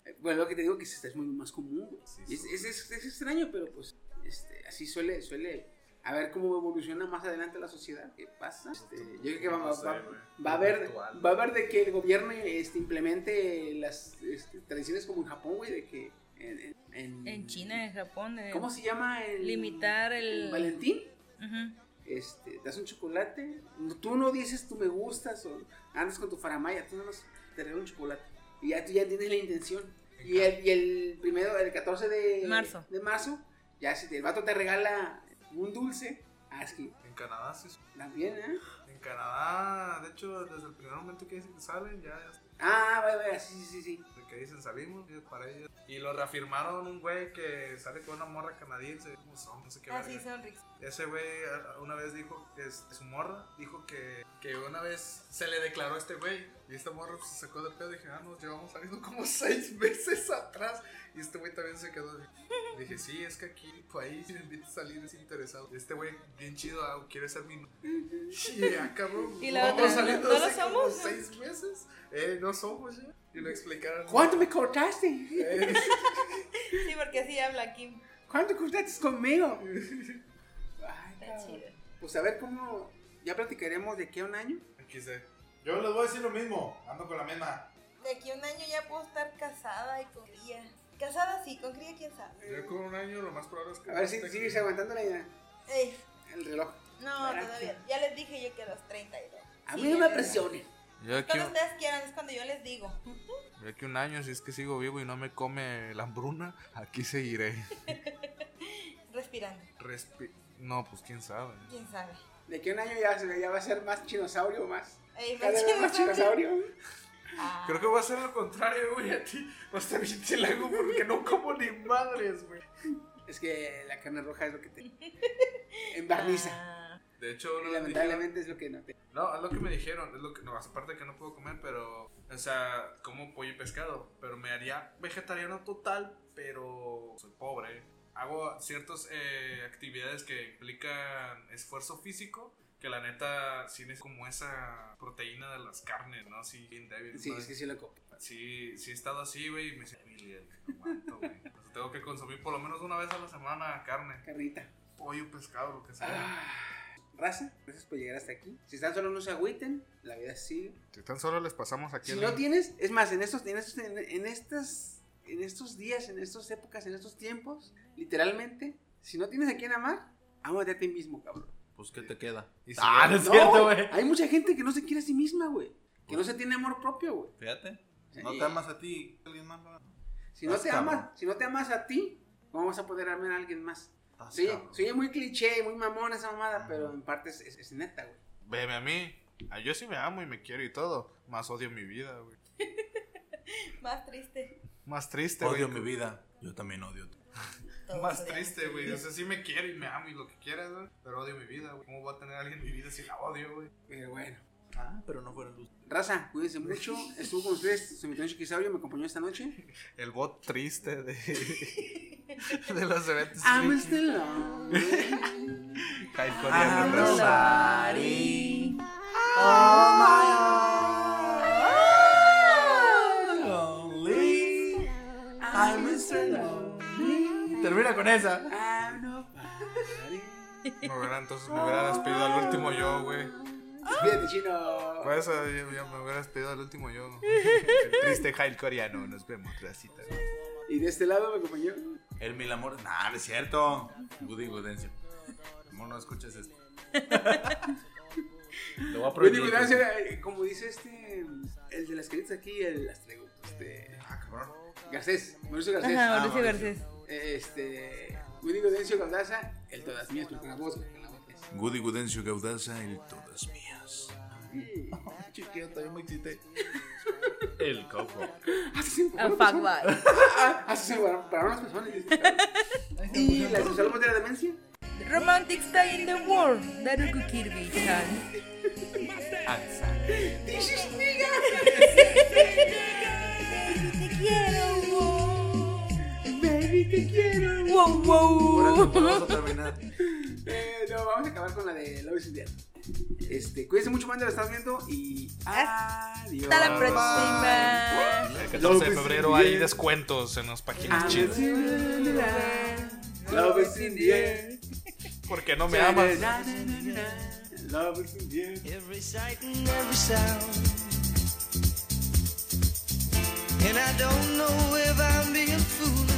Eh, Bueno, lo que te digo que es, es muy más común, güey. Y es, es- es- es extraño, pero pues este, así suele, suele... A ver cómo evoluciona más adelante la sociedad. ¿Qué pasa? Este, yo creo que va, va- va- Va a haber, va a haber de que el gobierno este, implemente las este, tradiciones como en Japón, güey, de que en, en- En China, en Japón. eh, ¿Cómo se llama? El, Limitar el- Valentín. ujú. Este, te das un chocolate, no- tú no dices tú me gustas o andas con tu faramaya, tú nada más te regalas un chocolate y ya tú ya tienes la intención. Y el, y el primero, el 14 de Marzo. de marzo ya si te- el vato te regala un dulce, ah, es que En Canadá, sí. también, ¿eh? En Canadá, de hecho, desde el primer momento que dicen que salen, ya es Ah, vaya, vaya, sí, sí, sí, sí. de que dicen salimos, y es para ellos. Y lo reafirmaron un güey que sale con una morra canadiense, como son, no sé qué. verga. Así Ah, son ricos. Ese güey a- a- una vez dijo, que es, su morra, dijo que, que una vez se le declaró a este güey. Y esta morra pues, se sacó del pedo y dije, ah, nos llevamos saliendo como seis meses atrás. Y este güey también se quedó. Dije, sí, es que aquí, pues ahí, si me invita a salir es interesado. Y este güey, bien chido, ah, quiere ser mi no- Y ya, cabrón. Y la vamos otra, saliendo ¿no lo hace como somos? seis meses. Eh, no somos ya. Y lo explicaron. ¿Cuánto me cortaste? Eh, Sí, porque así habla Kim. ¿Cuánto cortaste conmigo? Ay, Está chido. pues a ver cómo, Ya platicaremos de qué a un año. XD. Yo les voy a decir lo mismo. Ando con la misma. De aquí a un año ya puedo estar casada y con cría. Casada sí, con cría quién sabe. Yo con un año lo más probable es que. A ver si sigues aguantando la idea. Ey, El reloj. no, Ahora todavía. Ya les dije yo que a los 32. A Sí, mí no ya me les- presionen. Yo aquí, Cuando ustedes quieran, es cuando yo les digo. yo aquí un año, si es que sigo vivo y no me come la hambruna, aquí seguiré. Respirando, Respi- no, pues quién sabe. quién sabe. De qué a un año ya, se- ya va a ser más chinosaurio, más. Ey, Cada vez más chinosaurio. Ah, Creo que voy a hacer lo contrario, güey. A ti. No está bien te la hago porque no como ni madres, güey. Es que la carne roja es lo que te embarniza. ah. De hecho, Y no lamentablemente es lo que no te. No, es lo que me dijeron, es lo que, no, aparte que no puedo comer, pero, o sea, como pollo y pescado, pero me haría vegetariano total, pero soy pobre. Hago ciertas eh, actividades que implican esfuerzo físico, que la neta sí es como esa proteína de las carnes, ¿no? Sí, bien débil. Sí, ¿no? es que sí lo copio. Sí, sí he estado así, güey, y me siento débil, no aguanto, güey. Por eso tengo que consumir por lo menos una vez a la semana carne, Carnita. pollo, pescado, lo que sea. Ah, raza, gracias por llegar hasta aquí. Si están solos, no se agüiten. La vida sigue. Si tan solo les pasamos aquí Si el no link. tienes, es más, en estos, en estos, en, en estas, en estos días, en estas épocas, en estos tiempos, literalmente, si no tienes a quien amar, ámate a ti mismo, cabrón. Pues, ¿qué te queda? Y si Ah, ya- no es No, cierto, güey, güey. Hay mucha gente que no se quiere a sí misma, güey. Que no se tiene amor propio, güey. Fíjate. Sí. No te amas a ti. Alguien más lo Si no Estás te cabrón. amas, si no te amas a ti, ¿cómo vas a poder amar a alguien más? Estás Sí, cabrón. soy muy cliché, muy mamón esa mamada, pero en parte es, es- es neta, güey. Veme a mí. Ah, yo sí me amo y me quiero y todo. Más odio mi vida, güey. Más triste. Más triste, Odio güey. mi vida. Yo también odio. tu- Todo Más odiado. triste, güey. O sea, sí me quiero y me amo y lo que quieras, güey. Pero odio mi vida, güey. ¿Cómo voy a tener a alguien en mi vida si la odio, güey? Pero bueno. Ah, pero no fueron Uh. luz. Raza, cuídense mucho. Estuvo con ustedes, su mitad Chiquisaurio me acompañó esta noche. El bot triste de, de los eventos. I'm still lonely. Kyle coreano en redes. I'm Mr. Lonely. Termina con esa. I'm nobody. Me hubiera- entonces me hubiera despedido al último yo, güey. Despídete, chino. Por eso yo, yo me hubiera despedido al último yo. El triste Kyle coreano. Nos vemos, racita. Y de este lado me acompañó. El mil amor. Nah, no es cierto. Woody Gudencio. Amor, no escuches esto. Lo voy a Wendy prohibir. Williams era, eh, como dice este, el de las caritas aquí, el las traigo, este, Ah, cabrón. Garcés, Mauricio Garcés. Ajá, Ah, Mauricio Mauricio. Garcés. Eh, Este, Wendy Godencio Gaudaza, el todas mías, pero con la voz, güey, con la voz. Woody Gudencio Gaudaza, el todas mías. Sí. Chiquito, también me excité. El coco. Así se A fueron fuck personas. bye. Ah, ah, Así se fueron para unas personas. Y la salvamos de la demencia. Romantic stay in the world. Daruku Kirby chan. Te quiero, Baby, te quiero. Wow, wow. Ahora no vamos a terminar. Eh, no, vamos a acabar con la de Love is Indiana. Este, cuídense mucho, cuando lo estás viendo y adiós. Hasta la próxima. El 14 de febrero hay descuentos en las páginas I'm chidas. in the air. Love is in the air. Porque no me Na, amas. na, na, na, na. Love is in the air. every sight and every sound. And I don't know if I'm being foolish,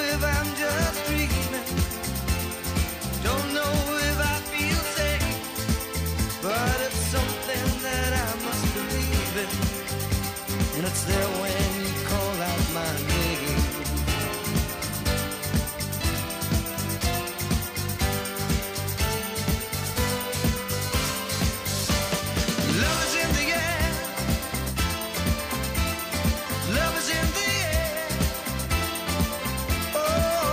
if I'm just dreaming, don't know if I feel safe, but it's something that I must believe in. And it's there when you call out my name. Love is in the air. Love is in the air. Oh.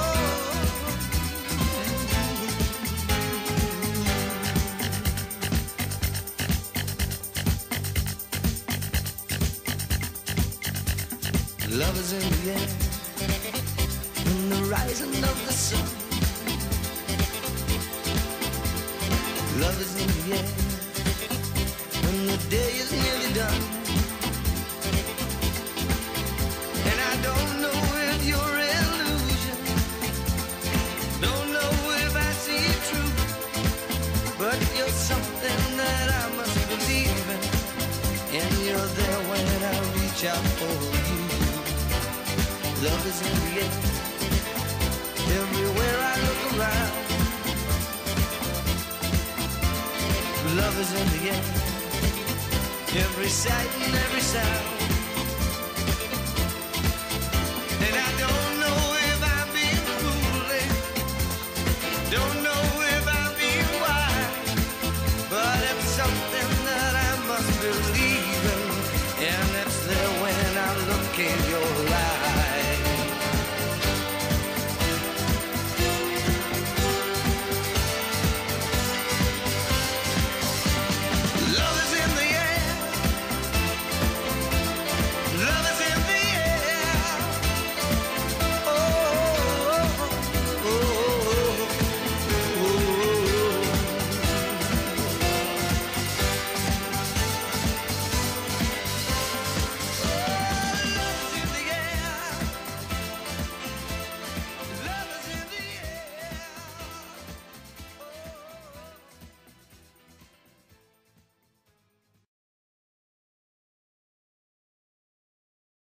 again in the rising of the sun. Love is in the air, and the day is nearly done. And I don't know if you're illusion, don't know if I see it true, but you're something that I must believe in, and you're there when I reach out for you. Love is in the air, everywhere I look around. Love is in the air. Every sight and every sound.